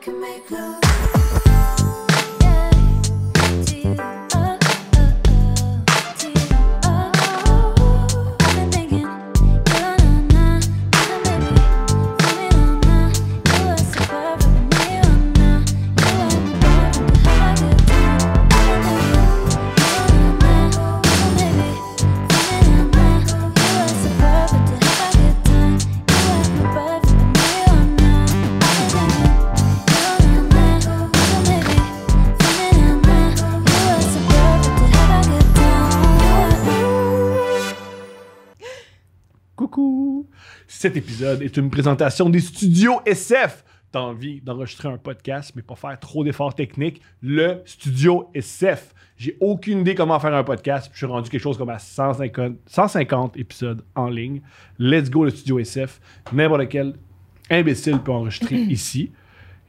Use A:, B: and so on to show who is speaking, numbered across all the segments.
A: can make love. Yeah. T-O-O-O-T-O-O. I've been thinking, you're a na-na, you're a baby. For me, na-na, you are so perfect. For me, na-na, you are the perfect. I could do. I've been thinking, you're a na-na, you're a baby. For me, na-na, you are so perfect. I could do. You are the perfect. For me, na-na, I've been thinking.
B: Coucou! Cet épisode est une présentation des studios SF. T'as envie d'enregistrer un podcast, mais pas faire trop d'efforts techniques. Le studio SF. J'ai aucune idée comment faire un podcast. puis Je suis rendu quelque chose comme à 150, 150 épisodes en ligne. Let's go le studio SF. N'importe quel imbécile peut enregistrer ici.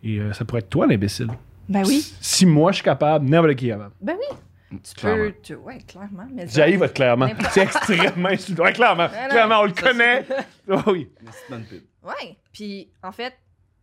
B: Et euh, ça pourrait être toi l'imbécile.
C: Ben oui,
B: Si moi je suis capable, n'importe qui est capable.
C: ben oui. Tu
D: Clairement.
C: peux. Tu... Ouais, clairement. Mais ça-
B: J'aille votre clairement.
C: N'importe-
B: C'est extrêmement insultant. Ouais, clairement.
C: Mais Ah non,
B: clairement, on le
D: ça,
B: connaît. Oh oui.
C: Ouais. Puis en fait,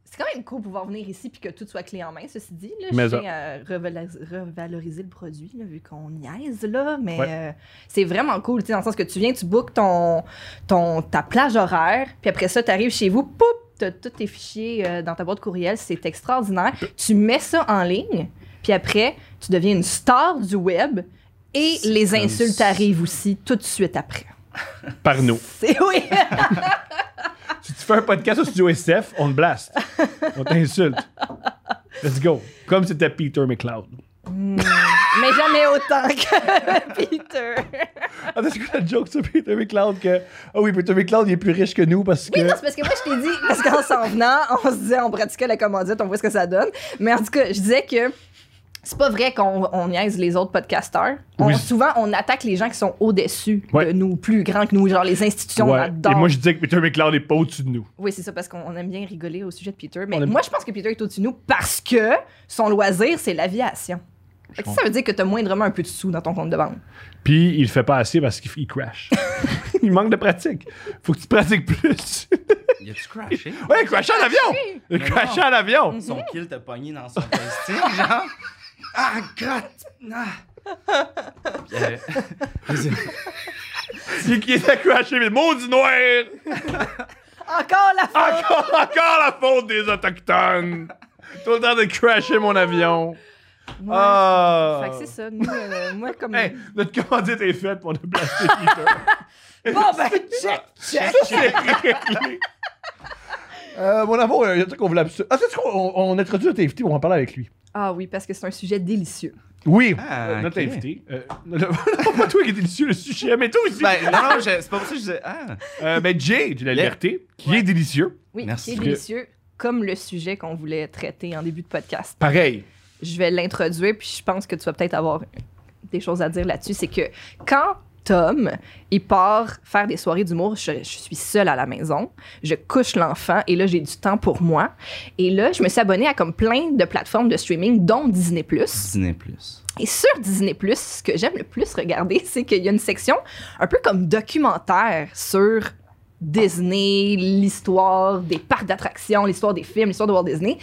C: c'est quand même cool pouvoir venir ici puis que tout soit clé en main, ceci dit. Là,
B: Mais
C: je tiens à revaloriser, revaloriser le produit, là, vu qu'on niaise, là. Mais
B: Ouais.
C: euh, c'est vraiment cool, tu sais, dans le sens que tu viens, tu bookes ton, ton, ta plage horaire, puis après ça, tu arrives chez vous, poup, t'as tous tes fichiers euh, dans ta boîte courriel. C'est extraordinaire. Tu mets ça en ligne, puis après, tu deviens une star du web et
D: C'est
C: les
D: comme
C: insultes
D: ça.
C: arrivent aussi tout de suite après.
B: Par nous.
C: C'est oui!
B: Si tu fais un podcast au studio SF, on te blast. On t'insulte. Let's go. Comme c'était Peter McLeod.
C: Mais jamais autant que Peter.
B: Ah, c'est quoi la joke sur Peter McLeod que. Ah oui, Peter McLeod, il est plus riche que nous parce que.
C: Oui, non, c'est parce que moi, je t'ai dit, parce qu'en s'en venant, on se disait, on pratiquait la commandite, on voit ce que ça donne. Mais en tout cas, je disais que c'est pas vrai qu'on on niaise les autres podcasteurs. On-
B: Oui.
C: Souvent, on attaque les gens qui sont au-dessus
B: Ouais.
C: de nous, plus grands que nous, genre les institutions
B: Ouais.
C: là-dedans.
B: Et moi, je disais que Peter McLeod est pas au-dessus de nous.
C: Oui, c'est ça, parce qu'on on aime bien rigoler au sujet de Peter. Mais
B: On aime-
C: moi, je pense que Peter est au-dessus de nous parce que son loisir, c'est l'aviation. Fait que Ça veut dire que t'as moindrement un peu de sous dans ton compte de banque.
B: Puis, il le fait pas assez parce qu'il il crash. il manque de pratique. Faut que tu pratiques plus.
D: Il a-tu crashé?
B: ouais, crasher en avion! Il
D: Mais
B: crashait
D: non.
B: en avion!
D: Son kill t'a pogné dans son testing, genre. Ah, gratte! Ah. Puis, euh,
B: Il, il était crashé, mais maudit noir!
C: Encore la fin!
B: Encore, encore la faute des Autochtones! Tout le temps de crasher mon avion.
C: Ouais.
B: Ah!
C: Fait que c'est ça, nous, euh, moi, comme.
B: Hey, notre commandite est faite pour le blaster Peter.
C: Bon, ben, check!
B: Ça, c'est réglé. Euh, mon amour, il y a un truc qu'on voulait absolument. Ah, c'est ce qu'on on, on introduit notre invité, on va en parler avec lui.
C: Ah oui, parce que c'est un sujet délicieux.
B: Oui,
D: Ah,
B: euh, notre
D: ok.
B: invité. Euh, le- non, pas toi qui est délicieux, le sujet, mais toi aussi.
D: ben, non, non, je- c'est pas pour ça que je disais. Ah!
B: Euh, ben, Jay, de la
D: Le-
B: liberté, qui est délicieux.
C: Oui,
D: Merci.
C: qui est délicieux, comme le sujet qu'on voulait traiter en début de podcast.
B: Pareil.
C: Je vais l'introduire, puis je pense que tu vas peut-être avoir des choses à dire là-dessus. C'est que quand Tom, il part faire des soirées d'humour, je, je suis seule à la maison, je couche l'enfant, et là, j'ai du temps pour moi. Et là, je me suis abonnée à comme plein de plateformes de streaming, dont Disney+.
D: Disney Plus.
C: Et sur Disney+, ce que j'aime le plus regarder, c'est qu'il y a une section un peu comme documentaire sur Disney, l'histoire des parcs d'attractions, l'histoire des films, l'histoire de Walt Disney.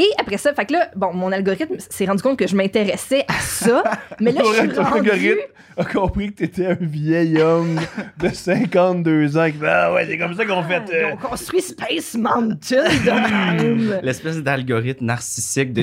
C: Et après ça, fait que là, bon, mon algorithme s'est rendu compte que je m'intéressais à ça, mais là, je suis
B: Ton
C: rendue...
B: algorithme a compris que t'étais un vieil homme de 52 ans qui fait, Ah ouais, c'est comme ça qu'on fait. euh,
C: On construit Space Mountain de même.
D: L'espèce d'algorithme narcissique de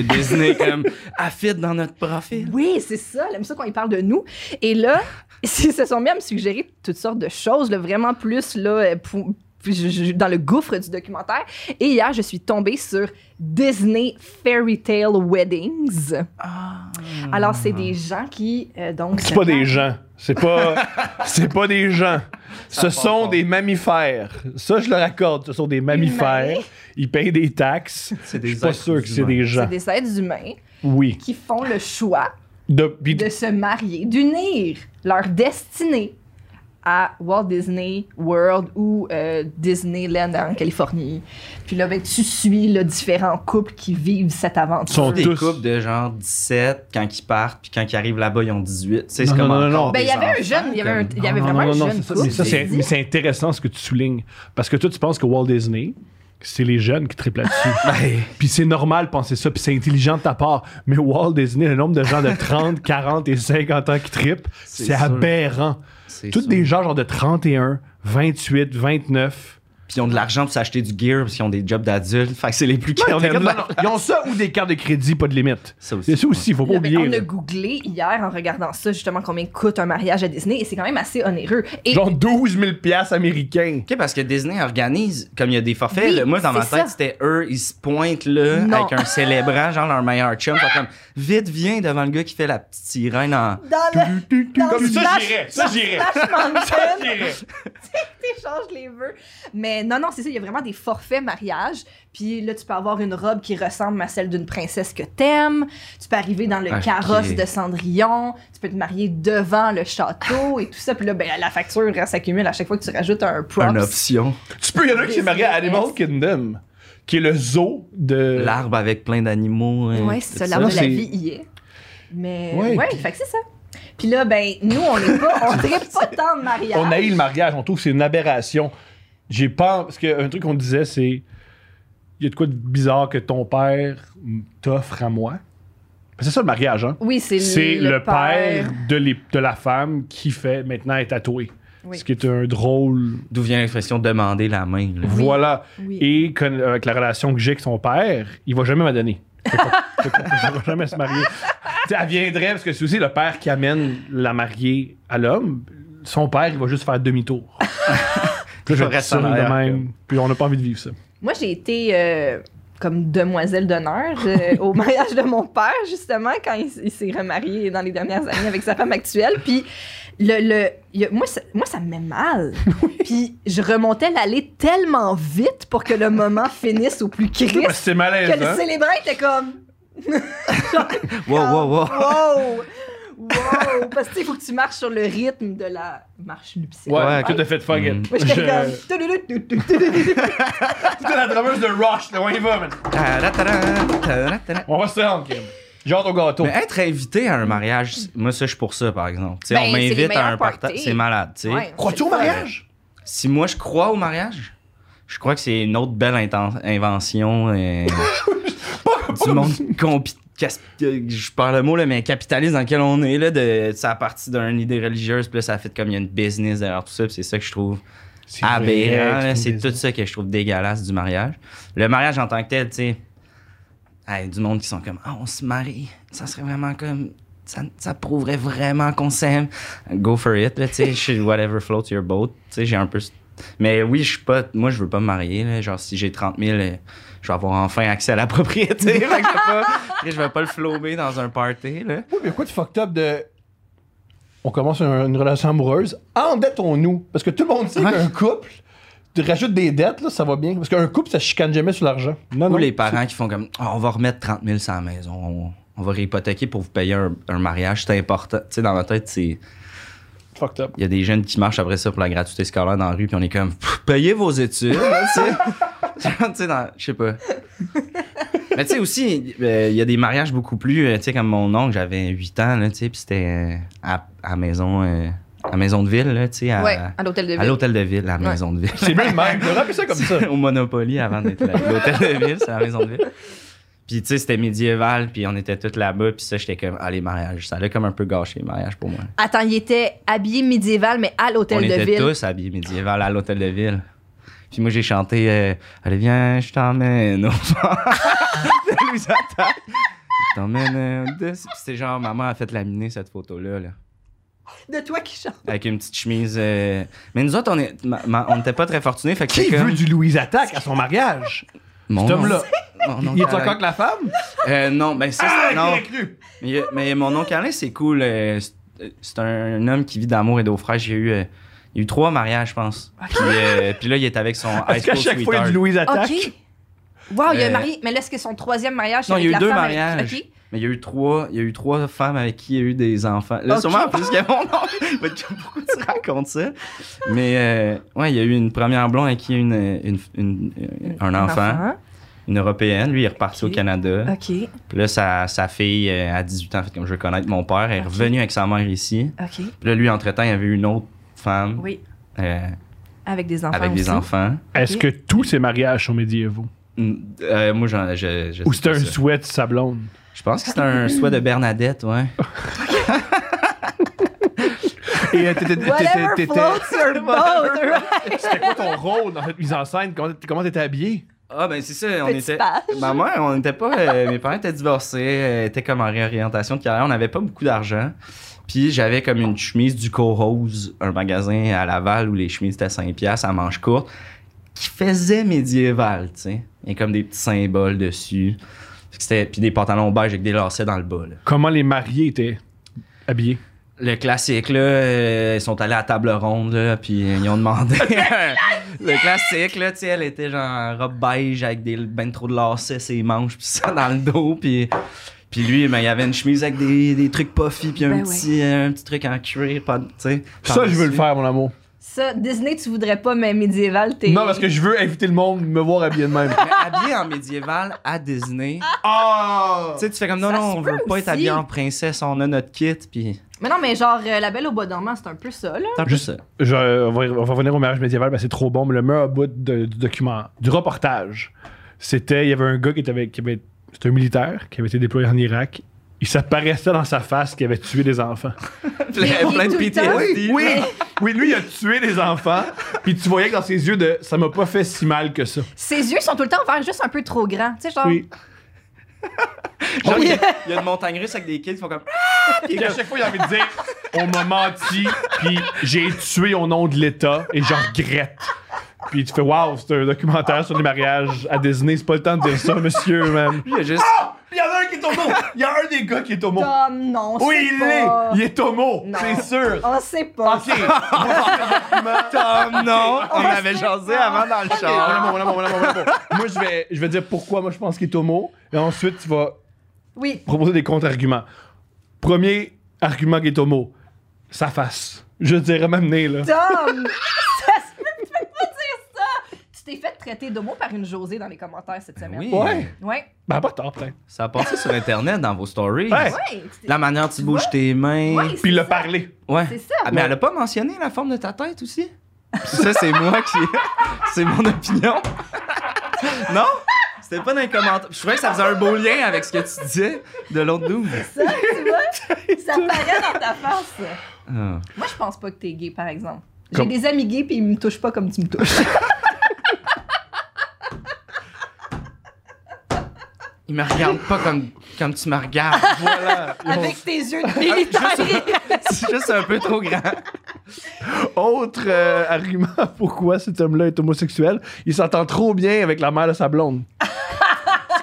D: Disney, comme affide dans notre profil.
C: Oui, c'est ça. Elle aime ça quand ils parlent de nous. Et là, ils se sont mis à me suggérer toutes sortes de choses, là, vraiment plus là, euh, pou- je- je- dans le gouffre du documentaire. Et hier, je suis tombée sur Disney Fairy Tale Weddings.
D: Ah.
C: Alors, c'est des gens qui, euh, donc...
B: C'est pas des gens. C'est pas, c'est pas des gens. Ce
D: part
B: sont
D: fort.
B: des mammifères. Ça, je leur accorde. Ce sont des mammifères. Ils payent des taxes.
D: C'est
B: Je
D: des
B: suis pas
D: êtres
B: sûr que c'est
D: humains.
B: des gens.
C: C'est des êtres humains
B: Oui.
C: qui font le choix
B: De, puis-
C: de se marier, d'unir leur destinée à Walt Disney World ou euh, Disneyland en Californie. Puis là, ben, tu suis le différents couples qui vivent cette aventure.
B: Sont-
D: des
B: Tous.
D: couples de genre 17 quand ils partent, puis quand ils arrivent là-bas, ils ont 18. Tu sais,
B: Non, non,
D: c'est comme
B: non, non,
D: encore
B: non.
C: Ben, il y
D: des
C: avait un
D: enfants,
C: jeune, il y avait, un-
D: comme-
C: il y avait
B: Ah, Non,
C: vraiment
B: non, non, non,
C: un jeune
B: c'est ça,
C: couple.
B: c'est ça, c'est- mais c'est intéressant ce que tu soulignes. Parce que toi, tu penses que Walt Disney, c'est les jeunes qui triplent là-dessus.
D: Ben,
B: Puis c'est normal de penser ça, puis c'est intelligent de ta part. Mais Walt Disney, le nombre de gens de 30, 40 et 50 ans qui trippent,
D: C'est
B: c'est
D: sûr.
B: aberrant.
D: c'est
B: Toutes
D: ça.
B: des gens genre de 31, 28, 29.
D: Puis ils ont de l'argent pour s'acheter du gear, puis ils ont des jobs d'adultes. Fait que c'est les plus qui
B: Ils ont, des- ils ont ça ou des cartes de crédit, pas de limite.
D: Ça aussi,
B: C'est ça aussi, faut pas
C: Là, ben,
B: oublier.
C: on
B: là.
C: a googlé hier en regardant ça, justement, combien coûte un mariage à Disney, et c'est quand même assez onéreux. Et
B: Genre 12 000 piastres américains.
D: OK, parce que Disney organise, comme il y a des forfaits,
C: Oui,
D: là, moi, dans ma
C: c'est
D: tête,
C: ça.
D: c'était eux, ils se pointent là,
C: Non.
D: avec un célébrant, genre leur meilleur chum. Fait comme, vite, viens devant le gars qui fait la petite sirène en.
C: dans le. dans
B: Comme ça,
C: Splash-
B: j'irais. Ça,
C: dans
B: j'irais.
C: Splash Mountain,
B: j'irais.
C: t'échanges les vœux. Mais non, non, c'est ça, il y a vraiment des forfaits mariage. Puis là, tu peux avoir une robe qui ressemble à celle d'une princesse que t'aimes. Tu peux arriver dans le
D: Ok.
C: carrosse de Cendrillon. Tu peux te marier devant le château et tout ça. Puis là, ben, la facture elle s'accumule à chaque fois que tu rajoutes un props.
D: Une option.
B: Tu peux, il y en a un qui s'est marié à Animal Kingdom, qui est le zoo de.
D: L'arbre avec plein d'animaux. hein,
C: Ouais,
D: tout
C: c'est ça, l'arbre de la
B: c'est-
C: vie y est. Mais
B: Ouais,
C: ouais,
B: puis-
C: fait que c'est ça. Puis là, ben, nous, on n'est pas, on traite pas tant de mariage.
B: On a eu le mariage, on trouve que c'est une aberration. J'ai pas. Parce qu'un truc qu'on disait, c'est. Il y a de quoi de bizarre que ton père t'offre à moi. Parce que C'est ça le mariage, hein?
C: Oui, c'est
B: C'est le, père, de, l'ép- de la femme qui fait maintenant est tatoué.
C: Oui.
B: Ce qui est un drôle.
D: D'où vient l'expression demander la main. là.
B: Voilà.
C: Oui.
B: Et con- avec la relation que j'ai avec son père, il va jamais m'adonner. Fait qu'on- fait qu'on- Elle va jamais se marier. Tu sais, elle viendrait, parce que c'est aussi le père qui amène la mariée à l'homme. Son père, il va juste faire demi-tour. Puis là, je
D: Il va
B: dis ça
D: rester en
B: de
D: arrière,
B: même. Puis on n'a pas envie de vivre ça.
C: Moi, j'ai été euh, comme demoiselle d'honneur euh, au mariage de mon père, justement, quand il, s- il s'est remarié dans les dernières années avec sa femme actuelle. Puis, le, le, il y a- moi, ça, moi, ça me met mal. Puis, je remontais l'allée tellement vite pour que le moment finisse au plus
B: Parce que
C: triste
B: C'est
C: que
B: malaise,
C: le
B: hein?
C: célébrant était comme.
D: Wow, wow, wow.
C: Wow! Wow! Parce que tu sais, il faut que tu marches sur le rythme de la marche nuptiale.
B: Ouais,
D: Ouais.
B: tout à fait fuck
D: Mm.
B: it.
C: Moi, j'étais comme.
B: Je- Putain, la drameuse de Rush, là, on y va, man.
D: Ta-ra-ta-ra, ta-ra-ta-ra.
B: On va se rendre, Kim. J'ai hâte au gâteau.
D: Mais hein? être invité à un mariage, moi, ça, je suis pour ça, par exemple. Tu sais,
C: Ben,
D: on
C: c'est les
D: m'invite à un
C: meilleurs
D: partage.
C: parties.
D: C'est malade, tu sais.
C: Ouais,
B: Crois-tu au
C: c'est le fun.
B: mariage?
D: Si moi, je crois au mariage, je crois que c'est une autre belle inten- invention. euh, du monde compi- cas- euh, je parle le mot, là, mais capitaliste dans lequel on est, là, de, ça à partir d'une idée religieuse, puis là, ça fait comme il y a une business derrière tout ça, puis c'est ça que je trouve
B: C'est
D: aberrant.
B: vrai,
D: là. Ah, ben, hein, C'est
B: une
D: tout ça que je trouve dégueulasse du mariage. Le mariage en tant que tel, tu sais, hey, du monde qui sont comme, ah, on se marie, ça serait vraiment comme. Ça, ça prouverait vraiment qu'on s'aime. Go for it, là, tu sais, je suis whatever floats your boat. Tu sais, j'ai un peu. Mais oui, je suis pas. Moi, je veux pas me marier, là. Genre, si j'ai 30 000, euh, je vais avoir enfin accès à la propriété. Fait que je vais pas- je vais pas le flouber dans un party, là.
B: Oui, mais quoi de fucked up de. On commence un- une relation amoureuse, endettons-nous. Parce que tout le monde sait
D: Ouais.
B: qu'un couple, tu rajoutes des dettes, là, ça va bien. Parce qu'un couple, ça chicane jamais sur l'argent. Non,
D: Ou les parents qui font comme Ah, on va remettre 30 000 sur la maison, on, on va réhypothéquer pour vous payer un, un mariage, c'est important. Tu sais, dans ma tête, c'est-
B: c'est fucked up.
D: il y a des jeunes qui marchent après ça pour la gratuité scolaire dans la rue, puis on est comme Pff, payez vos études, hein, tu sais. Genre, tu sais. dans- Je sais pas. Mais tu sais aussi, euh, il y a des mariages beaucoup plus. euh, Tu sais, comme mon oncle, j'avais 8 ans, là, tu sais, puis c'était euh, à, à maison. euh, à Maison de Ville, là, tu sais, à,
C: Ouais, à l'hôtel de
D: à
C: ville.
D: l'hôtel de Ville, à la
C: Ouais.
D: Maison de Ville.
B: C'est bien le même. Je rappelle ça comme ça.
D: au Monopoly avant d'être là. L'hôtel de ville, c'est la maison de ville. Puis tu sais, c'était médiéval, puis on était tous là-bas, puis ça, j'étais comme, ah, les mariages, ça allait comme un peu gâcher les mariages pour moi.
C: Attends, il était habillé médiéval, mais à
D: on
C: l'hôtel de
D: était
C: ville.
D: tous habillés médiéval à l'hôtel de ville. Puis moi, j'ai chanté, euh, allez, viens, je t'emmène au fond. De Louis Attaque. Je t'emmène euh, au-dessus. Puis c'était genre, maman a fait laminer cette photo-là, là,
C: De toi qui chante.
D: avec une petite chemise. euh, Mais nous autres, on est- ma- ma- on n'était pas très fortunés, fait que
B: Qui
D: c'est comme-
B: veut du Louise Attaque à son mariage?
D: Mon
B: Cet homme-là.
D: oncle- mon
B: Il est encore
D: oncle
B: Ah,
D: Alain.
B: avec la femme?
D: Euh, non, ben ça, c'est- non.
B: il est cru.
D: Mais, euh, mais mon oncle Alain, c'est cool. euh, c'est- C'est un homme qui vit d'amour et d'eau fraîche. Il y a eu, euh, il y a eu trois mariages, je pense.
C: Ah,
D: Puis, euh, puis là, il est avec son high
B: Parce qu'à
D: school
B: chaque fois, il y a
D: sweetheart.
B: du Louise Attaque.
C: OK. Wow, il y a
D: Euh,
C: un marié. Mais là, est-ce que son troisième mariage, c'est
D: Non, il y a
C: avec
D: eu
C: la
D: deux
C: femme avec-
D: mariages.
C: OK.
D: Mais il y a eu trois, il y a eu trois femmes avec qui il y a eu des enfants. Là,
C: Ok.
D: sûrement plus que mon oncle. Fait que Pourquoi tu racontes ça? Mais euh, ouais, il y a eu une première blonde avec qui il y a eu une, euh, une- une- euh, un enfant, une européenne. Lui, il est reparti
C: Ok.
D: au Canada.
C: OK,
D: Puis là, sa, sa fille, euh, à 18 ans, fait comme je veux connaître mon père, elle est
C: Ok.
D: revenue avec sa mère ici.
C: OK.
D: Puis là, lui, entre-temps, il y avait eu une autre femme.
C: Oui.
D: Euh,
C: Avec des enfants.
D: avec des
C: aussi.
D: enfants.
B: Est-ce que tous ces mariages sont médiévaux?
D: Mm, euh, moi, j'en- je, je
B: Ou
D: sais
B: c'est
D: pas
B: un
D: ça.
B: souhait de sa blonde?
D: Je pense que c'est un souhait de Bernadette, ouais.
B: Et euh, t'étais- t'étais-
C: Whatever
B: t'étais-
C: floats your boat, right?
B: C'était quoi ton rôle dans cette mise en scène? Comment t'- Comment t'étais habillé?
D: Ah, ben c'est ça, on
C: Petit
D: était.
C: page.
D: Ma mère, Ben, on n'était pas. euh, mes parents étaient divorcés, euh, étaient comme en réorientation de carrière, on n'avait pas beaucoup d'argent. Puis j'avais comme une chemise du Co-Rose, un magasin à Laval où les chemises étaient à 5$ à manches courtes, qui faisait médiéval, tu sais. Et comme des petits symboles dessus. Fait que c'était- Puis des pantalons beige avec des lacets dans le bas, là.
B: Comment les mariés étaient habillés?
D: Le classique, là, euh, ils sont allés à la table ronde, là, puis euh, ils ont demandé. le classique, là, tu sais, elle était genre en robe beige avec des ben trop de lacets, ses manches, puis ça dans le dos, puis. Puis lui, ben, il avait une chemise avec des, des trucs puffy, puis un,
C: Ben ouais.
D: petit, euh, un petit truc en cuir, pas, de- tu sais.
B: Ça, je veux le
D: par-dessus.
B: faire, mon amour.
C: Ça, Disney, tu voudrais pas, mais médiéval, t'es.
B: Non, parce que je veux inviter le monde à me voir habillé de même.
D: Mais habillé en médiéval à Disney.
B: Ah!
D: Tu sais, tu fais comme non,
C: Ça
D: non,
C: se
D: on
C: peut
D: veut pas être
C: aussi.
D: habillé en princesse, on a notre kit, puis.
C: Mais non, mais genre, euh, La Belle au Bois dormant, c'est un peu ça, là.
D: C'est un peu
B: Juste-
D: ça.
B: Je- on, va, on va revenir au mariage médiéval, parce que c'est trop bon, mais le meilleur bout de- du document, du reportage, c'était, il y avait un gars qui était avec, qui avait, c'était un militaire qui avait été déployé en Irak. Il s'apparaissait dans sa face qu'il avait tué des enfants.
D: plein,
C: rit
D: plein de
C: tout le temps.
D: PTSD.
B: oui, oui, lui, il a tué des enfants. Puis tu voyais que dans ses yeux de, ça m'a pas fait si mal que ça.
C: Ses yeux sont tout le temps ouverts, juste un peu trop grands. Tu sais, genre.
B: Oui.
D: Genre, il y a- il y a une montagne russe avec des kids, ils font comme.
B: Puis à chaque fois, il avait envie de dire On m'a menti, puis j'ai tué au nom de l'État, et je regrette. Puis tu fais Waouh, c'est un documentaire sur les mariages à Disney, c'est pas le temps de dire ça, monsieur, man.
D: Il y a juste.
B: Il y en a un qui est homo Il y a un des gars qui est homo
C: Comme non,
B: Oui,
C: c'est
B: il l'est
C: pas...
B: Il est Ah, homo
C: Non.
B: C'est sûr
C: On sait pas.
B: Ok Moi,
D: Tom, non, on avait
C: sait
D: jasé
C: pas.
D: avant dans le
B: voilà,
D: char.
B: voilà, voilà, voilà, voilà. Moi, je vais, je vais dire pourquoi moi je pense qu'il est homo, et ensuite tu vas
C: Oui.
B: proposer des contre-arguments. Premier argument qui est homo sa face. Je dirais même nez, là.
C: Tom! ça se peut que tu peux pas dire ça! Tu t'es fait traiter de mots par une Josée dans les commentaires cette
B: Ben
C: semaine.
D: Oui.
B: Ouais.
C: Ouais.
B: Ben, pas tard, peut-être.
D: Ça a passé sur Internet dans vos stories.
B: Ouais.
C: Ouais. tu t'es-
D: La manière dont tu bouges tes mains.
C: Ouais,
B: Puis
C: c'est
B: le
C: ça.
B: parler.
D: Ouais.
C: C'est ça.
D: Ah, mais elle a pas mentionné la forme de ta tête aussi? ça, c'est moi qui. c'est mon opinion. non? C'était pas dans les commentaires. Je trouvais que ça faisait un beau lien avec ce que tu disais de l'autre double.
C: Ça, tu vois? ça paraît dans ta face.
D: Ah.
C: Moi, je pense pas que t'es gay, par exemple. J'ai
B: Comme-
C: des amis gays, puis ils me touchent pas comme tu me touches.
D: Il me regarde pas comme, comme tu me regardes.
B: Voilà.
C: Avec tes yeux de militaire.
D: c'est juste un peu trop grand.
B: Autre euh, argument pourquoi cet homme-là est homosexuel, il s'entend trop bien avec la mère de sa blonde.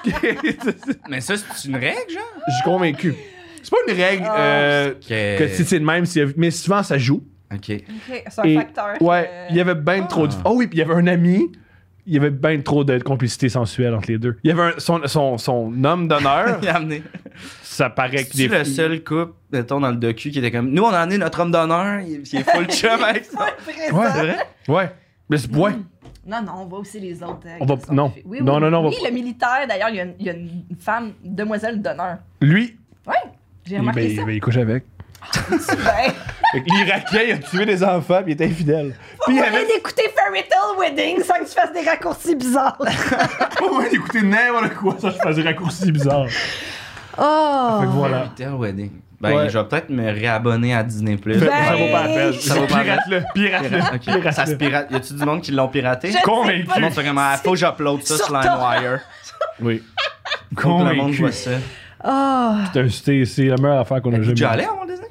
B: Ce qui est-
D: Mais ça, c'est une règle, genre?
B: Je suis convaincu. C'est pas une règle
C: Ah.
B: euh,
D: Que.
B: que si c'est le même, si- mais souvent ça joue.
D: Ok.
C: Ok, c'est un
B: Et-
C: facteur.
B: Ouais,
C: euh,
B: il y avait bien trop de.
D: Ah.
B: Oh oui, puis il y avait un ami. Il y avait bien trop de complicité sensuelle entre les deux. Il y avait un- son, son, son homme d'honneur.
D: Il a amené.
B: ça paraît que
D: C'est le
B: filles-
D: seul couple, mettons, dans le docu qui était comme Nous, on en est notre homme d'honneur, il, il est full chum avec ça.
C: présent.
B: Ouais, c'est vrai. Ouais. Mais c'est- ouais.
C: Hmm. Non, non, on va aussi les autres. euh,
B: On va-
C: qui sont
B: non.
C: filles. Oui,
B: Non,
C: oui.
B: non, non, on va
C: Oui, le militaire, d'ailleurs, il y, a une- il y a une femme, une demoiselle d'honneur.
B: Lui,
C: Oui, j'ai
B: il,
C: remarqué
B: ben,
C: ça.
B: ben, il couche avec.
C: Ben,
B: Fait que L'Irakien, il a tué des enfants, puis il était infidèle. Puis il
C: arrête
B: avait
C: Oh, d'écouter Fairy Tale Wedding sans que tu fasses des raccourcis bizarres.
B: pas moyen d'écouter n'importe quoi, ça, je faisais des raccourcis bizarres.
C: Oh!
B: Fait que voilà.
D: Peter Wedding. Ben,
B: Ouais.
D: je vais peut-être me réabonner à Disney Plus.
C: Ben,
B: Ça vaut pas la peine.
D: Ça vaut pas la
B: Pirate-le, pirate-le, pirate-le.
D: Ça se pirate. Y a-tu du monde qui l'ont piraté?
C: Je-
B: Convaincu.
D: Non, c'est vraiment, ah, faut que j'upload ça sur
C: Sur
D: LimeWire.
B: Oui.
D: Faut que le monde
B: Convaincu.
D: voit ça.
C: Oh!
B: C'est un- C'est c'est la meilleure affaire qu'on a
D: T'es
B: jamais.
D: déjà allé à Walt Disney?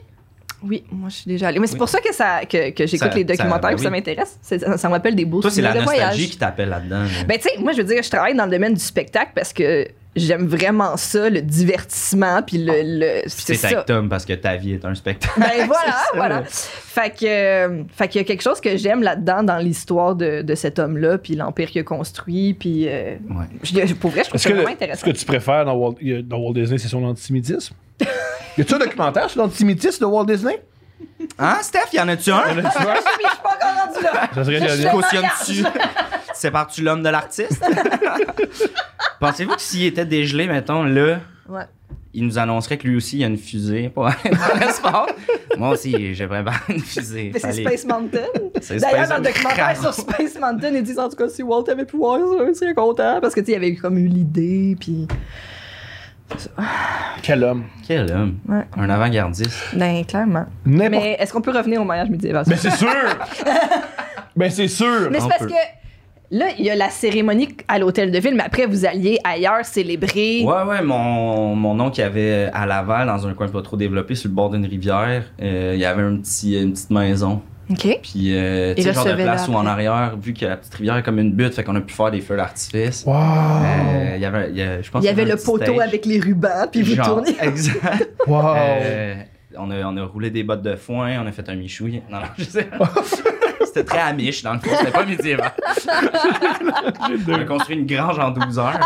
C: Oui, moi je suis déjà allée. Mais c'est
D: Oui.
C: pour ça que, ça, que, que j'écoute
D: Ça-
C: les
D: ça-
C: documentaires,
D: ben
C: puis ça
D: oui.
C: m'intéresse. C'est- Ça, ça me rappelle des beaux
D: Toi, c'est
C: souvenirs
D: la
C: de
D: nostalgie
C: voyage.
D: qui t'appelle là-dedans. là.
C: Ben, tu sais, moi, je veux dire, je travaille dans le domaine du spectacle parce que j'aime vraiment ça, le divertissement, puis le. le- c'est
D: C'est
C: ça.
D: avec Tom parce que ta vie est un spectacle.
C: Ben voilà,
D: C'est ça.
C: voilà. Fait que, euh, fait qu'il y a quelque chose que j'aime là-dedans dans l'histoire de, de cet homme-là, puis l'empire qu'il a construit, puis euh,
D: Ouais.
C: je- pour vrai, je trouve
B: Est-ce
C: ça
B: que, le-
C: vraiment
B: ce
C: intéressant.
B: que tu préfères dans Walt, euh, dans Walt Disney, c'est son antisémitisme? Y a-tu un documentaire sur l'antisémitisme de Walt Disney?
D: Hein, Steph, y en a-tu un?
B: Tu vois?
C: Mais je suis pas encore rendue là.
B: Ça serait
C: Je- je-
D: Cautionnes-tu? Sépares-tu l'homme de l'artiste? Pensez-vous que s'il était dégelé, mettons, là,
C: Ouais.
D: il nous annoncerait que lui aussi, il a une fusée pour aller dans l'espace. Moi aussi, j'ai vraiment une fusée.
C: Mais c'est
D: Fallait-
C: Space Mountain.
D: C'est
C: D'ailleurs,
D: Space
C: dans le documentaire sur Space Mountain, ils disent en tout cas si Walt avait pu voir ça, il serait content. Parce que, tu sais, il avait comme eu l'idée, puis.
B: Quel homme.
D: Quel homme.
C: Ouais.
D: Un avant-gardiste.
C: Ben, clairement.
B: N'importe.
C: Mais est-ce qu'on peut revenir au mariage médiéval?
B: Mais c'est sûr! Mais c'est sûr!
C: Mais c'est
D: On
C: parce
D: peut.
C: que là, il y a la cérémonie à l'hôtel de ville, mais après, vous alliez ailleurs célébrer.
D: Ouais, ouais, mon, mon oncle, il avait à Laval, dans un coin pas trop développé, sur le bord d'une rivière, euh, il y avait un petit, une petite maison.
C: OK.
D: Puis, euh, tu sais,
C: Il
D: le genre de
C: recevait
D: place
C: là
D: où en
C: après.
D: arrière, vu que la petite rivière est comme une butte, fait qu'on a pu faire des feux d'artifice.
B: Wow!
D: Euh, il y avait, il y a- je pense
C: Il y
D: qu'il
C: avait
D: un
C: le
D: petit
C: poteau
D: stage.
C: avec les rubans, puis vous
D: Genre,
C: tournez.
D: Exact.
B: Wow!
D: Euh, on, a, on a roulé des bottes de foin, on a fait un michouille. Non, non, je sais. C'était très amiche, dans le fond. C'était pas médiéval. on a construit une grange en 12 heures.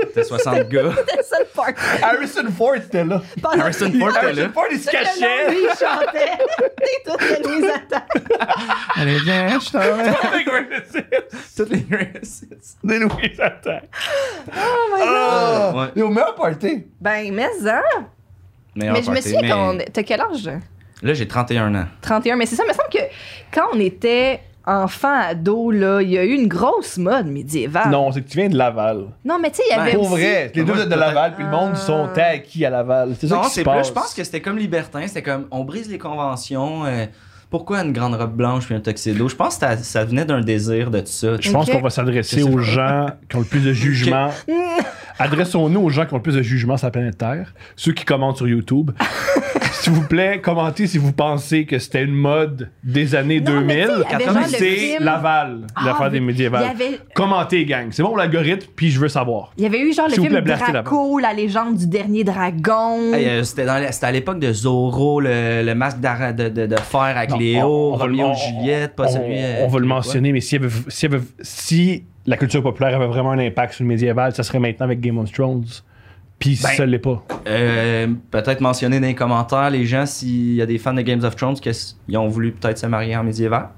D: C'était 60 gars.
C: C'était ça le parc.
B: Harrison Ford était là.
C: Pendant
D: Harrison Ford était là.
B: Harrison Ford, il se
C: que le long,
B: cachait!
C: lui, il chantait. Et toutes les nuits attaques.
D: Allez, viens, je t'en
B: Des greatest hits.
D: Toutes les réussites.
B: Des Louis Attack.
C: Oh my God.
B: Ah!
D: Ouais.
B: Et au meilleur party!
C: Ben, mais ça.
D: Meilleur
C: Mais je me
D: party,
C: souviens qu'on.
D: mais-
C: T'as quel âge?
D: Là, j'ai 31 ans.
C: 31. Mais c'est ça, il me semble que quand on était enfant, ado, là, il y a eu une grosse mode médiévale.
B: Non, c'est que tu viens de Laval.
C: Non, mais tu sais, il y
D: Ben,
C: avait.
B: Pour
C: aussi-
B: vrai, les
D: Moi,
B: deux
D: je
B: de Laval, puis le monde, ils sont
C: Ah.
B: acquis à Laval. C'est ça
D: Non,
B: qui se
D: c'est plus.
B: passe.
D: Je pense que c'était comme libertin. C'était comme on brise les conventions. euh, pourquoi une grande robe blanche puis un tuxedo? Je pense que ça, ça venait d'un désir de tout ça.
B: Je pense
C: Ok.
B: qu'on va s'adresser
D: Je sais
B: aux
D: pas.
B: gens qui ont le plus de jugement. Adressons-nous aux gens qui ont le plus de jugement sur la planète Terre. Ceux qui commentent sur YouTube. S'il vous plaît, commentez si vous pensez que c'était une mode des années
C: Non, mais
B: 2000.
C: tu sais, il y avait genre le
B: C'est
C: film-
B: Laval,
C: Ah,
B: l'affaire des
C: mais
B: médiévales.
C: il y avait-
B: Commentez, gang. C'est bon l'algorithme, puis je veux savoir.
C: Il y avait eu genre le
B: S'il vous
C: film
B: plaît, blastez la
C: Draco, la légende du dernier
B: Mm.
C: dragon.
D: Hey, euh, c'était, dans la- c'était à l'époque de Zorro, le, le masque d'ara- de, de, de fer avec
B: Non,
D: Léo,
B: on- on va-
D: Romeo
B: on-
D: et Juliette, pas
B: on,
D: celui.
B: on
D: euh,
B: va le
D: québécois.
B: mentionner, mais s'il y avait- s'il y avait- si la culture populaire avait vraiment un impact sur le médiéval, ça serait maintenant avec Game of Thrones. Puis
D: Ben,
B: ça l'est pas.
D: Euh, peut-être mentionner dans les commentaires les gens s'il y a des fans de Games of Thrones qui ont voulu peut-être se marier en médiéval.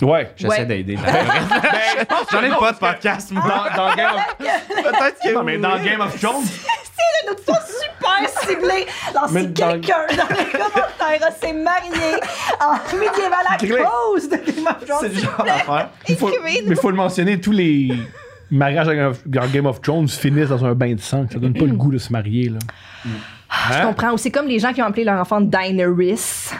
B: Ouais.
D: J'essaie
C: Ouais.
D: d'aider. J'en ai pas de podcast, moi.
B: Dans, dans Game of...
D: Peut-être que.
B: Non, mais dans Game of Thrones,
C: C'est notre fois super ciblé. Alors,
B: Mais
C: si
B: dans-
C: quelqu'un dans les commentaires s'est marié en médiéval à
B: Gré.
C: cause de Game of Thrones,
D: C'est le genre d'affaire.
B: il faut, mais
C: Écrivez-nous.
B: il faut le mentionner, tous les mariages dans Game of- dans Game of Thrones finissent dans un bain de sang. Ça donne pas le goût de se marier. Là.
C: Je
B: Hein?
C: comprends. Ou c'est comme les gens qui ont appelé leur enfant Daenerys.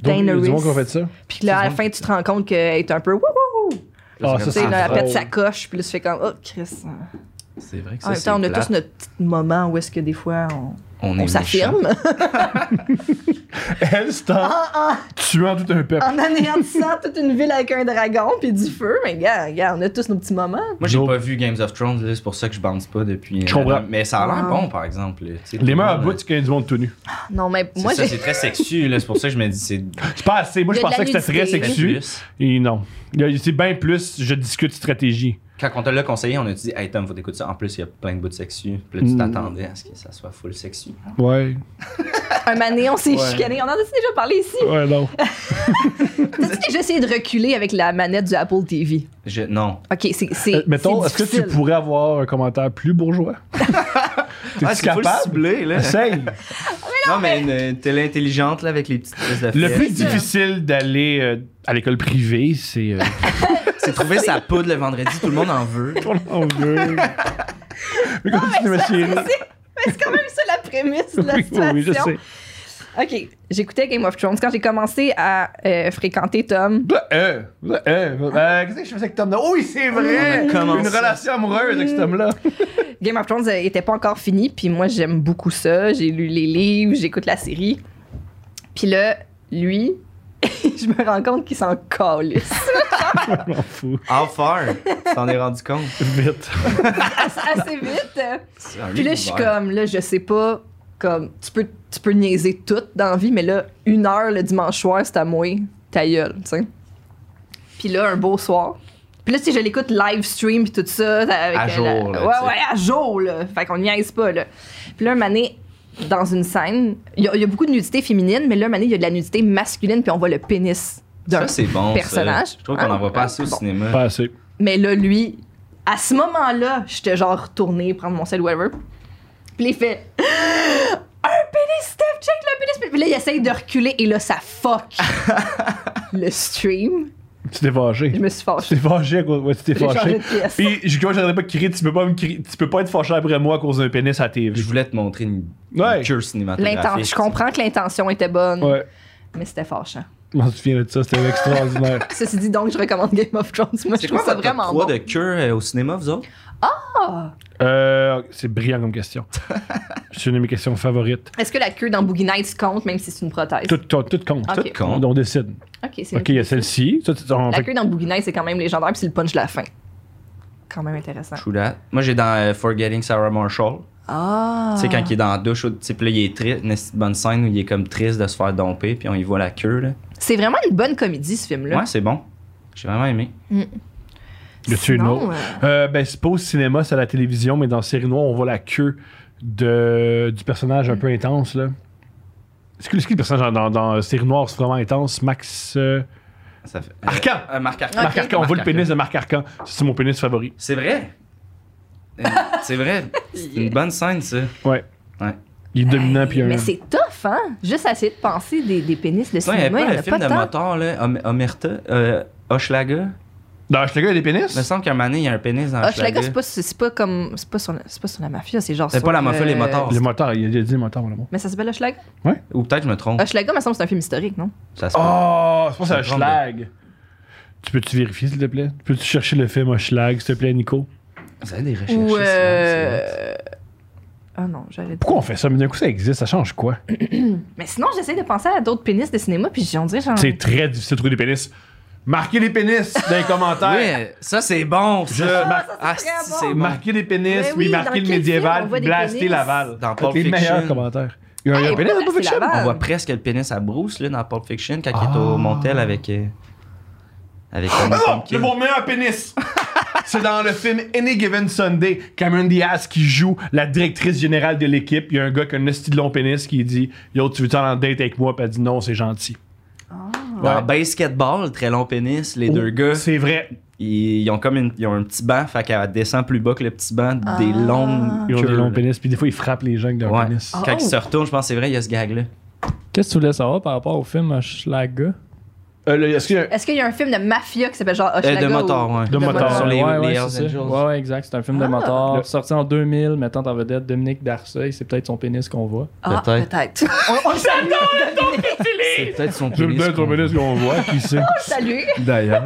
B: Donc, il y a du monde qui a fait
C: Daenerys.
B: ça.
C: Puis que là, à la
D: C'est
C: fin, tu te rends compte qu'elle est un peu wouhou.
B: Ah, ça,
C: Tu sais,
B: c'est
C: là, elle pète
B: drôle.
C: sa coche, puis là, tu fais comme, oh, Chris.
D: C'est vrai que
C: en
D: ça,
C: même temps, on
D: c'est
C: a
D: plate.
C: tous notre petit moment où est-ce que des fois, on,
D: On,
C: on
D: est méchants.
C: s'affirme
B: Elle, c'est en tuant tout un peuple.
C: en anéantissant toute une ville avec un dragon puis du feu. Mais gars, gars, on a tous nos petits moments.
D: Moi, j'ai
B: Nope.
D: pas vu Games of Thrones, là, c'est pour ça que je bounce pas depuis.
B: Je comprends.
D: euh, Mais ça a l'air
C: Wow.
D: bon, par exemple. là, tu sais, tout
B: Les
D: le
B: mains à
D: monde,
B: bout,
D: là.
B: c'est qu'il y a du monde tout nu.
C: Non, mais
D: C'est
C: moi,
D: ça,
C: j'ai.
D: c'est très sexu, là, c'est pour ça que je me dis c'est
B: C'est pas assez. Moi,
C: Il y
B: je
C: a de la
B: pensais que c'était très
C: nudité.
B: sexu.
D: plus.
B: Et non. Il y a- C'est bien plus, je discute stratégie.
D: Quand on te l'a conseillé, on a dit Hey Tom, faut t'écouter ça. En plus, il y a plein de bouts de sexu. Puis là, tu
B: Mm.
D: t'attendais à ce que ça soit full sexu.
B: Ouais.
C: Un mané, on s'est
D: Ouais.
C: chicané. On en a déjà parlé ici.
B: Ouais, non.
C: T'as-tu déjà essayé de reculer avec la manette du Apple TV?
D: Je, non.
C: Ok, c'est. c'est
B: Euh, mettons,
C: c'est
B: est-ce que tu
C: difficile.
B: pourrais avoir un commentaire plus bourgeois? T'es-tu
D: Ah, full
B: capable?
D: ciblé, là.
B: Essaye.
D: Non, mais une euh, télé intelligente, là, avec les petites pièces de
B: Le
D: fesses.
B: plus difficile d'aller euh, à l'école privée, c'est. euh,
D: C'est trouver sa poudre le vendredi, tout le monde en veut.
B: on en veut. Oh Mais continue, ma chérie.
C: C'est- mais c'est quand même ça la prémisse de la
B: Oui, oui,
C: situation.
B: oui, je sais.
C: OK, j'écoutais Game of Thrones. Quand j'ai commencé à euh, fréquenter Tom,
B: Bah, euh, bah, euh, euh, Qu'est-ce que je faisais avec Tom? Oui, c'est vrai!
D: On a commencé.
B: Une relation amoureuse avec cet homme-là.
C: Game of Thrones n'était pas encore fini, puis moi j'aime beaucoup ça. J'ai lu les livres, j'écoute la série. Puis là, lui, je me rends compte qu'il s'en calisse.
B: Je m'en fous.
D: How far? Tu t'en es rendu compte?
B: Vite.
C: Assez, assez vite.
D: C'est un
C: Puis là,
D: livre
C: je suis
D: ouvert.
C: comme, là, je sais pas, comme, tu peux, tu peux niaiser toute dans la vie, mais là, une heure le dimanche soir, c'est à moi, ta gueule, tu sais. Puis là, un beau soir. Puis là, tu sais, je l'écoute live stream, puis tout ça. Avec
D: À
C: euh,
D: jour,
C: la-
D: là, tu sais.
C: ouais, ouais, à jour, là. Fait qu'on niaise pas, là. Puis là, un mané, dans une scène, il y, a- il y a beaucoup de nudité féminine, mais là, un mané, il y a de la nudité masculine, puis on voit le pénis d'un
D: Ça, c'est bon. ça.
C: personnage.
D: Je trouve qu'on en voit pas
C: Hein?
D: assez au
C: Bon.
D: cinéma.
B: Pas assez.
C: Mais là, lui, à ce moment-là, j'étais genre retournée prendre mon sel, whatever. Puis il fait Puis là, il essaye de reculer et là, ça fuck le stream.
B: Tu t'es fâché.
C: Je me suis
B: Tu t'es
C: fâchée.
B: Ah, fâché à cause. Ouais, tu t'es
C: J'ai changé
B: fâché.
C: de pièce.
B: Puis, je moi, j'arrêtais pas de crier, tu peux pas me crier- tu peux pas être fâché après moi à cause d'un pénis à TV.
D: Je voulais te montrer une, une
B: Ouais.
D: cure cinématographique.
C: L'inten- Je comprends que l'intention était bonne,
B: Ouais.
C: mais c'était fâchant.
B: Je m'en souviens de ça, c'était extraordinaire.
C: Ceci dit, donc, je recommande Game of Thrones. Moi, je
D: C'est
C: trouve
D: quoi
C: ça
D: votre top
C: vraiment
D: 3
C: bon.
D: de cure euh, au cinéma, vous autres?
C: Ah!
B: Euh, c'est brillant comme question. C'est une de mes questions favorites.
C: Est-ce que la queue dans Boogie Nights compte, même si c'est une prothèse?
B: Tout, tout, tout compte.
C: Ok.
D: Tout compte.
B: On décide.
C: Ok, c'est
B: Ok, il y a celle-ci. Ça, c'est- on
C: La
B: fait-
C: queue dans Boogie Nights, c'est quand même légendaire, puis c'est le punch de la fin. Quand même intéressant.
D: True that. Moi, j'ai dans euh, Forgetting Sarah Marshall.
C: Ah!
D: Tu sais, quand il est dans la douche, ou- tu sais, puis là, il est triste, une esti de bonne scène où il est comme triste de se faire domper, puis on y voit la queue, là.
C: C'est vraiment une bonne comédie, ce film-là.
D: Ouais, c'est bon. J'ai vraiment aimé.
B: Y a-tu une
C: Sinon,
B: autre?
C: euh,
B: Euh, ben, c'est pas au cinéma, c'est à la télévision, mais dans Série Noire, on voit la queue de, du personnage un peu intense. là. Est-ce que, est-ce que le personnage dans, dans Série Noire, c'est vraiment intense? Max. euh,
D: Ça fait, euh,
B: Arcan!
D: euh, Marc Arcan.
B: Marc Arcan, on voit le
D: Arcan.
B: pénis de Marc Arcan. C'est mon pénis favori.
D: C'est vrai. Euh, c'est vrai. C'est une bonne scène, ça.
B: Ouais.
D: Ouais.
B: Il est dominant,
C: hey,
B: puis il y a un-
C: Mais c'est tough, hein? Juste à essayer de penser des, des pénis de
D: Non, il y avait
C: cinéma,
D: pas
C: il n'y en
D: le
C: a
D: film
C: pas
D: de
C: tant.
D: moteur, là, Om- Omerta, euh, Hochelaga.
B: Dans Hochelaga, il y a des pénis?
D: Il me semble qu'à un moment donné, il y a un pénis dans Hochelaga.
C: Ah, Hochelaga, c'est pas, c'est pas comme. C'est pas, sur la, c'est pas sur la mafia, c'est genre.
D: C'est
C: sur euh,
D: pas la mafia, les motards.
B: Les moteurs, il y a des moteurs, mon amour.
C: Mais ça s'appelle Hochelaga?
D: Ou peut-être je me trompe.
C: Hochelaga, me semble, c'est un film historique, non?
D: Ça se peut.
B: Oh, je pense que c'est
D: Ça me
B: Hochelag. Tu peux-tu vérifier, s'il te plaît? Peux-tu chercher le film Hochelag, s'il te plaît, Nico?
D: Vous avez des recherches.
C: Ou.
D: c'est vrai, c'est vrai.
C: euh, Ah non, j'allais dire.
B: Pourquoi on fait ça? Mais d'un coup, ça existe, ça change quoi?
C: Mais sinon, j'essaie de penser à d'autres pénis de cinéma, puis j'en dirais genre.
B: C'est très difficile de trouver des pénis. Marquez les pénis dans les commentaires.
D: Oui, ça c'est bon, ça.
B: Je-
D: Ah,
C: ça, c'est
D: ah,
C: très
D: si,
C: bon.
D: c'est bon.
B: Marquez les pénis,
C: Mais
B: oui,
C: oui, dans
B: marquez le
C: quel
B: médiéval,
C: film on voit des
B: blastez
C: pénis?
B: Laval.
D: Dans
B: Toutes
D: Pulp
B: les
D: Fiction.
B: meilleurs commentaires. Il y a un
C: Hey,
B: pénis dans
C: voilà,
B: Pulp
C: c'est
B: Fiction?
C: Laval.
D: On voit presque le pénis à Bruce là, dans Pulp Fiction quand il est
B: Ah.
D: au motel avec. euh, avec Anna
B: Non,
D: Pumpkin.
B: c'est mon meilleur pénis. C'est dans le film Any Given Sunday, Cameron Diaz qui joue la directrice générale de l'équipe. Il y a un gars qui a un esti de long pénis qui dit Yo, tu veux-tu aller en date avec moi Puis elle dit Non, c'est gentil.
D: Dans
B: Ouais. Oh,
D: Basketball, très long pénis, les deux gars,
B: C'est vrai.
D: ils, ils ont comme une- ils ont un petit banc, fait qu'elle descend plus bas que le petit banc
C: Ah.
D: des longues.
B: Ils ont des
D: queues,
B: longs
D: là.
B: pénis. Puis des fois, ils frappent les gens avec leur
D: Ouais.
B: pénis.
D: Quand ils
C: Oh.
D: se retournent, je pense que c'est vrai, il y a ce gag-là.
E: Qu'est-ce que tu voulais savoir par rapport au film Schlaga?
B: Euh, là, Est-ce qu'il y a un-
C: Est-ce qu'il y a un film de mafia qui s'appelle genre Hochelaga?
D: Euh, de motards,
C: ou-
D: Euh, ouais.
B: De motards.
D: Sur les,
E: ouais,
D: les
E: ouais,
D: Hells
E: c'est
D: Angels.
E: ça. Ouais, ouais, exact. C'est un film
C: Ah.
E: de moteur
B: Le-
E: sorti en 2000, mettant en vedette Dominique Darcey. C'est peut-être son pénis qu'on voit.
C: Ah,
D: Peut-être.
C: peut-être. on, on le salue.
D: C'est peut-être son
B: J'aime
D: pénis.
B: bien ton
D: qu'on-
B: pénis qu'on voit, qui sait
C: Salut.
D: D'ailleurs.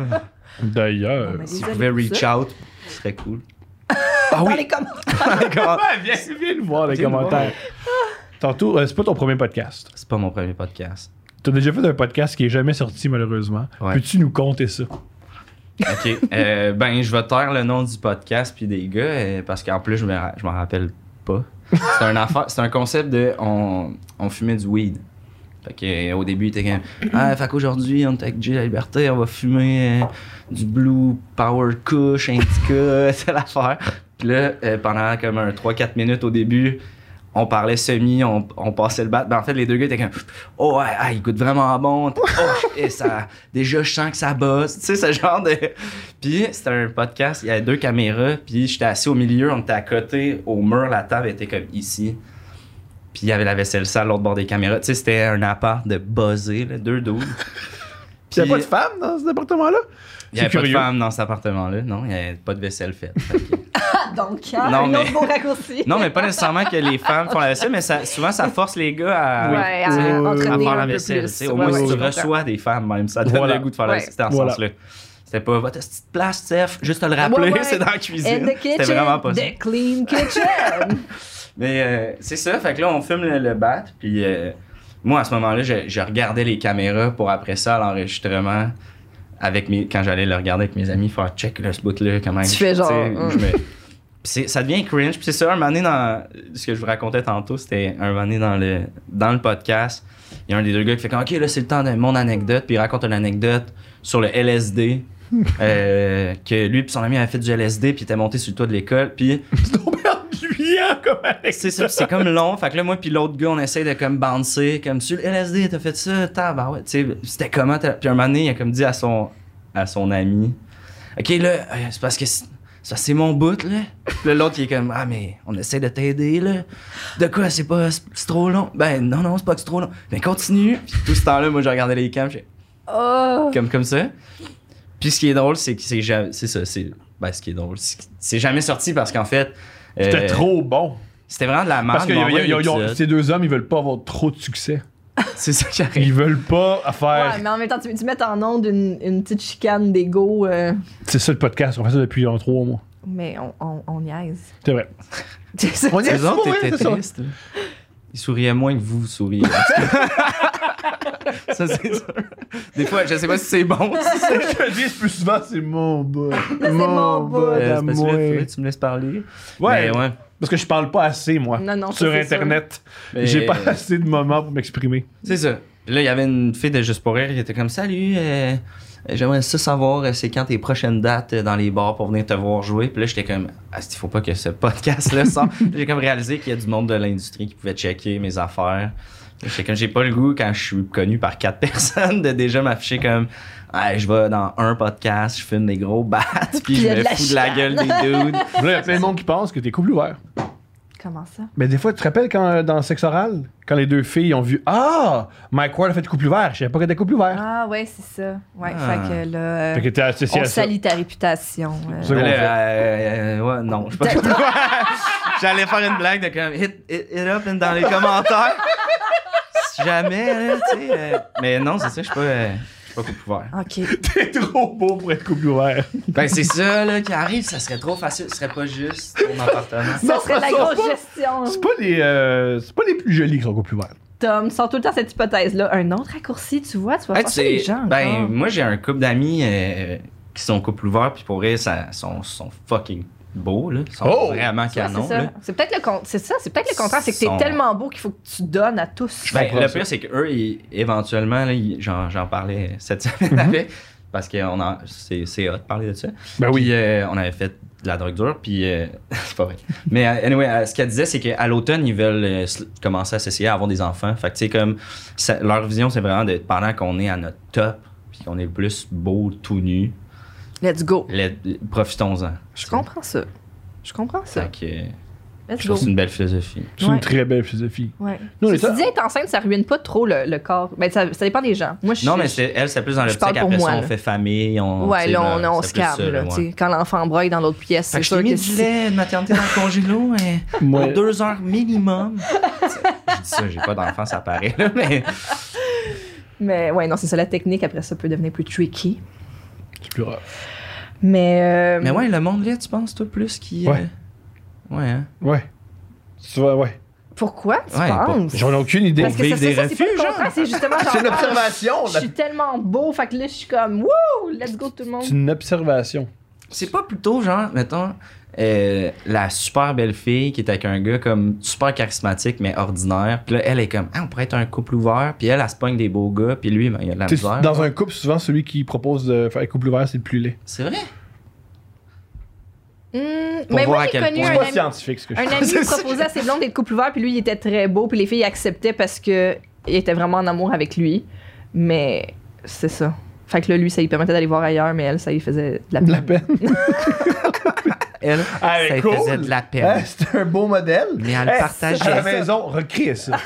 B: D'ailleurs.
D: Si vous pouvez reach out, ce serait cool.
C: ah, oui. dans les commentaires.
B: Ouais, viens,
D: Oh,
B: viens le voir, les
D: Viens le
B: commentaires. Tantôt, euh, c'est pas ton premier podcast.
D: C'est pas mon premier podcast.
B: T'as déjà fait un podcast qui est jamais sorti, malheureusement.
D: Ouais.
B: Peux-tu nous compter ça?
D: OK. Euh, ben, je vais taire le nom du podcast puis des gars euh, parce qu'en plus, je me ra- je m'en rappelle pas. C'est un, affaire- c'est un concept de on, on fumait du weed. Fait que, euh, au début, il était comme Ah, fait qu'aujourd'hui, on est avec Jay La Liberté, on va fumer euh, du Blue Power Kush, Indica, c'est l'affaire. Puis là, euh, pendant comme un 3-4 minutes au début, on parlait semi, on, on passait le bat. Ben, en fait, les deux gars étaient comme Oh, ouais, ah, il goûte vraiment bon. Oh, et ça, déjà, je sens que ça bosse. Tu sais, ce genre de. Puis c'était un podcast, il y avait deux caméras, puis j'étais assis au milieu, on était à côté, au mur, la table était comme ici. Puis il y avait la vaisselle sale à l'autre bord des caméras. Tu sais, c'était un appart de buzzé, là, deux doubles.
B: Il n'y a pas de femme dans cet appartement-là?
D: Il y avait
B: C'est
D: pas de
B: curieux.
D: femme dans cet appartement-là, non, il n'y avait pas de vaisselle faite. Fait que-
C: Ah, donc, hein,
D: Non,
C: un
D: mais-
C: autre beau raccourci.
D: non, mais pas nécessairement que les femmes font la vaisselle, mais ça, souvent ça force les gars à,
C: Ouais, à
D: tu sais,
C: entretenir
D: faire la
C: un peu
D: vaisselle.
C: plus.
D: tu sais. Au
C: Ouais,
D: moins,
C: ouais,
D: si
C: je
D: tu
C: comprends.
D: reçois des femmes, même, ça donne
B: Voilà.
D: le goût de faire la
C: Ouais.
D: vaisselle. C'était en
B: Voilà.
D: ce splace-là. C'était pas votre petite place, Steph, juste te le rappeler,
C: ouais.
D: c'est dans la
C: In
D: cuisine.
C: the kitchen,
D: C'était vraiment pas ça.
C: the clean kitchen.
D: Mais euh, c'est ça, fait que là, on filme le, le bat, puis euh, moi, à ce moment-là, je, je regardais les caméras pour après ça, à l'enregistrement, avec mes, quand j'allais le regarder avec mes amis, faire check là, ce bout-là, comment
C: Tu
D: je-
C: fais genre,
D: sais,
C: hum.
D: je me- Puis c'est- ça devient cringe, puis c'est ça, un moment donné, dans, ce que je vous racontais tantôt, c'était un moment donné dans le, dans le podcast, il y a un des deux gars qui fait comme, OK, là, c'est le temps de mon anecdote, puis il raconte une anecdote sur le LSD. euh, que lui et son ami avaient fait du LSD puis il était monté sur le toit de l'école puis
B: C'est tombé ennuyant comme
D: Euh,
B: Alex.
D: c'est ça, c'est comme long. Fait que là, moi puis l'autre gars, on essaie de comme bouncer, comme sur le LSD, t'as fait ça, bah ouais. Tu sais, c'était comment? t'as- Puis un moment donné, il a comme dit à son, à son ami, OK, là, euh, c'est parce que c- ça c'est mon bout, là. Puis là, l'autre, il est comme, ah, mais on essaie de t'aider, là. De quoi, c'est pas, c'est c'est trop long. Ben, non, non, c'est pas que c'est trop long. Ben, continue. Puis tout ce temps-là, moi, je regardais les cams, je fais,
C: Oh!
D: comme, comme ça. Puis ce qui est drôle, c'est que c'est jamais, c'est ça, c'est, ben, ce qui est drôle, c'est que c'est jamais sorti parce qu'en fait,
B: C'était
D: euh,
B: trop bon.
D: C'était vraiment de la merde.
B: Parce que
D: mais on
B: y a-
D: voit
B: y a- y a-
D: l'épisode.
B: ces deux hommes, ils veulent pas avoir trop de succès.
D: c'est ça qui arrive.
B: Ils veulent pas à faire.
C: Ouais, mais en même temps, tu, tu mets en onde une, une petite chicane d'ego, euh,
B: C'est ça le podcast, on fait ça depuis genre, trois mois.
C: mais on, on, on niaise.
B: C'est vrai. On y est,
D: Les
B: c'est pour
D: autres
B: vrai,
D: étaient
B: c'est ça.
D: tristes. Ils souriaient moins que vous souriez. ça, c'est sûr. Des fois, je sais pas si c'est bon. si c'est-
B: Je le dis plus souvent, c'est mon bas.
C: C'est mon bas.
B: bas
D: Euh, c'est
B: d'amour.
D: parce que là, faudrait que tu me laisses parler.
B: Ouais,
D: Mais Ben ouais.
B: parce que je parle pas assez, moi.
C: Non, non, ça,
B: sur
C: c'est
B: Internet.
D: Mais-
B: J'ai pas assez de moments pour m'exprimer.
D: C'est ça. Là, il y avait une fille de Juste pour rire qui était comme Salut, euh, j'aimerais ça savoir euh, c'est quand tes prochaines dates euh, dans les bars pour venir te voir jouer. Puis là, j'étais comme Ah, il faut pas que ce podcast-là sorte. Puis J'ai comme réalisé qu'il y a du monde de l'industrie qui pouvait checker mes affaires. J'étais comme J'ai pas le goût quand je suis connu par quatre personnes de déjà m'afficher comme Ah, Je vais dans un podcast, je filme des gros bats, puis
C: il y
D: je
C: a
D: me
C: de la
D: fous de la gueule des dudes.
B: Là, il y a plein de monde qui pense que t'es couple ouvert.
C: Comment ça?
B: Mais des fois, tu te rappelles quand euh, dans Sexe Oral, quand les deux filles ont vu Ah, Mike Ward a fait couple ouvert. Je savais pas qu'elle était couple ouvert.
C: Ah ouais, c'est ça. Ouais,
D: Ah.
C: fait que là, euh,
B: Fait que t'es associé
C: on
B: à ça.
C: salit ta réputation. euh.
B: C'est
D: Mais
B: qu'on
D: Ben là,
B: fait.
D: euh, euh, ouais, non, je sais pas. J'allais faire une blague de comme hit, hit, hit up dans les commentaires. si jamais, là, tu sais. euh, mais non, c'est ça, je suis pas, euh, je suis pas coupe ouvert.
C: Ok.
B: T'es trop beau pour être couple ouvert.
D: Ben, c'est ça, là, qui arrive, ça serait trop facile, ce serait pas juste pour mon appartement.
C: Ça serait
B: ça
C: la
B: sort
C: grosse
B: pas.
C: gestion.
B: C'est pas les, euh, c'est pas les plus jolis qui sont couple ouvert.
C: Tom, sors tout le temps cette hypothèse-là. Un autre raccourci, tu vois, tu vas
D: Hey,
C: fâcher
D: tu sais,
C: les gens.
D: ben,
C: encore.
D: moi, j'ai un couple d'amis euh, qui sont couple ouvert, puis pour vrai, ça, sont, sont fucking beaux, là. Ils sont
B: Oh!
D: vraiment
C: Tu vois,
D: canons,
C: c'est ça.
D: là.
C: C'est peut-être le con- c'est ça, c'est peut-être le contraire, c'est que t'es
D: Son-
C: tellement beau qu'il faut que tu donnes à tous.
D: Ben,
B: comprends
D: le
B: ça.
D: pire, c'est qu'eux, ils- éventuellement, là, ils- j'en, j'en parlais cette semaine avec, parce que on en- c'est, c'est hot de parler de ça.
B: Ben
D: Puis, euh, on avait fait de la drogue dure, puis euh, c'est pas vrai. Mais euh, anyway, euh, ce qu'elle disait, c'est qu'à l'automne, ils veulent euh, s- commencer à s'essayer à avoir des enfants. Fait que, tu sais, comme, ça- leur vision, c'est vraiment de, pendant qu'on est à notre top, puis qu'on est le plus beau, tout nu,
C: Let's go.
D: les- les- profitons-en.
C: Je comprends ça. Je comprends ça.
D: Fait que, euh, je
C: Let's
D: trouve
C: go.
D: que c'est une belle philosophie.
B: C'est une
C: ouais.
B: très belle philosophie.
C: Ouais.
B: Nous, on est
C: Ceci
B: ça-
C: dit, être enceinte, ça ruine pas trop le, le corps. Ben, ça, ça dépend des gens. Moi, je
D: Non,
C: je-
D: mais c'est, elle, c'est plus dans
C: je
D: l'optique
C: parle pour
D: après
C: moi,
D: ça, on
C: là.
D: fait famille, on. tu
C: Ouais,
D: sais,
C: là, on,
D: là,
C: on
D: c'est
C: se
D: plus
C: calme.
D: ça,
C: là,
D: ouais.
C: tu sais. Quand l'enfant broye dans l'autre pièce,
D: Fait
C: c'est
D: que je t'ai
C: sûr
D: mis
C: que
D: du
C: si-
D: lait de maternité dans le congélo hein,
B: Moi-
D: pour deux heures minimum. je dis ça, j'ai pas d'enfant, ça paraît. Là, mais
C: Mais ouais, non, c'est ça. La technique, après ça, peut devenir plus tricky.
B: C'est plus rough.
C: Mais, euh,
D: mais ouais, le monde là, tu penses, toi, plus qui. euh,
B: Ouais.
D: Ouais, hein?
B: Ouais. Tu vois, ouais.
C: pourquoi tu
D: Ouais,
C: penses?
B: J'en ai aucune idée.
C: Parce que
D: vivre
C: c'est
D: des
C: ça, c'est pas le
D: refuges, hein?
C: contraire, c'est justement genre.
B: C'est une
C: ah,
B: observation.
C: Je
B: la-
C: suis tellement beau, fait que là, je suis comme, wouh, let's go tout le monde.
B: C'est une observation.
D: C'est pas plutôt genre, mettons, euh, la super belle fille qui est avec un gars comme super charismatique mais ordinaire. Puis là, elle est comme, ah, on pourrait être un couple ouvert. Puis elle, elle se pogne des beaux gars. Puis lui, ben, il a de la
B: T'sais,
D: misère.
B: dans un couple, souvent, celui qui propose de faire un couple ouvert, c'est le plus laid.
D: C'est vrai?
C: Hmm,
D: Pour
C: mais
D: voir
C: moi,
D: à
C: j'ai
D: quel
C: connu
D: point.
B: C'est
C: un
B: pas
C: ami,
B: scientifique ce que je
C: un
B: fais.
C: ami
D: C'est ça.
C: proposait à ses blondes d'être couple ouvert, puis lui, il était très beau, puis les filles acceptaient parce que il était vraiment en amour avec lui. Mais c'est ça. Fait que là, lui, ça lui permettait d'aller voir ailleurs, mais elle, ça lui faisait de la
B: De la
C: peine.
B: peine.
D: Elle,
B: Ah, elle
D: ça
B: est
D: lui
B: cool.
D: faisait de la peine.
B: Hein, Eh, C'était un beau modèle.
D: Mais elle
B: Hey,
D: partageait
B: À la
D: ça.
B: maison, recréer ça.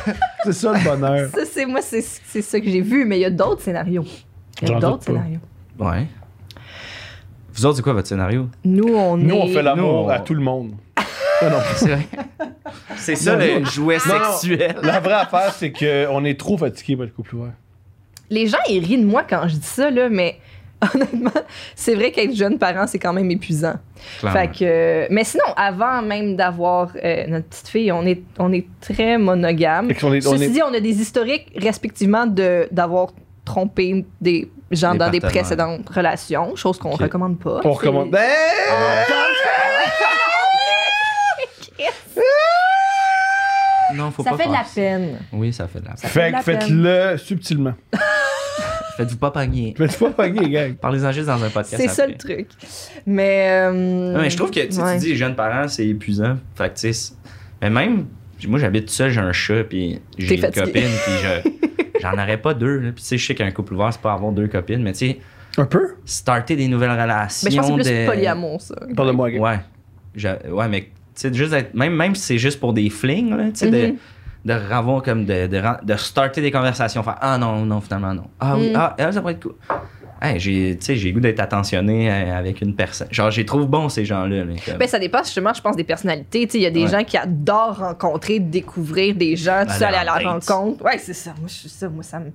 B: c'est ça le bonheur.
C: Ça, c'est moi, c'est c'est ça que j'ai vu, mais il y a d'autres scénarios. Il y
B: J'en
C: a
B: doute pas.
C: d'autres scénarios.
D: Ouais. Vous autres, c'est quoi votre scénario?
C: Nous, on
B: Nous,
C: est.
B: on fait
D: nous, on-
B: l'amour à tout le monde. Ah non.
D: C'est vrai. C'est ça
B: Non,
D: le
B: non.
D: jouet
B: Non, non.
D: sexuel.
B: La vraie affaire, c'est qu'on est trop fatigué pour le couple ouvert.
C: Les gens, ils rient de moi quand je dis ça, là, mais honnêtement, c'est vrai qu'être jeune parent, c'est quand même épuisant. Fait que, euh, mais sinon, avant même d'avoir euh, notre petite fille, on est, on est très monogame.
B: Fait qu'on est- on
C: Ceci
B: est-
C: dit, on a des historiques respectivement de- d'avoir trompé des gens
D: Des
C: dans des
D: partenaires.
C: précédentes relations, chose qu'on
D: Ok.
C: recommande pas.
B: On recommande.
C: C'est-
B: Ben,
D: Non, faut
C: Ça
D: pas
C: fait de la
D: faire ça.
C: peine.
D: Oui, ça fait de la peine.
C: Ça fait
B: Fait
C: de la
B: que faites-le subtilement.
D: Faites-vous pas pogner.
B: Faites pas pogner, gang.
D: Parlez-en juste dans un podcast.
C: C'est ça
D: après.
C: le truc. Mais, euh,
D: Non, mais je trouve que tu, sais,
C: ouais.
D: tu dis les jeunes parents, c'est épuisant. Fait que, tu sais, c'est- mais même, moi, j'habite tout seul, j'ai un chat, puis j'ai
C: T'es
D: une
C: fatigué.
D: copine, puis je- j'en aurais pas deux. là. Puis, tu sais, je sais qu'un couple ouvert, c'est pas avoir deux copines, mais tu sais,
B: Un peu?
D: starter des nouvelles relations.
C: Mais Ben, je pense que c'est plus
D: de-
C: polyamour, ça.
B: Parle-moi. Gabe.
D: Ouais. Je- ouais, mais tu sais, juste être- même, même si c'est juste pour des flings, là, tu sais, de-
C: Mhm.
D: de, avoir comme de, de, ren- de starter des conversations. Faire Ah non, non, finalement non. Ah oui,
C: Mm.
D: ah, elle, ça pourrait être cool. Hey, j'ai tu sais, j'ai le goût d'être attentionné euh, avec une personne. Genre, j'y trouve bon ces gens-là. mais comme-
C: Ben, ça dépend justement, je pense, des personnalités. Tu sais, Il y a des
D: Ouais.
C: gens qui adorent rencontrer, découvrir des gens, tu
D: Aller
C: sais, aller à
D: en
C: la
D: date.
C: rencontre. Ouais, c'est ça. Moi, je suis ça. Moi, ça me. Moi,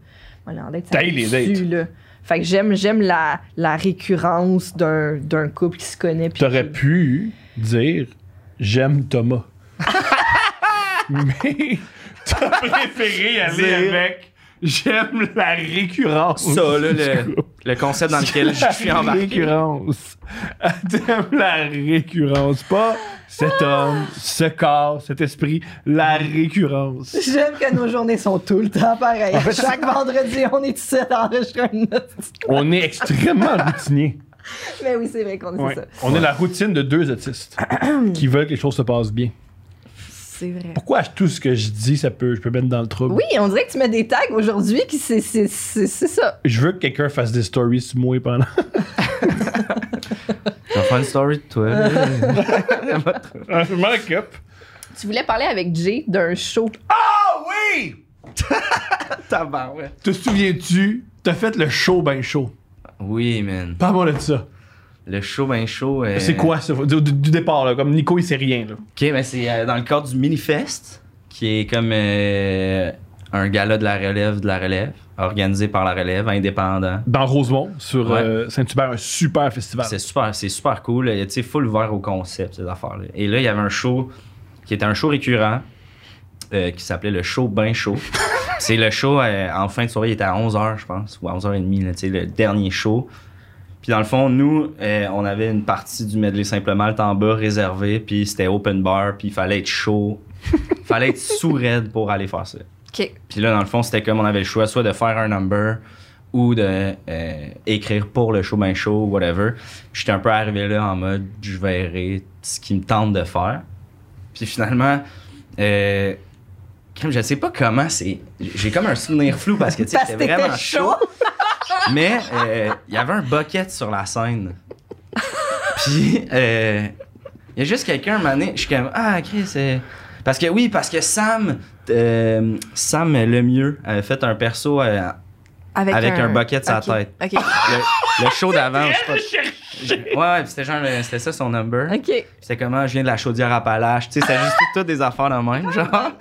C: aller en date, ça
B: T'haïs les
C: me tue,
B: dates.
C: là. Fait que j'aime, j'aime la, la récurrence d'un, d'un couple qui se connaît. puis
B: T'aurais
C: qui-
B: pu dire j'aime Thomas. Mais t'as préféré aller
D: Dire-
B: avec j'aime la récurrence.
D: ça, là,
B: du
D: le,
B: couple.
D: le concept dans lequel je suis
B: La
D: embarqué.
B: récurrence. T'aimes la récurrence. Pas cet homme, ce corps, cet esprit. La récurrence.
C: J'aime que nos journées sont tout le temps pareilles. Chaque vendredi, on est ici à enregistrer un autre.
B: On est extrêmement routinier.
C: Mais oui, c'est vrai qu'on est
B: Ouais.
C: ça.
B: On est la routine de deux autistes qui veulent que les choses se passent bien.
C: C'est vrai.
B: Pourquoi tout ce que je dis, ça peut, je peux mettre dans le trouble?
C: Oui, on dirait que tu mets des tags aujourd'hui qui c'est, c'est, c'est, c'est ça.
B: Je veux que quelqu'un fasse des stories sur moi pendant.
D: Je vais faire une story de toi. là.
B: Ah, je m'en occupe.
C: Tu voulais parler avec Jay d'un show.
B: Ah oui! Te souviens-tu? T'as fait le show ben chaud.
D: Oui, man.
B: Parle-moi de ça.
D: Le show, ben chaud. euh,
B: C'est quoi ça? Du, du- du départ, là. Comme Nico, il sait rien, là.
D: Ok, ben c'est euh, dans le cadre du Minifest, qui est comme euh, un gala de la relève de la relève, organisé par la relève, indépendant.
B: Dans Rosemont, sur
D: Ouais.
B: euh, Saint-Hubert, un super festival.
D: C'est super, c'est super cool. euh, Tu sais, full ouvert au concept, ces affaires-là. Et là, il y avait un show qui était un show récurrent euh, qui s'appelait le show Ben Chaud. c'est le show euh, en fin de soirée, il était à 11h, je pense, ou à 11h30, là, tu sais, le dernier show. Puis dans le fond, nous, euh, on avait une partie du medley Simple Malte en bas réservée, puis c'était open bar, puis il fallait être chaud. fallait être sourd pour aller faire ça.
C: OK.
D: Puis là, dans le fond, c'était comme on avait le choix soit de faire un number ou de euh, écrire pour le show ben show, whatever. J'étais un peu arrivé là en mode je verrai ce qui me tente de faire. Puis finalement, euh, crème, je sais pas comment c'est. J'ai comme un souvenir flou parce que tu sais,
C: Parce que
D: j'étais vraiment
C: t'étais chaud.
D: chaud. Mais euh, il y avait un bucket sur la scène. Puis, euh, il y a juste quelqu'un, mané, je suis comme, ah, Chris, c'est. Parce que oui, parce que Sam, euh, Sam Lemieux avait fait un perso euh, Avec un bucket sur la
C: OK.
D: tête.
C: OK.
D: le, le show d'avant, je sais pas. Ouais, ouais, puis c'était genre, le- c'était ça son number.
C: OK.
D: Puis C'était comment, je viens de la chaudière Appalaches. Tu sais, c'était juste toutes des affaires de même, genre.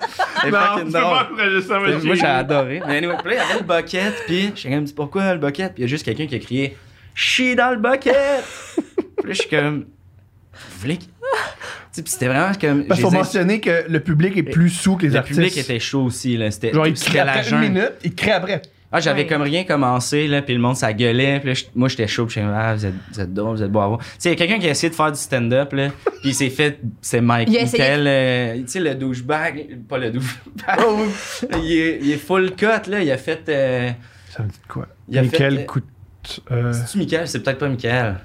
D: C'est
B: Ah,
D: fucking drôle. Moi, j'ai adoré. Mais anyway, puis là, il y avait le bucket, puis je suis comme, pourquoi le bucket? Puis il y a juste quelqu'un qui a crié, chie dans le bucket! puis là, je suis comme, vous voulez que- Tu sais, puis c'était vraiment comme.
B: Parce
D: j'ai
B: qu'on
D: dit-
B: mentionnait que le public est plus sous que les
D: le
B: artistes.
D: public était chaud aussi, là. C'était
B: Genre, il
D: c'était
B: crée
D: la
B: après une
D: jungle.
B: minute, il crée après.
D: Ah, j'avais
C: Ouais.
D: comme rien commencé, là, puis le monde, ça gueulait, puis là, je- moi, j'étais chaud, puis j'étais comme, ah, vous êtes, vous êtes drôles, vous êtes beaux à voir. Tu sais, il y a quelqu'un qui a essayé de faire du stand-up, là, puis il s'est fait, c'est Mike
C: Il a essayé.
D: Nickel, euh, tu sais, le douchebag, pas le douchebag,
C: Oh.
D: il, est, il est full cut, là, il a fait, euh,
B: Ça me dit de quoi?
D: Il a
B: Michael
D: fait, euh,
B: coûte. euh,
D: c'est-tu Michael? C'est peut-être pas Michael.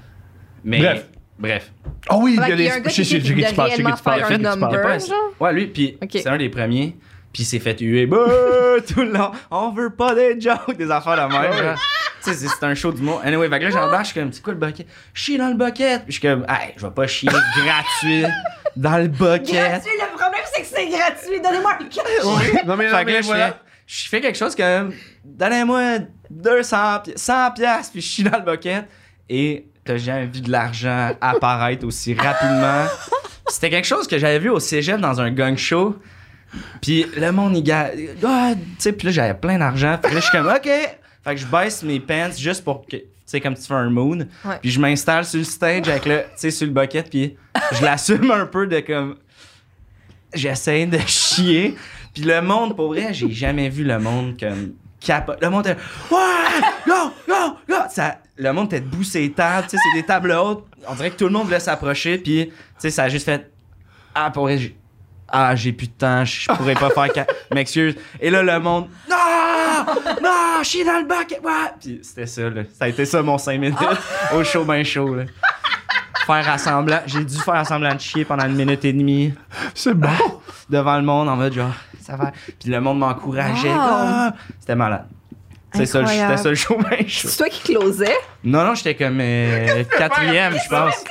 D: Mais,
B: Bref.
D: Bref.
B: Ah oui,
C: Fait
B: il y a
C: qu'il
B: des.
C: y a un gars
B: je sais-
C: qui
B: je sais-
C: essaie
B: je sais qui
C: de
B: tu parles, je sais qui
C: réellement
B: tu parles, je
C: faire
B: sais
C: un
B: qui tu parles.
D: Il a
C: number.
D: pas
C: Euh,
D: essayé.
C: genre?
D: Ouais, lui, puis
C: Ok.
D: c'est un des premiers, puis il s'est fait huer, Bah, tout le long, on veut pas des jokes, des affaires de même, genre. Tu sais, c'est- c'est un show du monde. Anyway, fait que là, j'embarque, je suis comme, c'est quoi le bucket? Je chie dans le bucket. Puis je suis comme, hey, je vais pas chier gratuit dans le bucket.
C: le problème, c'est que c'est gratuit. Donnez-moi un cash.
B: Ouais. Non, mais, non,
D: Fait que
B: mais
D: là, je fais,
B: voilà.
D: je fais quelque chose comme, donnez-moi 200, pi- 100 piastres, puis je chie dans le bucket. Et t'as jamais vu de l'argent apparaître aussi rapidement. Puis C'était quelque chose que j'avais vu au cégep dans un gang show. Puis le monde, il gars, ah, tu sais, puis là, j'avais plein d'argent. Puis là, je suis comme, OK. Fait que je baisse mes pants juste pour que, tu sais, comme tu fais un moon.
C: Ouais.
D: Puis je m'installe sur le stage avec le, tu sais, sur le bucket. Puis je l'assume un peu de comme, j'essaie de chier. Puis le monde, pour vrai, j'ai jamais vu le monde comme capo- Le monde était Ouais! Go! Go! Go! Ça, le monde était debout sur les tables, tu sais, c'est des tables hautes. On dirait que tout le monde voulait s'approcher, puis tu sais, ça a juste fait Ah, pour vrai, j'ai- ah, j'ai plus de temps, je je pourrais pas faire. ca- M'excuse. Et là, le monde Non! Non! Je suis dans le bac! Ouais! Puis c'était ça, là. Ça a été ça mon 5 minutes au show, ben chaud, là. Faire assemblant, j'ai dû faire assemblant de chier pendant une minute et demie
B: C'est bon.
D: devant le monde en mode genre ça va puis le monde m'encourageait
C: Wow.
D: Ah! c'était malade C'est ça, le- c'était ça le show bien chaud.
C: C'est toi qui closais.
D: Non, non, j'étais comme euh, quatrième, je pense.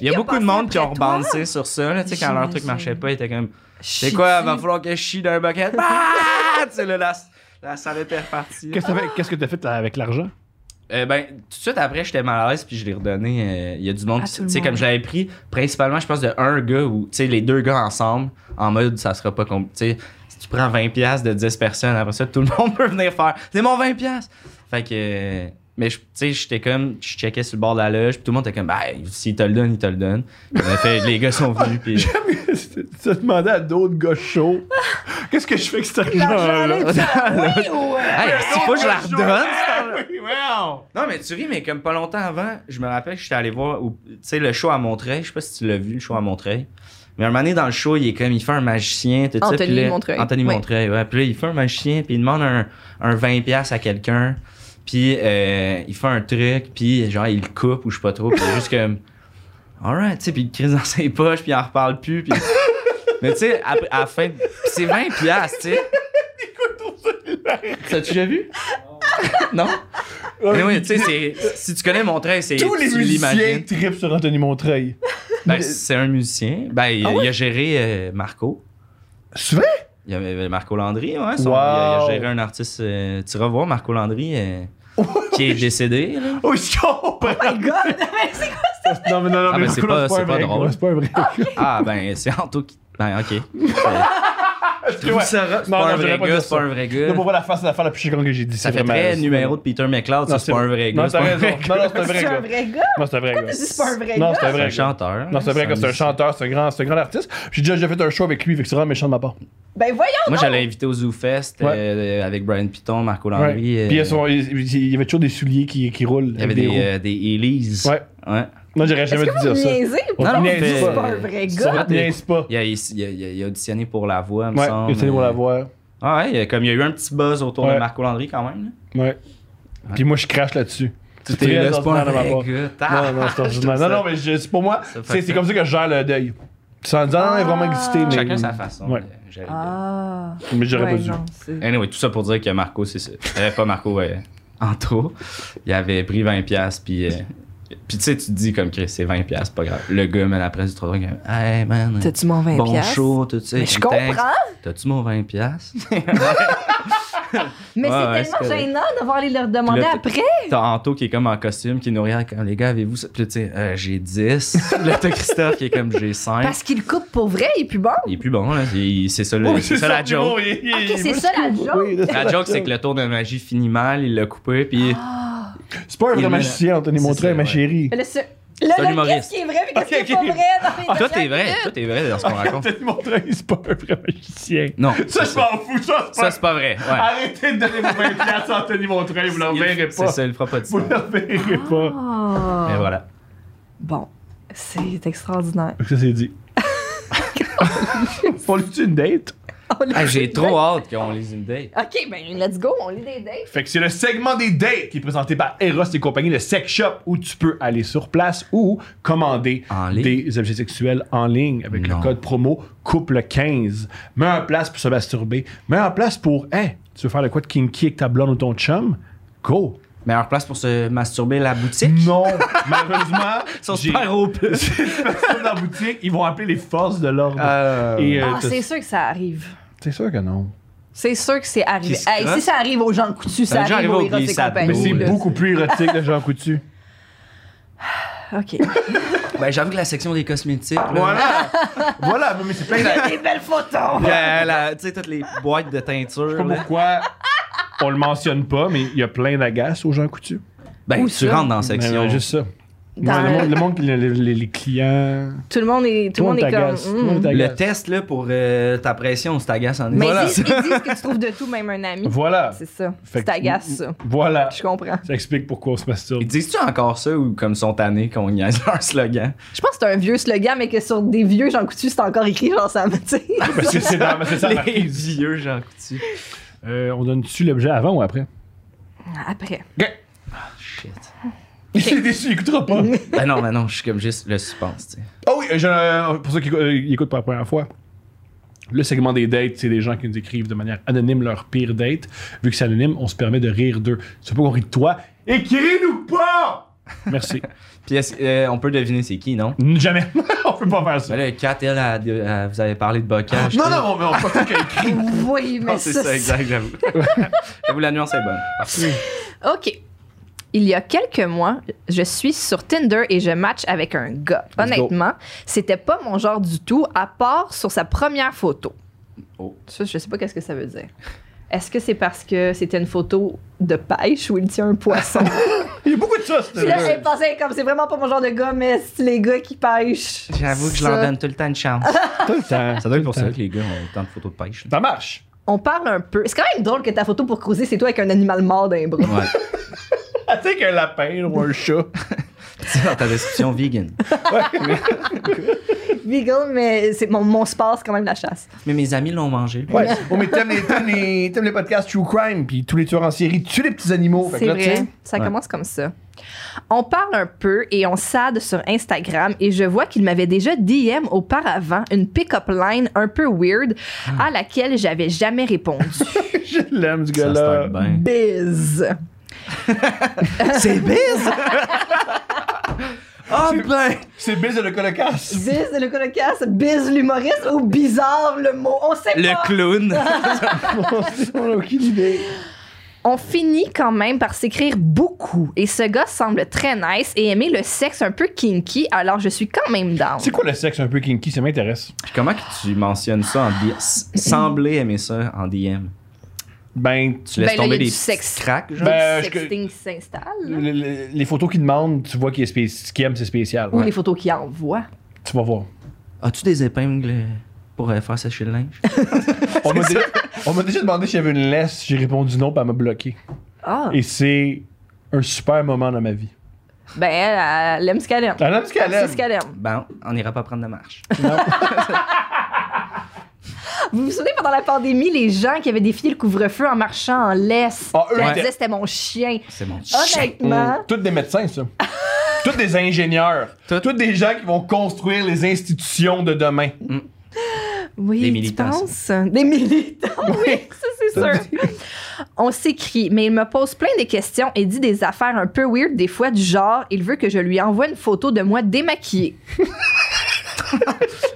D: Il y a
C: qui a
D: beaucoup de
C: passé
D: monde qui ont
C: après toi?
D: rebondissé sur ça, là, tu sais, quand leur truc
F: J'imagine.
D: marchait pas, ils étaient comme C'est quoi, va falloir que je chie dans un bucket? Ah! Tu sais, là, la, la salle était repartie.
B: Qu'est-ce que t'as fait- qu'est-ce que t'as fait avec l'argent?
D: Euh, ben, tout de suite après, j'étais mal à l'aise, puis je l'ai redonné. euh, Il y a du monde,
F: À
D: qui-
F: tout
D: tu
F: le
D: sais,
F: monde.
D: comme je l'avais pris, principalement, je pense, de un gars ou, tu sais, les deux gars ensemble, en mode, ça sera pas compliqué. Tu sais, si tu prends 20$ de 10 personnes, après ça, tout le monde peut venir faire, c'est mon 20$! Fait que, euh, mais, je- tu sais, j'étais comme, je checkais sur le bord de la loge, puis tout le monde était comme, bah, s'il te le donne, il te le donne. En fait, les gars sont venus, puis.
B: tu te demandais à d'autres gars chauds. Qu'est-ce que je fais avec cet argent-là?
C: euh,
D: Hey, s'il faut que je la redonne, cette affaire-là.
B: Oui, wow.
D: Non, mais tu ris, mais comme pas longtemps avant, je me rappelle que j'étais allé voir où- tu sais, le show à Montreuil. Je sais pas si tu l'as vu, le show à Montreuil. Mais un moment donné, dans le show, il est comme, il fait un magicien, tout ça,
C: Anthony
D: puis là-
C: Montreuil.
D: Anthony
C: Ouais.
D: Montreuil, ouais. Puis là, il fait un magicien, puis il demande un, un 20$ à quelqu'un. Puis euh, il fait un truc, puis genre, il le coupe ou je sais pas trop. Puis il est juste comme, alright, tu sais, puis il le crise dans ses poches, puis il en reparle plus. Puis... mais tu sais, après- à, la fin, puis c'est 20$, tu sais. T'as-tu déjà vu? non? Mais oui, tu sais, c'est- si tu connais Montreuil, c'est.
B: Tous les
D: tu
B: musiciens
D: l'imagines.
B: tripent sur Anthony Montreuil.
D: Ben, c'est un musicien. Ben, il,
B: Ah
D: il a géré euh, Marco.
B: C'est vrai?
D: Il y avait Marco Landry, ouais. son-
B: Wow.
D: il, a, il a géré un artiste. euh, tu vas voir Marco Landry euh, qui est décédé, là.
B: Oh, je comprends.
F: my god! Mais c'est quoi?
B: Non, mais non, non, mais
D: Ah, mais c'est
B: Marco,
D: pas-
B: là,
D: c'est
B: un
D: pas
B: vrai
D: drôle.
B: gars, C'est pas un vrai. gars.
D: Ah, ben, c'est Anto qui. Ben, ok. Je trouve
B: Ouais.
D: ça rough. C'est
B: Non,
D: pas
B: non,
D: un
B: j'aurais
D: vrai
B: pas
D: gars,
B: dit
D: c'est pas
B: ça.
D: un vrai gars.
B: Non, pour voir la face, c'est l'affaire la plus chicanque que j'ai dit.
D: Ça
B: c'est
D: fait
B: vraiment-
D: très numéro de Peter McLeod, ça, c'est pas un vrai gars.
B: Non, t'as
D: c'est pas un
B: raison.
D: vrai
B: Non, non, c'est un vrai
F: C'est un
B: gars.
F: vrai gars?
B: Non, c'est un vrai gars.
F: Pourquoi t'as dit c'est pas un vrai
B: Non,
F: gars?
B: c'est un
D: C'est
B: vrai
D: un
B: gars.
D: chanteur.
B: Non, c'est vrai que c'est un
D: musicien.
B: chanteur, c'est un grand, c'est un grand artiste. J'ai déjà, déjà fait un show avec lui, fait que c'est vraiment méchant de ma part.
F: Ben voyons!
D: Moi, j'allais inviter au Zoo Fest euh,
B: Ouais.
D: euh, avec Brian Piton, Marco
B: Ouais.
D: Landry. euh,
B: Puis il y a son- il il y avait toujours des souliers qui, qui roulent.
D: il y avait
B: avec
D: des,
B: roues.
D: euh, des Elise.
B: Ouais.
D: Ouais.
B: Non, j'aurais
F: Est-ce
B: jamais
F: que
B: dû dire
F: vous
B: ça.
F: niaisez?
B: On
D: Non, non,
B: niaise
D: mais-
F: C'est pas
B: pas.
F: un vrai
B: Ça
F: gars?
B: on niaise pas.
D: Il a, il, il a- il a auditionné pour La Voix, me
B: Ouais,
D: semble.
B: il était allé pour la voir.
D: Ah ouais, il y a- comme il y a eu un petit buzz autour
B: Ouais.
D: de Marco Landry quand même. là.
B: Ouais. Puis moi, je crache là-dessus. C'est
D: T'es
B: très
D: là, c'est pas un
B: ordinaire de ma
D: vrai
B: part.
D: gars.
B: Non, non, c'est ordinaire. Non, non, mais je- c'est pour moi,
D: Ça fait
B: c'est c'est
D: ça.
B: comme ça que je gère le deuil. Sans dire, non, il a vraiment existé. Mais,
D: Chacun sa façon.
B: Ouais.
D: euh, j'allais dire.
F: Ah!
B: Mais j'aurais
F: Ouais,
B: pas dû.
F: non, c'est-
D: Anyway, tout ça pour dire que Marco, c'est ça. Euh, pas Marco, ouais. Anto, il avait pris 20$, piastres, puis. euh, puis tu sais, tu te dis comme Chris, c'est 20$, piastres, pas grave. Le gars, mais la presse du trottoir, il est comme, hey man, euh,
C: T'as-tu mon 20$?
D: bon show, tout ça.
C: Mais
D: il
C: je
D: me texte,
C: comprends,
D: T'as-tu mon 20$? piastres?
C: mais
D: Ouais, ouais,
C: c'est
D: c'est
C: tellement
D: correct.
C: gênant d'avoir les leur demander
D: Puis là, Hein?
C: après.
D: T'as Anto qui est comme en costume, qui nous regarde comme les gars, avez-vous ça? Puis là, tu sais, Euh, j'ai 10. là, t'as Christophe qui est comme j'ai 5.
C: Parce qu'il coupe pour vrai, il est plus bon.
D: Il est plus bon, là. Il- C'est ça, le-
B: Oui,
D: Oh, c'est ça la
B: du mot,
D: joke.
B: il- il-
C: Ok,
B: il-
C: c'est ça la joke.
B: Oui, c'est
D: La
B: ça,
D: joke, c'est que le tour de magie finit mal, il l'a coupé, puis
B: C'est pas un
D: Il
B: vrai
D: me-
B: magicien, Anthony
D: C'est
B: Montreuil,
D: ça,
B: ma
D: ouais.
B: chérie.
C: Mais là, c'est-
F: Là,
D: C'est un
F: là,
D: humoriste.
F: qu'est-ce qui est vrai et qu'est-ce qui
B: Ok,
F: est pas
B: ok.
F: vrai dans les
D: tout
F: dernières
D: est vrai,
F: minutes?
D: tout est vrai dans ce qu'on raconte.
B: Anthony Montreuil, c'est pas un vrai magicien.
D: Non,
B: Ça, je
D: c'est ça.
B: m'en fous, ça, c'est
D: Ça,
B: pas...
D: c'est pas vrai. Ouais.
B: Arrêtez de donner vos 20 piastres à Anthony Montreuil, Ah, vous l'en verrez
D: C'est
B: pas.
D: ça, il le fera pas de ça.
B: Vous l'en verrez pas.
C: Ah.
D: Mais voilà.
C: Bon, c'est extraordinaire.
B: Fait que ça, c'est dit. Pour lui, une date.
C: On lit-
D: Ah, J'ai trop hâte qu'on les une date.
C: Ok, ben let's go, on lit des dates.
B: Fait que c'est le segment des dates qui est présenté par Eros et compagnie, le sex shop où tu peux aller sur place ou commander
D: En ligne.
B: des objets sexuels en ligne avec
D: Non.
B: le code promo couple15. Mets en place pour se masturber. Mets en place pour, hey, tu veux faire le quoi de kinky avec ta blonde ou ton chum? Go!
D: Meilleure place pour se masturber, la boutique.
B: Non, malheureusement,
D: Ils sont
B: j'ai-
D: super au plus.
B: ces personnes dans la boutique, ils vont appeler les forces de l'ordre.
D: Euh,
B: Et, euh,
C: Ah,
B: t'as-
C: c'est sûr que ça arrive.
B: c'est sûr que non.
C: C'est sûr que c'est arrivé.
D: Qui se
C: Hey,
D: crosse?
C: si ça arrive aux gens coutus,
D: Ça a
C: ça,
D: déjà
C: arrive
D: arrivé
C: aux
D: aux
C: Eros et
D: glissades.
C: compagnie.
B: Mais c'est
D: là,
B: beaucoup plus érotique que Jean Coutu.
C: Ok.
D: Ben, j'avoue que la section des cosmétiques. là,
B: Voilà! voilà, mais c'est plein de...
F: Des belles photos!
D: Il y a euh, la- Tu sais, toutes les boîtes de
B: Je
D: teinture.
B: sais pas
D: là.
B: pourquoi on le mentionne pas, mais il y a plein d'agaces aux gens coutus.
D: Ben,
C: Où
D: tu
C: ça?
D: rentres dans la section.
B: Ben, juste ça.
C: Dans-
B: Ouais, le, monde, le monde, le- le- les, les clients.
C: Tout le monde est, tout le monde est comme.
B: t'agace.
C: hmm.
B: Tout le monde
D: Le
B: t'agace.
D: test là pour euh, ta pression, c'est t'agace en
C: Mais
D: Voilà.
C: ils, disent, ils disent que tu trouves de tout, même un ami.
B: Voilà.
C: C'est ça.
B: Fait
C: C'est
B: que-
C: t'agace, ça.
B: Voilà.
C: Je comprends.
B: Ça explique pourquoi on se masturbe.
D: Ils disent-tu encore ça ou comme sont tannés qu'on niaise leur slogan?
C: Je pense que c'est un vieux slogan, mais que sur des vieux Jean Coutu, c'est encore écrit genre ça me dit.
B: Parce que Ah, ben, c'est dans- c'est ça. ma-
D: Les vieux Jean Coutu.
B: Euh, on donne-tu l'objet avant ou après?
C: Après.
D: Shit.
B: Il est déçu, il écoutera pas.
D: Ben non, ben non, je suis comme juste le suspense, tu sais.
B: Ah oui, euh, je- euh, pour ceux qui écou- euh, ils écoutent pour la première fois. Le segment des dates, c'est des gens qui nous écrivent de manière anonyme leur pire date. Vu que c'est anonyme, on se permet de rire d'eux. Tu veux pas qu'on rit de toi? Écris-nous pas! Merci.
D: Puis est-ce- euh, on peut deviner c'est qui, non?
B: Jamais. on peut pas faire ça.
D: Mais là, Kat, elle, elle- elle- vous avez parlé de bocage.
B: Non, non, mais on peut pas qu'elle écrit.
C: Oui, Ah,
B: Ah,
C: mais
D: Non, c'est ça, exact, j'avoue. j'avoue, la nuance est bonne.
C: OK. Il y a quelques mois, je suis sur Tinder et je match avec un gars.
B: Let's go.
C: Honnêtement, c'était pas mon genre du tout, à part sur sa première photo.
D: Oh.
C: Ça, je sais pas qu'est-ce que ça veut dire. Est-ce que c'est parce que c'était une photo de pêche où il tient un poisson?
B: Il y a beaucoup de ça,
C: Puis là,
B: c'était.
C: j'ai pensé comme c'est vraiment pas mon genre de gars, mais c'est les gars qui pêchent.
D: J'avoue que je leur
C: Ça.
D: donne tout le temps une chance.
B: Tout le temps.
D: Ça doit être pour ça que les gars ont autant de photos de pêche.
B: Ça marche.
C: On parle un peu. C'est quand même drôle que ta photo pour creuser, c'est toi avec un animal mort d'un bras.
D: Ouais.
B: Ah, tu sais qu'un lapin ou un chat.
D: C'est dans ta description vegan.
C: Beagle, mais c'est mon, mon sport, c'est quand même la chasse.
D: Mais mes amis l'ont mangé.
B: Ouais. Oh, mais t'aimes les, t'aimes les, t'aimes les podcasts True Crime, puis tous les tueurs en série tuent les petits animaux. Fait que
C: C'est
B: là, tu sais,
C: vrai. Ça commence comme ça. On parle un peu et on s'ade sur Instagram et je vois qu'il m'avait déjà DM auparavant une pick-up line un peu weird à laquelle j'avais jamais répondu.
B: Je l'aime, ce
D: Ça
B: gars-là.
D: start bien.
C: Biz.
D: C'est bise! Ah ben!
B: C'est Biz et le colocasse.
C: Biz, c'est le colocasse. Biz, l'humoriste ou bizarre, le mot. On sait pas.
D: Le clown!
B: On a aucune idée.
C: On finit quand même par s'écrire beaucoup et ce gars semble très nice et aimer le sexe un peu kinky, alors je suis quand même down.
B: C'est quoi le sexe un peu kinky? Ça m'intéresse.
D: Puis comment que tu mentionnes ça en DM? Sembler aimer ça en DM.
B: Ben,
D: Tu
C: Ben là, y a
D: laisses tomber
C: du
D: des
C: sexe.
D: petits cracks, genre?
B: Ben,
C: Le
B: je-
C: sexting qui s'installe.
B: le- le- les photos qu'ils demandent, tu vois qu'il est spé- ce qu'ils aiment, c'est spécial.
C: Ou les photos qu'il envoie.
B: Tu vas voir.
D: As-tu des épingles pour euh, faire sécher le linge?
B: On m'a, déjà, on m'a déjà demandé si j'avais une laisse. J'ai répondu non, puis elle m'a bloqué.
C: Ah,
B: Et c'est un super moment dans ma vie.
C: ben elle, elle aime ce qu'elle aime.
B: Elle aime ce qu'elle
C: C'est
B: aime.
C: ce qu'elle aime.
D: Bon, Ben, on ira pas prendre de marche.
C: Vous vous souvenez, pendant la pandémie, les gens qui avaient défié le couvre-feu en marchant en laisse.
B: Ah, eux,
C: Puis elle
B: ouais.
C: disait, c'était mon chien.
D: C'est mon
C: Oh,
D: chien.
C: Honnêtement,
B: Toutes des médecins, ça. Toutes des ingénieurs.
D: Tout-
B: Toutes des gens qui vont construire les institutions de demain.
C: Oui,
D: Des
C: tu
D: militants,
C: penses? Des militants, oui, ça c'est
B: Ça
C: sûr. On s'écrit, mais il me pose plein de questions et dit des affaires un peu weird, des fois du genre, il veut que je lui envoie une photo de moi démaquillée.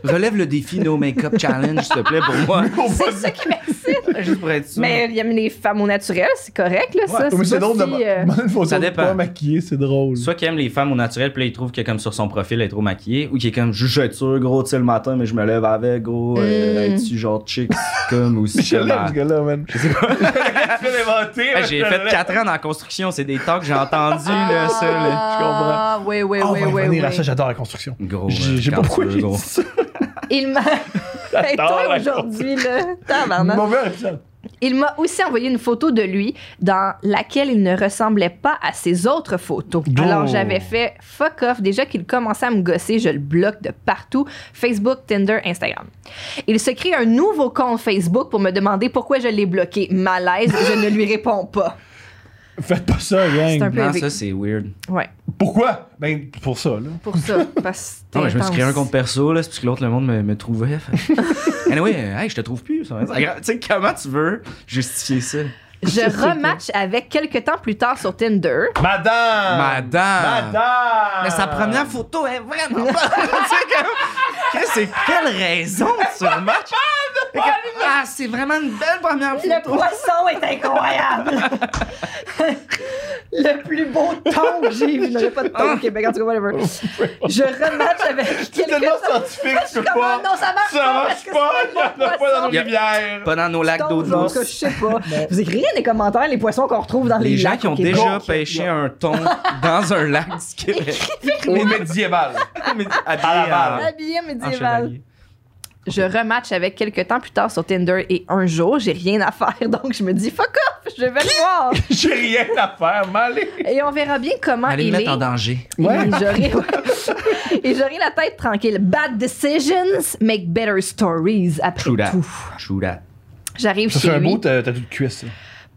D: Relève le défi No Makeup Challenge, s'il te plaît, pour moi.
C: C'est ça qui m'excite.
D: Juste pour être sûr.
C: Mais euh, il aime les femmes au naturel, c'est correct, là, ça.
B: Ouais, mais c'est
C: pas
B: drôle de
C: si, euh,
B: demander une photo
D: Ça
B: de
D: dépend.
B: pas maquillée, c'est drôle.
D: Soit qu'il aime les femmes au naturel, puis là, il trouve que comme sur son profil, elle est trop maquillée, ou qu'il est comme, je jette sûr, gros, tu sais, le matin, mais je me lève avec, gros, euh,
C: Mm.
D: es-tu genre chic, comme aussi.
B: Je
D: comme,
B: l'aime,
D: ah.
B: ce gars-là, man. Je sais pas. Je l'ai inventé.
D: Hey, J'ai fait 4 ans dans la construction, c'est des talks que j'ai entendus, là, ça, là.
B: je comprends.
C: Ah, oui, oui,
B: Oh, on
C: oui,
B: va y
C: oui.
B: revenir, là,
C: oui.
B: ça, j'adore la construction.
D: Gros.
B: J'ai
D: euh,
B: j'ai pas
D: quand tu
B: pourquoi
D: veux,
B: j'ai
D: gros.
B: dit ça.
C: Il m'a. Hey,
B: J'adore
C: toi
B: la
C: aujourd'hui, là. tabarnak.
B: Mauvais épisode.
C: Il m'a aussi envoyé une photo de lui dans laquelle il ne ressemblait pas à ses autres photos.
B: Oh.
C: Alors j'avais fait fuck off. Déjà qu'il commençait à me gosser, je le bloque de partout Facebook, Tinder, Instagram. Il se crée un nouveau compte Facebook pour me demander pourquoi je l'ai bloqué. Malaise, je ne lui réponds pas.
B: Faites pas ça, gang.
C: C'est un peu-
D: Non,
C: avec-
D: ça, c'est weird.
C: Ouais,
B: Pourquoi? Ben, pour ça, là.
C: pour ça. Parce que
D: Non, mais Ah je me suis créé un
C: intense.
D: compte perso, là, c'est parce que l'autre, le monde me, me trouvait. Fait. anyway, euh, hey, je te trouve plus. ça. Tu sais, comment tu veux justifier ça?
C: Je rematch avec quelques temps plus tard sur Tinder.
B: Madame!
D: Madame!
B: Madame!
D: Mais sa première photo est vraiment pas. tu sais, comme. Chris, C'est quelle raison tu remarques? Ah, c'est vraiment une belle première
F: Le
D: photo.
F: poisson est incroyable. le plus beau
C: Ton que j'ai vu, là, j'ai pas de ton au Québec, en tout cas, whatever. Je rematch avec
B: C'est
C: quelques
B: tellement
C: temps.
B: scientifique, je peux
C: Comment?
B: pas.
C: Ah, Non, ça marche
B: Ça
C: pas, parce
B: marche
C: que
B: pas,
C: c'est
B: il y en a
C: pas
B: pas dans nos
D: Yep.
B: rivières.
D: Pas dans nos lacs d'eau
C: Donc, en tout cas, je
D: douce.
C: sais pas. Vous écrivez dans les commentaires les poissons qu'on retrouve dans les,
D: Les gens
C: lacs
D: qui ont
C: au Québec.
D: déjà pêché un thon dans un lac du Québec.
B: Au médiéval.
D: Mais-
B: À Laval.
C: Habillé
D: en
C: médiéval.
D: chevalier.
C: Je rematch avec quelques temps plus tard sur Tinder et un jour, j'ai rien à faire, donc je me dis fuck off, je vais le voir.
B: J'ai rien à faire, m'aller.
C: Et on verra bien comment
D: Allez
C: il
D: me
C: est.
D: mettre en danger.
C: Et j'aurai et j'aurai la tête tranquille. Bad decisions make better stories après
D: True that.
C: tout.
D: True that.
C: J'arrive
B: Ça serait
C: chez
B: un beau Ah ta-
C: lui.
B: tatou de cuisse.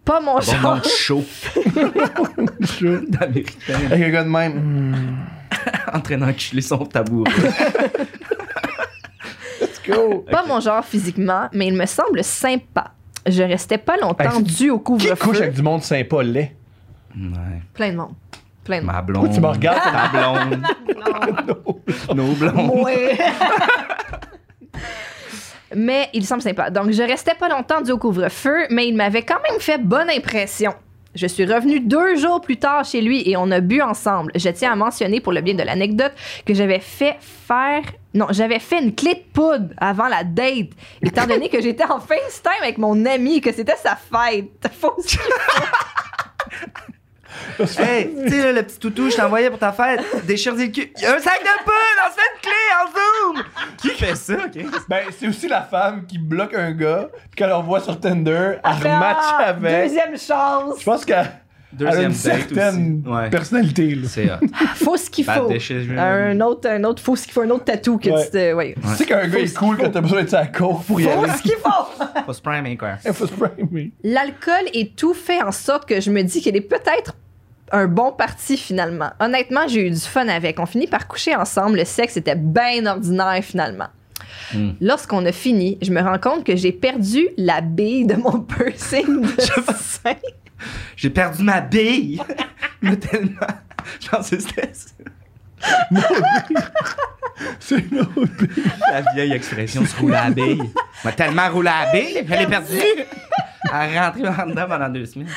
C: Pas mon
D: Bon
C: genre.
D: monde chaud
B: Chaud.
D: d'Américain.
B: Avec un gars de
C: Mm.
B: même.
D: en train d'enculer son tabouret.
B: Go!
C: Pas mon genre physiquement, mais il me semble sympa. Je restais pas longtemps
B: Hey,
C: due au
B: Qui couche avec
C: couvre-feu.
B: du monde sympa, laid?
D: Ouais.
C: Plein de monde. Plein de monde.
D: Ma blonde.
B: Pourquoi tu me regardes comme-
C: Ah.
D: Ta blonde. Nos blondes.
F: Ouais.
C: Mais il semble sympa. Donc, je restais pas longtemps dû au couvre-feu, mais il m'avait quand même fait bonne impression. Je suis revenue deux jours plus tard chez lui et on a bu ensemble. Je tiens à mentionner, pour le bien de l'anecdote, que j'avais fait faire. Non, j'avais fait une clé de poudre avant la date, étant donné que j'étais en FaceTime avec mon ami et que c'était sa fête. Faut
D: Hey, tu sais, là, le petit toutou, je t'envoyais pour ta fête. Déchire-y le cul. Il y a un sac de poudre en cette clé en zoom. Qui fait ça, ok?
B: Ben, c'est aussi la femme qui bloque un gars, puis qu'elle envoie sur Tinder, elle
F: Après,
B: rematch
F: ah,
B: avec.
F: Deuxième chance.
B: Je pense qu'elle elle a une certaine
D: Ouais.
B: personnalité, là.
D: C'est hot.
C: faut ce qu'il
D: Bad
C: faut.
D: dishes,
C: Un autre, un autre, faut ce qu'il faut, un autre tatou que
B: Ouais.
C: tu te. ouais.
B: Tu sais qu'un gars est cool quand t'as besoin de sa cour pour y
F: Faut
B: aller.
F: ce qu'il faut.
D: Pas se primer, quoi.
B: Il faut se primer.
C: L'alcool et tout fait en sorte que je me dis qu'il est peut-être un bon parti finalement. Honnêtement, j'ai eu du fun avec. On finit par coucher ensemble. Le sexe était bien ordinaire finalement.
D: Mm.
C: Lorsqu'on a fini, je me rends compte que j'ai perdu la bille de mon piercing de sein.
D: J'ai perdu ma bille. Mais tellement. Je pense que c'était ça.
B: C'est l'autre.
D: La vieille expression se roule à la bille. M'a tellement roulé à la bille, elle est perdue. Elle est rentrée en dedans pendant deux semaines.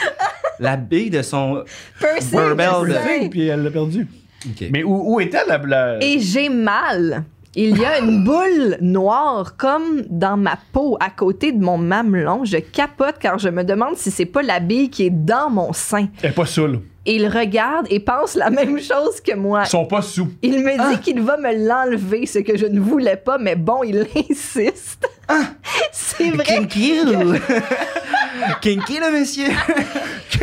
D: La bille de son.
C: Piercing de
D: Barbell.
C: sein.
B: Puis elle l'a perdu.
D: Ok.
B: Mais où, où était la blague?
C: Et j'ai mal. Il y a une boule noire comme dans ma peau à côté de mon mamelon. Je capote car je me demande si c'est pas la bille qui est dans mon sein.
B: Elle est pas saoule.
C: Et il regarde et pense la même chose que moi.
B: Ils sont pas sous.
C: Il me
B: Ah.
C: dit qu'il va me l'enlever, ce que je ne voulais pas, mais bon, il insiste.
B: Ah.
C: C'est vrai.
D: Kinky, ou- Kinky, le monsieur.
B: Qui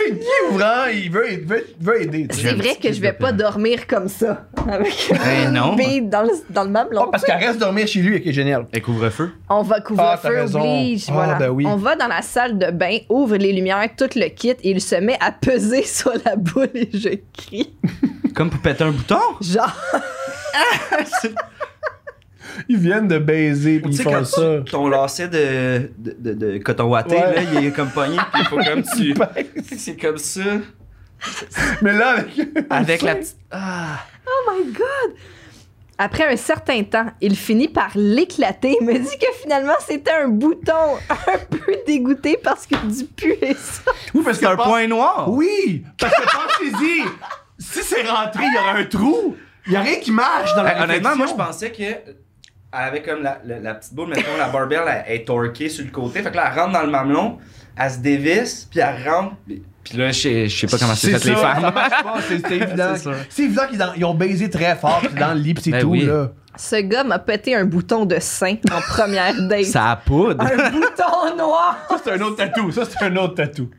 B: ouvrant, il veut, il veut, il veut aider. tu sais.
C: C'est vrai que je vais pas dormir comme ça avec
D: Ben non.
C: bille dans le, dans le mamelon.
B: Oh, parce qu'elle reste dormir chez lui et qui est génial.
D: Et couvre-feu.
C: On va
B: Ah, t'as
C: couvre-feu,
B: raison.
C: oblige.
B: Ah,
C: voilà.
B: ben oui.
C: On va dans la salle de bain, ouvre les lumières, tout le kit, et il se met à peser sur la boule et je crie.
D: Comme pour péter un bouton.
C: Genre,
B: Ils viennent de baiser puis ils
D: Tu sais, quand
B: font ça.
D: tu- ton lacet de, de, de- de coton ouaté,
B: Ouais.
D: là, il est comme pogné, puis il faut comme tu.
B: Baise.
D: C'est comme ça.
B: Mais là, avec.
D: Avec la petite. Ah.
C: oh my god! Après un certain temps, il finit par l'éclater et me dit que finalement c'était un bouton un peu dégoûté parce que du pu et ça.
B: Oui, parce
D: C'est un
B: pense-
D: point noir.
B: Oui, parce que pensez-y, si c'est rentré, il y aura un trou. Il y a rien qui marche dans la
D: Hey, Ben, honnêtement, moi, je
B: réflexion.
D: pensais que. euh, Elle avait comme la, la- la petite boule, mettons, la barbelle, elle, elle est torquée sur le côté. Fait que là, elle rentre dans le mamelon, elle se dévisse, puis elle rentre. Puis puis là, je sais- je sais pas comment c'est fait
B: ça,
D: les
B: ça
D: femmes.
B: marche pas, c'est c'est évident.
D: C'est sûr.
B: C'est évident qu'ils dans- ils ont baisé très fort, puis dans le lit, puis c'est
D: Ben
B: tout,
D: oui.
B: là.
C: Ce gars m'a pété un bouton de sein en première date.
D: Ça a poudre.
F: Un bouton noir.
B: Ça, c'est un autre tatou, ça, c'est un autre tatou.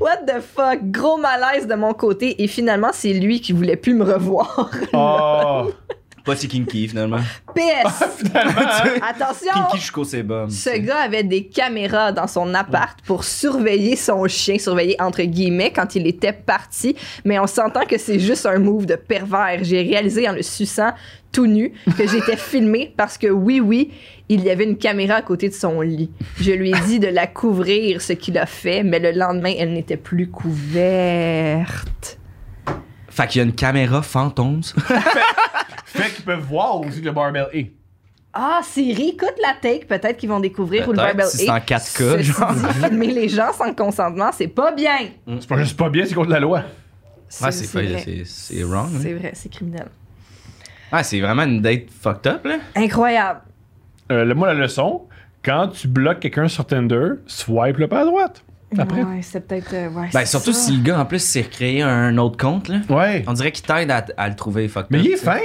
C: What the fuck? Gros malaise de mon côté et finalement c'est lui qui voulait plus me revoir.
B: Oh,
D: Pas si kinky, finalement.
C: PS!
D: Ah.
B: finalement,
C: Attention!
D: kinky jusqu'au sébum.
C: Ce gars avait des caméras dans son appart
D: Oh.
C: pour surveiller son chien, surveiller entre guillemets quand il était parti, mais on s'entend que c'est juste un move de pervers. J'ai réalisé en le suçant tout nu que j'étais filmée parce que oui, oui, il y avait une caméra à côté de son lit. Je lui ai dit de la couvrir, ce qu'il a fait, mais le lendemain, elle n'était plus couverte.
D: Fait qu'il y a une caméra fantôme, ça.
B: fait qu'ils peuvent voir aussi que le barbell est.
C: Ah, Siri, écoute la take, peut-être qu'ils vont découvrir où le
D: Peut-être,
C: barbell
D: si c'est
C: est.
D: en 4K,
C: Ceci
D: genre.
C: dit, filmer les gens sans consentement, c'est pas bien.
B: Mm. C'est pas juste pas bien, c'est contre la loi.
D: Ouais, c'est pas-
C: vrai.
D: c'est- c'est wrong, hein.
C: C'est vrai, c'est criminel.
D: Ah, c'est vraiment une date fucked up, là.
C: Incroyable.
B: Euh, le- moi, la leçon, quand tu bloques quelqu'un sur Tinder, swipe-le pas à droite. Après.
C: Ouais, c'est peut-être. euh, ouais,
D: Ben,
C: c'est
D: surtout
C: ça.
D: si le gars, en plus, s'est recréé un autre compte, là.
B: Ouais.
D: On dirait qu'il t'aide à, à le trouver fucked
B: Mais
D: up.
B: il est
D: tu sais.
B: fin.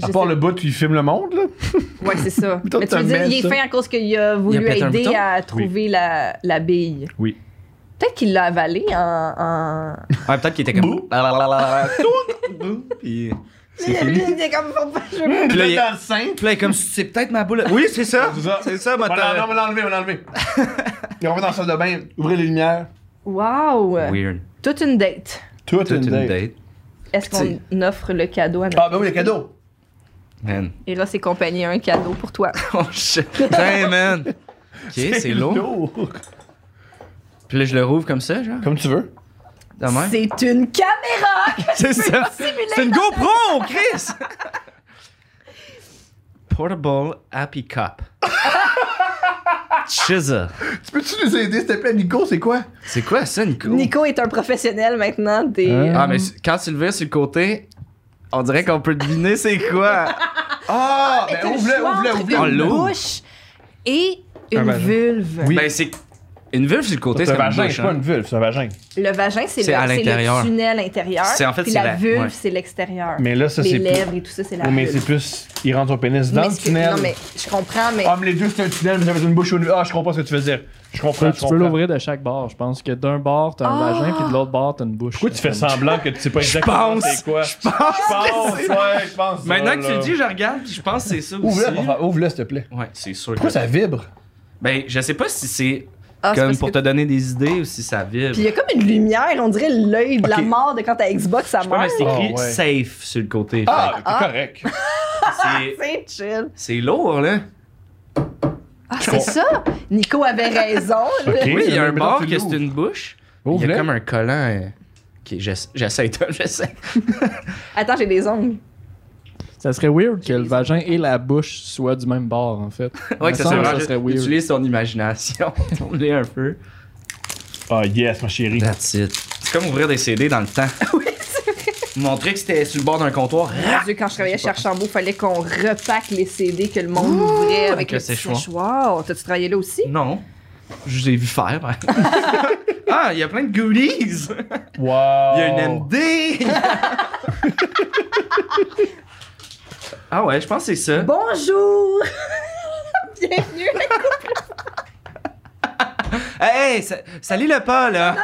C: Je
B: À part
C: sais-
B: le bout, où il filme le monde, là.
C: Ouais, c'est ça.
B: Toi,
C: Mais tu veux
B: t'as
C: dire,
B: mis
C: il est
B: ça.
C: fin à cause qu'il a voulu
D: pété un
C: aider
D: bouton?
C: à trouver la, la bille.
B: Oui.
C: Peut-être qu'il l'a avalé en. en...
D: Ouais, peut-être qu'il était comme. Blablabla. Boum. Puis c'est fini.
C: Il était comme, faut pas- je-
D: Puis là, il-
B: le sein.
D: Puis là, il est comme, c'est peut-être ma boule. Oui, c'est ça.
B: C'est ça.
D: C'est ça, ma
B: On l'a- non, on l'a enlevé, on l'a enlevé. Et on va dans la salle de bain, ouvrez les lumières.
C: Wow!
D: Weird.
C: Toute une date.
B: Tout
D: Toute une date.
C: Est-ce
D: Puis
G: Ah,
C: qu'on offre le cadeau à notre-
B: Ah, ben oui, le cadeau.
D: Man.
C: Et là, c'est compagnie, un cadeau pour toi.
D: Oh shit. Hey, man. Ok, c'est lourd. Puis là, je le rouvre comme ça, genre.
G: Comme tu veux.
D: de même.
C: C'est une caméra!
D: C'est ça. C'est une GoPro, Chris. Portable Happy Cup. Chisel.
G: Tu peux-tu nous aider, s'il te plaît, Nico? C'est quoi?
D: C'est quoi ça, Nico?
C: Nico est un professionnel maintenant des.
D: Ah, mais c- quand tu le vires sur le côté, on dirait qu'on peut deviner c'est quoi.
G: Ah! ben, ouvre-le, ouvre-le, ouvre-le.
D: On
C: Une
D: l'ouvre.
C: bouche et une
B: Un vagin.
C: vulve.
B: Oui.
D: Ben, c'est. Une vulve sur le côté,
G: C'est
D: c'est
G: un
D: comme
G: vagin,
D: une
G: c'est
D: bouche,
G: pas
D: hein.
G: une vulve, c'est un vagin.
C: Le vagin, c'est
D: C'est
C: le,
D: à
C: c'est le
D: l'intérieur.
C: tunnel intérieur.
D: C'est- en fait,
C: puis
D: c'est
C: la
D: la-
C: vulve,
D: ouais.
C: c'est l'extérieur.
G: Mais là, ça,
C: Les
G: c'est
C: lèvres
G: plus.
C: et tout ça, c'est la
G: Oui, mais c'est
C: vulve.
G: plus. Il rentre son pénis dans
C: Mais
G: le
C: ce que-
G: tunnel.
C: Non, mais je comprends, mais
G: Ah, mais les deux, c'est un tunnel, mais j'avais une bouche au nu. Ah, je comprends ce que tu veux dire. Je comprends. je
E: tu peux
G: comprends.
E: l'ouvrir de chaque bord. Je pense que d'un bord, t'as un
C: Ah!
E: vagin, puis de l'autre bord, t'as une bouche.
G: Pourquoi tu fais semblant que tu sais pas exactement
D: pense-
G: c'est quoi? Je pense! Je pense, ouais, je pense.
D: Maintenant
G: ça,
D: que tu
G: là.
D: le dis, je regarde, puis je pense que c'est ça aussi.
G: Ouvre-le, enfin, ouvre-le, s'il te plaît.
D: Ouais, c'est sûr.
G: Pourquoi
D: que-
G: ça vibre?
D: Ben, je sais pas si c'est
C: Ah, c'est
D: comme
C: parce
D: pour
C: que-
D: te donner des idées ou si ça vibre.
C: Puis il y a comme une lumière, on dirait l'œil de la
G: Ok.
C: mort de quand ta Xbox ça
D: Je sais pas, mais
C: meurt.
D: c'est écrit
G: Ah, ouais.
D: safe sur le côté.
G: Ah, c'est correct.
D: Fait que c'est-
C: C'est chill.
D: C'est lourd, là.
C: Ah, c'est ça? Nico avait raison. là.
G: Ok.
D: Oui, il y a
G: mais
D: un
G: maintenant,
D: bord
G: tu
D: que c'est
G: l'ouvres.
D: une bouche. Il y
G: Ouvre-le.
D: a comme un collant. euh, Ok, j'ess- j'essaie, toi, j'essaie.
C: Attends, j'ai des ongles.
E: Ça serait weird que le vagin et la bouche soient du même bord, en fait.
D: Ouais, que ça,
E: semble
D: serait
E: que
D: vraiment-
E: weird.
D: Utilise ton imagination. Tourner un peu.
G: Ah, yes, ma chérie.
D: That's it. C'est comme ouvrir des CD dans le temps.
C: oui, c'est vrai.
D: Montrer que c'était sur le bord d'un comptoir.
G: Ah!
C: Mon Dieu, quand je travaillais chez Archambault, fallait qu'on repack les CD que le monde ouvrait avec
D: avec
C: le
D: le
C: petit
D: séchoir.
C: séchoir. T'as-tu travaillé là aussi?
G: Mm.
D: Non. Je l'ai vu faire. par exemple. ah, il y a plein de goodies.
G: Wow.
D: Il y a une
C: Oh.
D: MD. ah ouais, je pense que c'est ça.
C: Bonjour! Bienvenue!
D: Hey, hey, sa- salut le pas, là.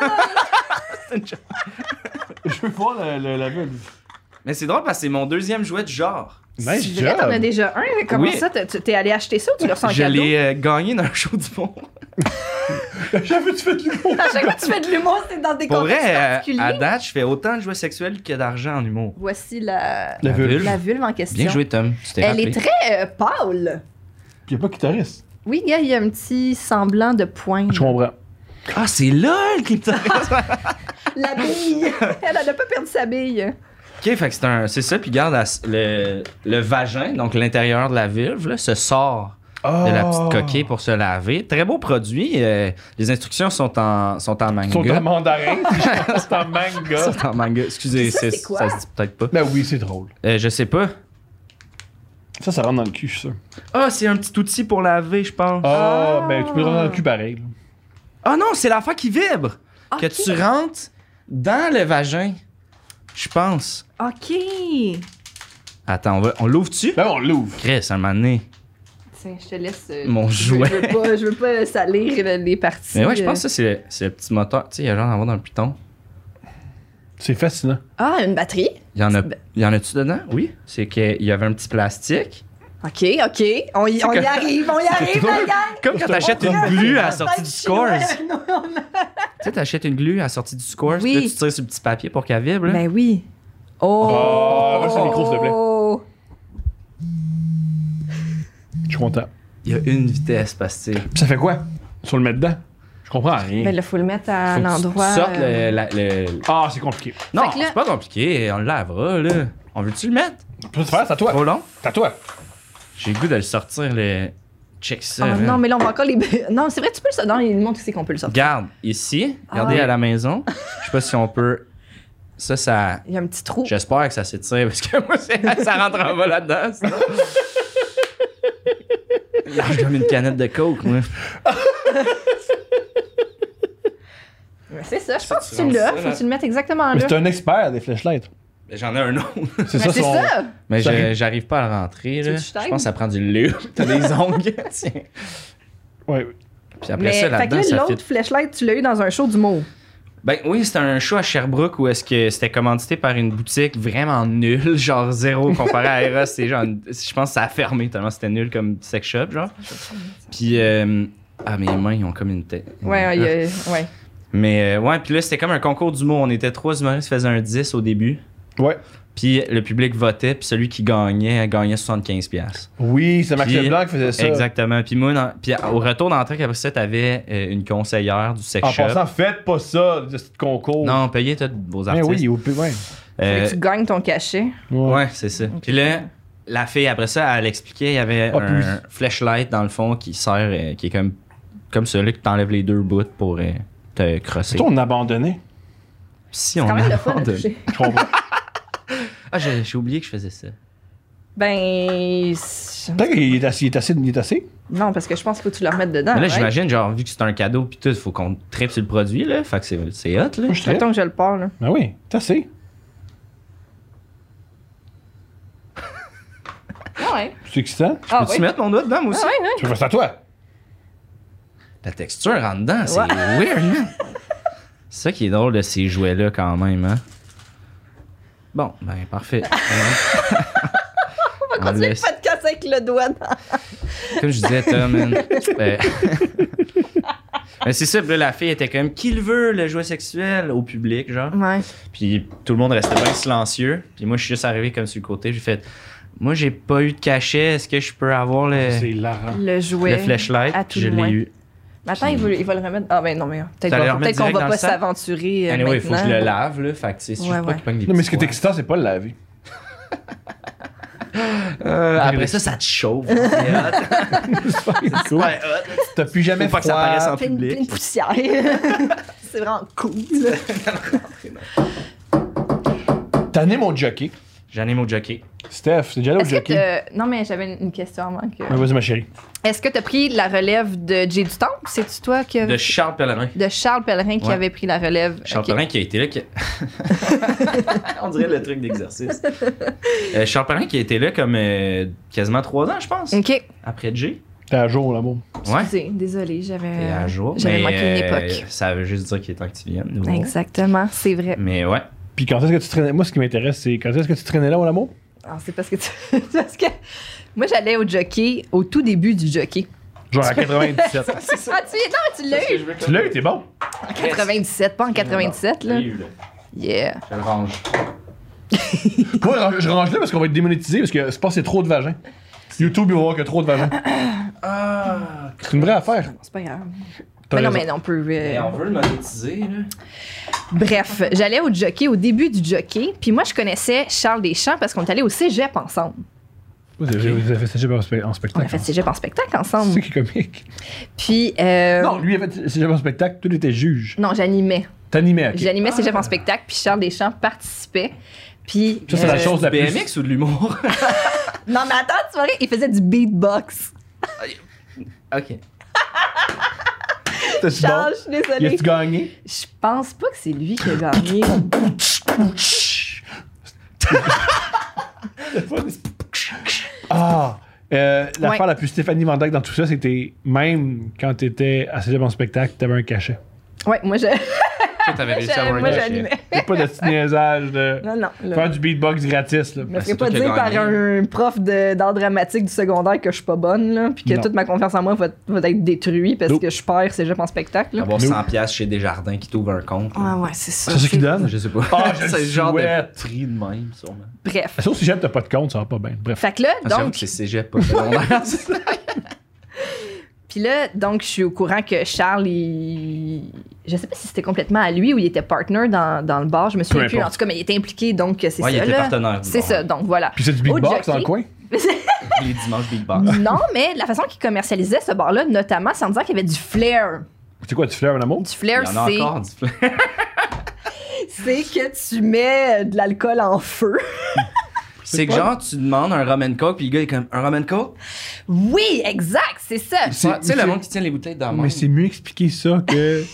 G: Je veux voir le- le- la vulve.
D: Mais c'est drôle parce que c'est mon deuxième jouet du genre.
G: Nice
C: C'est vrai,
G: job.
C: t'en as déjà un. Comment
D: Oui.
C: ça? t'as- tu- T'es allé acheter ça ou tu l'as reçu en
D: Je
C: cadeau?
D: l'ai euh, gagné dans un show du monde.
G: J'avais tu fais de l'humour.
C: À chaque fois que tu fais de l'humour, c'est dans des
D: euh, Pour
C: contextes
D: vrai, euh,
C: particuliers.
D: à date, je fais autant de jouets sexuels que d'argent en humour.
C: Voici la,
G: La vulve.
C: la vulve en question.
D: Bien joué, Tom. Tu t'es
C: Elle
D: rappelé.
C: est très euh, pâle.
G: Puis il a pas de guitariste.
C: Oui, gars, il y a un petit semblant de pointe.
G: Je comprends.
D: Ah, c'est LOL qui me Ok,
C: La bille! Elle elle a pas perdu sa bille.
D: fait que c'est un- c'est ça, puis garde le, le vagin, donc l'intérieur de la vulve, là, se sort
G: Ah.
D: de la
C: Oh.
D: petite coquille pour se laver. Très beau produit. euh, les instructions sont en, sont en manga.
G: Ils sont en mandarin, si je pense que c'est en manga.
D: Sont en manga. Excusez,
C: Ça,
D: c'est-
C: c'est quoi?
D: ça se dit peut-être pas.
G: Ben oui, c'est drôle.
D: Euh, je sais pas.
G: Ça, ça rentre dans le cul, je suis sûr.
D: Ah, c'est un petit outil pour laver, je pense.
C: Oh.
G: Ah, ben tu peux le rentrer dans le cul pareil. là.
D: Ah non, c'est l'affaire qui vibre.
C: Ok.
D: Que tu rentres dans le vagin, je pense.
C: OK.
D: Attends, on, va- on l'ouvre-tu?
G: Ben on l'ouvre.
D: Chris, un moment donné,
C: Tiens, je te laisse. euh,
D: mon
C: je, veux-
D: jouet.
C: je veux pas, je veux pas salir euh, les parties.
D: Mais ouais, je
C: euh.
D: pense que ça, c'est le, c'est le petit moteur. Tu sais, il y a genre d'en avoir dans le piton.
G: C'est fascinant.
C: Ah, une batterie.
D: Il y en a,
C: Ben-
D: il y en a-tu dedans? Oui. C'est qu'il y avait un petit plastique.
C: OK, OK. On y, on y arrive, on y arrive, la gang!
D: Comme quand t'achètes
G: un
D: une
G: programme.
D: glue à la sortie
F: Pas
D: du
F: de
D: Scores.
F: chinois.
D: Tu sais, t'achètes une glue à la sortie du Scores,
C: Oui.
D: puis là, tu tires sur le petit papier pour qu'elle vibre. là.
C: Ben oui. Oh!
G: Hein? Ah, va sur le micro, s'il te plaît. Je suis content.
D: Il y a une vitesse, parce que tu sais,
G: Puis ça fait quoi? Si on le met dedans? Je comprends rien.
C: Ben là, faut le mettre à
D: faut que tu-
C: l'endroit.
D: Tu sortes le-
C: euh,
D: la- le-
G: Ah, c'est compliqué.
D: Non,
C: que là-
D: c'est pas compliqué, on le lavera, là. On veut-tu le mettre?
G: Tu peux le faire, c'est à toi.
D: Trop long?
G: C'est à toi.
D: J'ai le goût de le sortir, le. Check ça.
C: Ah
D: man.
C: non, mais là, on va encore les. Non, c'est vrai, tu peux le sortir. Non, il montre ici qu'on peut le sortir.
D: Garde, ici, regardez
C: Ah.
D: à la maison. Je sais pas si on peut. Ça, ça.
C: Il y a un petit trou.
D: J'espère que ça s'étire parce que moi, c'est- ça rentre en bas là-dedans. sinon. Large comme Ah, une canette de coke, moi.
C: Mais C'est ça, je pense que
D: tu
C: tu
D: lances
C: l'as.
D: ça,
C: Faut
D: là.
C: que tu le mettes exactement
G: Mais
C: Ah, là.
G: c'est un expert des flashlights.
D: Mais J'en ai un autre.
G: C'est
C: Mais
G: ça
C: C'est
G: son.
C: ça!
D: Mais
G: Ça
D: je-
G: arrive.
D: j'arrive pas à le rentrer.
C: veux
D: Là.
C: que je t'aide?
D: Je pense que ça prend du lube. T'as des ongles. tiens.
G: Ouais.
D: Puis après
C: Mais
D: ça,
C: fait que là,
D: là-dedans, ça
C: l'autre
D: fait
C: flashlight, tu l'as eu dans un show d'humour.
D: Ben oui, c'était un show à Sherbrooke où est-ce que c'était commandité par une boutique vraiment nulle, genre zéro comparé à Eros. C'est genre, une- je pense que ça a fermé tellement c'était nul comme sex shop, genre. Puis, euh, ah, mes mains, ils ont comme une tête.
C: Ouais, il y a- ouais.
D: Mais euh, ouais, puis là, c'était comme un concours d'humour. On était trois humoristes qui faisaient un 10 au début.
H: Ouais.
D: Puis le public votait, puis celui qui gagnait, gagnait 75$. piastres.
B: Oui, c'est Max
D: Puis-
B: Leblanc qui faisait ça.
D: Exactement. Puis moi, dans- puis au retour d'entrée, après ça, t'avais euh, une conseillère du sex
B: En
D: shop.
B: passant, faites pas ça, de ce concours.
D: Non, payez tous vos
I: Mais
D: artistes.
I: oui, au plus, ouais.
D: Euh,
C: Fait que tu gagnes ton cachet.
D: Ouais, c'est ça. Puis là, la fille, après ça, elle expliquait, il y avait
B: Ah,
D: un
B: puis-
D: flashlight dans le fond qui sert, euh, qui est comme, comme ça, là, que t'enlèves les deux bouts pour euh, te crosser.
B: Toi, on a abandonné.
D: Si
C: C'est
D: on
C: quand même le fun à
D: abandonne-
C: toucher.
B: Je comprends.
D: Ah, j'ai j'ai oublié que je faisais ça.
C: Ah, Ben. c'est-
B: Peut-être qu'il est assez. Il est assez, il est assez.
C: Non, parce que je pense qu'il faut que tu le remettes dedans.
D: Mais là,
C: right?
D: j'imagine, genre, vu que c'est un cadeau, puis tout, faut qu'on tripe sur le produit, là. Fait que c'est- c'est hot, là.
B: Moi, je traite.
C: Mettons que je le pars, là.
B: Ben oui, t'as assez.
C: Ah ouais.
B: C'est excitant.
C: Ah
D: Peux-tu
C: ouais.
D: mettre mon doigt dedans, moi aussi?
C: Ah ouais, ouais.
B: Tu veux faire ça toi?
D: La texture en dedans, c'est weird, man. C'est ça qui est drôle de ces jouets-là, quand même, hein. Bon, ben, parfait.
C: On va continuer le podcast avec le doigt dans-
D: Comme je disais, Tom, man. euh, Mais c'est ça, puis là, la fille était comme qui le veut, le jouet sexuel, au public, genre.
C: Ouais.
D: Puis tout le monde restait bien silencieux. Puis moi, je suis juste arrivé comme sur le côté, j'ai fait Moi, j'ai pas eu de cachet, est-ce que je peux avoir le,
H: C'est hilarant.
C: Le
D: le
C: jouet.
D: flashlight
C: à tout
D: Je
C: le moins.
D: l'ai eu.
C: Mais attends, il va, il va le remettre. Ah ben non, mais peut-être
D: T'allais le
C: qu'on
D: remettre
C: peut-être qu'on
D: direct dans
C: va
D: le
C: pas
D: sac?
C: s'aventurer euh,
D: Anyway, il faut que je
C: maintenant.
D: le lave, là. Fait que, tu sais, si je
C: Ouais,
D: veux pas
C: ouais.
D: qu'il pogne des
B: Non, mais
D: petits
B: ce qui est
D: pois.
B: excitant, c'est pas le laver.
D: Euh, Après ça, ça te chauffe. C'est hot. C'est super hot.
B: T'as plus jamais
D: Faut
B: froid.
D: pas que ça apparaisse en
C: Fait une,
D: public.
C: une poussière. c'est vraiment cool.
B: T'as amené mon jockey.
D: J'en ai mon jockey.
B: Steph, t'es déjà allé au
C: Est-ce que
B: jockey?
C: t'as- Non, mais j'avais une, une question avant que.
B: Ouais, Vas-y, ma chérie.
C: Est-ce que t'as pris la relève de Jay du Temple? C'est-tu toi qui
D: De
C: avais-
D: Charles Pellerin.
C: de Charles Pellerin qui
D: Ouais.
C: avait pris la relève.
D: Charles
C: Ok.
D: Perrin qui a été là. qui- On dirait le truc d'exercice. Euh, Charles Perrin qui a été là comme euh, quasiment trois ans, je pense,
C: Ok.
D: après G.
B: T'es à jour, là, bon.
D: Ouais.
C: Excusez, désolé,
D: Et
C: j'avais
D: à jour.
C: Euh, j'avais
D: mais,
C: manqué une
D: euh,
C: époque.
D: ça veut juste dire qu'il est temps que tu viennes. nous voir.
C: Exactement, c'est vrai.
D: Mais ouais.
B: Puis quand est-ce que tu traînais? Moi, ce qui m'intéresse, c'est quand est-ce que tu traînais là, mon amour?
C: Alors, Ah, c'est parce que tu- c'est parce que moi j'allais au jockey au tout début du jockey.
B: Genre à 97.
E: Euh,
C: Ah tu non, tu l'as eu
B: tu l'as eu, t'es bon.
C: en 97, pas en 97 là.
D: Je
C: Yeah.
D: le range.
B: Moi, je range là parce qu'on va être démonétisé parce que je pense que c'est trop de vagins. YouTube, ils vont voir qu'il y a trop de vagins.
D: Ah,
B: C'est une vraie affaire.
C: C'est pas grave.
B: T'as
C: Mais non,
B: raison.
C: mais non, on peut. euh,
D: veut le monétiser, là.
C: Bref, j'allais au jockey au début du jockey, puis moi je connaissais Charles Deschamps parce qu'on est allé au cégep ensemble.
B: Vous avez vous avez fait ça j'ai pas en spe- en
C: On a
B: spectacle. hein?
C: fait cégep en spectacle
B: C'est
C: ensemble.
B: ça qui est comique.
C: Puis euh,
B: Non, lui, il a fait c'est jamais un spectacle, tout était juge.
C: non, j'animais.
B: T'animais, ok. Ah.
C: J'animais Cégep en spectacle, puis Charles Deschamps participait. Puis.
B: Ça, c'est la
C: euh,
B: chose la
D: Du
B: plus.
D: BMX ou de l'humour?
C: Non, mais attends, tu vois, il faisait du beatbox.
D: ok.
B: T'as-tu
C: Charles,
B: bon?
C: je suis désolée.
B: Y'a-tu gagné?
C: Je pense pas que c'est lui qui a gagné.
B: Ah! Euh, L'affaire
C: Ouais.
B: la plus Stéphanie Van Dyke dans tout ça, c'était même quand t'étais à Cégep en spectacle, t'avais un cachet.
C: Ouais, moi, je,
D: Toi, t'avais réussi à avoir Ben, un
C: moi
D: cachet.
C: j'animais.
B: C'est pas de petit niaisage de
C: Non, non. là,
B: faire du beatbox gratis. Là.
C: Je me
D: Ben, c'est
C: ferais
D: toi
C: pas
D: qui as
C: dire par
D: gagné.
C: un prof de- d'art dramatique du secondaire que je suis pas bonne, là, puis que
B: Non.
C: toute ma confiance en moi va, va être détruite parce
B: Nope.
C: que je perds Cégep en spectacle. là.
D: Avoir
B: Nous-
D: 100$ piastres chez Desjardins qui t'ouvre un compte. là.
C: Ouais, ouais, c'est ça.
B: C'est ça qui donne?
D: Je sais pas.
B: Ah, je
D: c'est
B: le
D: le genre de
B: souhaite.
D: prix de même, sûrement.
C: Bref.
B: Sauf si j'aime, t'as pas de compte, ça va pas bien. Bref.
C: Fait que là,
D: Ah, c'est vrai que
C: donc,
D: c'est cégep, pas secondaire.
C: Puis là, donc, je suis au courant que Charles, il... je sais pas si c'était complètement à lui ou il était partner dans, dans le bar, je me souviens
B: Peu
C: plus. En
B: importe.
C: tout cas, mais il était impliqué, donc c'est
D: ouais, il
C: ça.
D: était
C: là.
D: partenaire.
C: C'est ça, donc voilà.
B: Puis c'est du
C: Au
B: beatbox dans le
C: jockey.
B: coin?
D: Les dimanches Big Box.
C: non, mais la façon qu'il commercialisait ce bar-là, notamment, c'est en disant qu'il y avait du flair.
B: C'est quoi, tu flair, mon amour?
C: Du
D: Il y
C: flair,
D: en a
C: c'est-
D: encore du flair.
C: c'est que tu mets de l'alcool en feu.
D: C'est que genre, tu demandes un rum and coke, puis le gars est comme un rum and coke.
C: Oui, exact, c'est ça.
D: Ouais, Tu sais,
B: c'est-
D: le monde qui tient les bouteilles dans la main.
B: Mais c'est mieux expliquer ça que.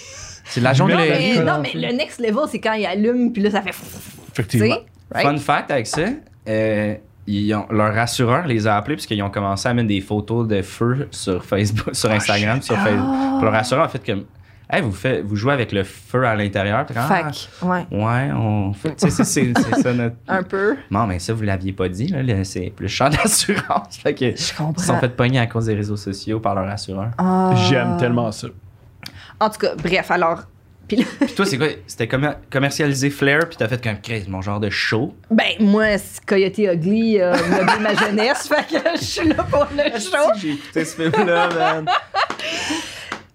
D: C'est de la
C: Non,
D: jonglerie.
C: mais,
B: l'alcool
C: non,
B: en
C: mais
B: feu.
C: le next level, c'est quand il allume, puis là, ça fait. Tu
B: Effectivement.
C: sais, right?
D: Fun fact avec ça, euh, ils ont- leur assureur les a appelés parce qu'ils ont commencé à mettre des photos de feu sur Facebook, sur Instagram, sur Facebook. Puis Leur assureur a fait comme, hey, vous, faites, vous jouez avec le feu à l'intérieur. Puis comme, Ah,
C: Fac, ouais.
D: Ouais, on fait. Tu sais, c'est- c'est c'est ça notre.
C: Un peu.
D: Non, mais ça, vous l'aviez pas dit, là, le- c'est plus cher d'assurance. Fait que.
C: Je
D: Ils se sont
C: comprends.
D: fait pogner à cause des réseaux sociaux par leur assureur.
C: Ah.
B: J'aime tellement ça.
C: En tout cas, bref, alors, Puis là,
D: Puis toi, c'est quoi C'était commer- commercialisé Flair, puis t'as fait comme crazy, mon genre de show.
C: ben, moi, c'est Coyote Ugly euh, m'a vu ma jeunesse, fait que je suis là pour le show.
D: J'ai écouté ce film-là, man.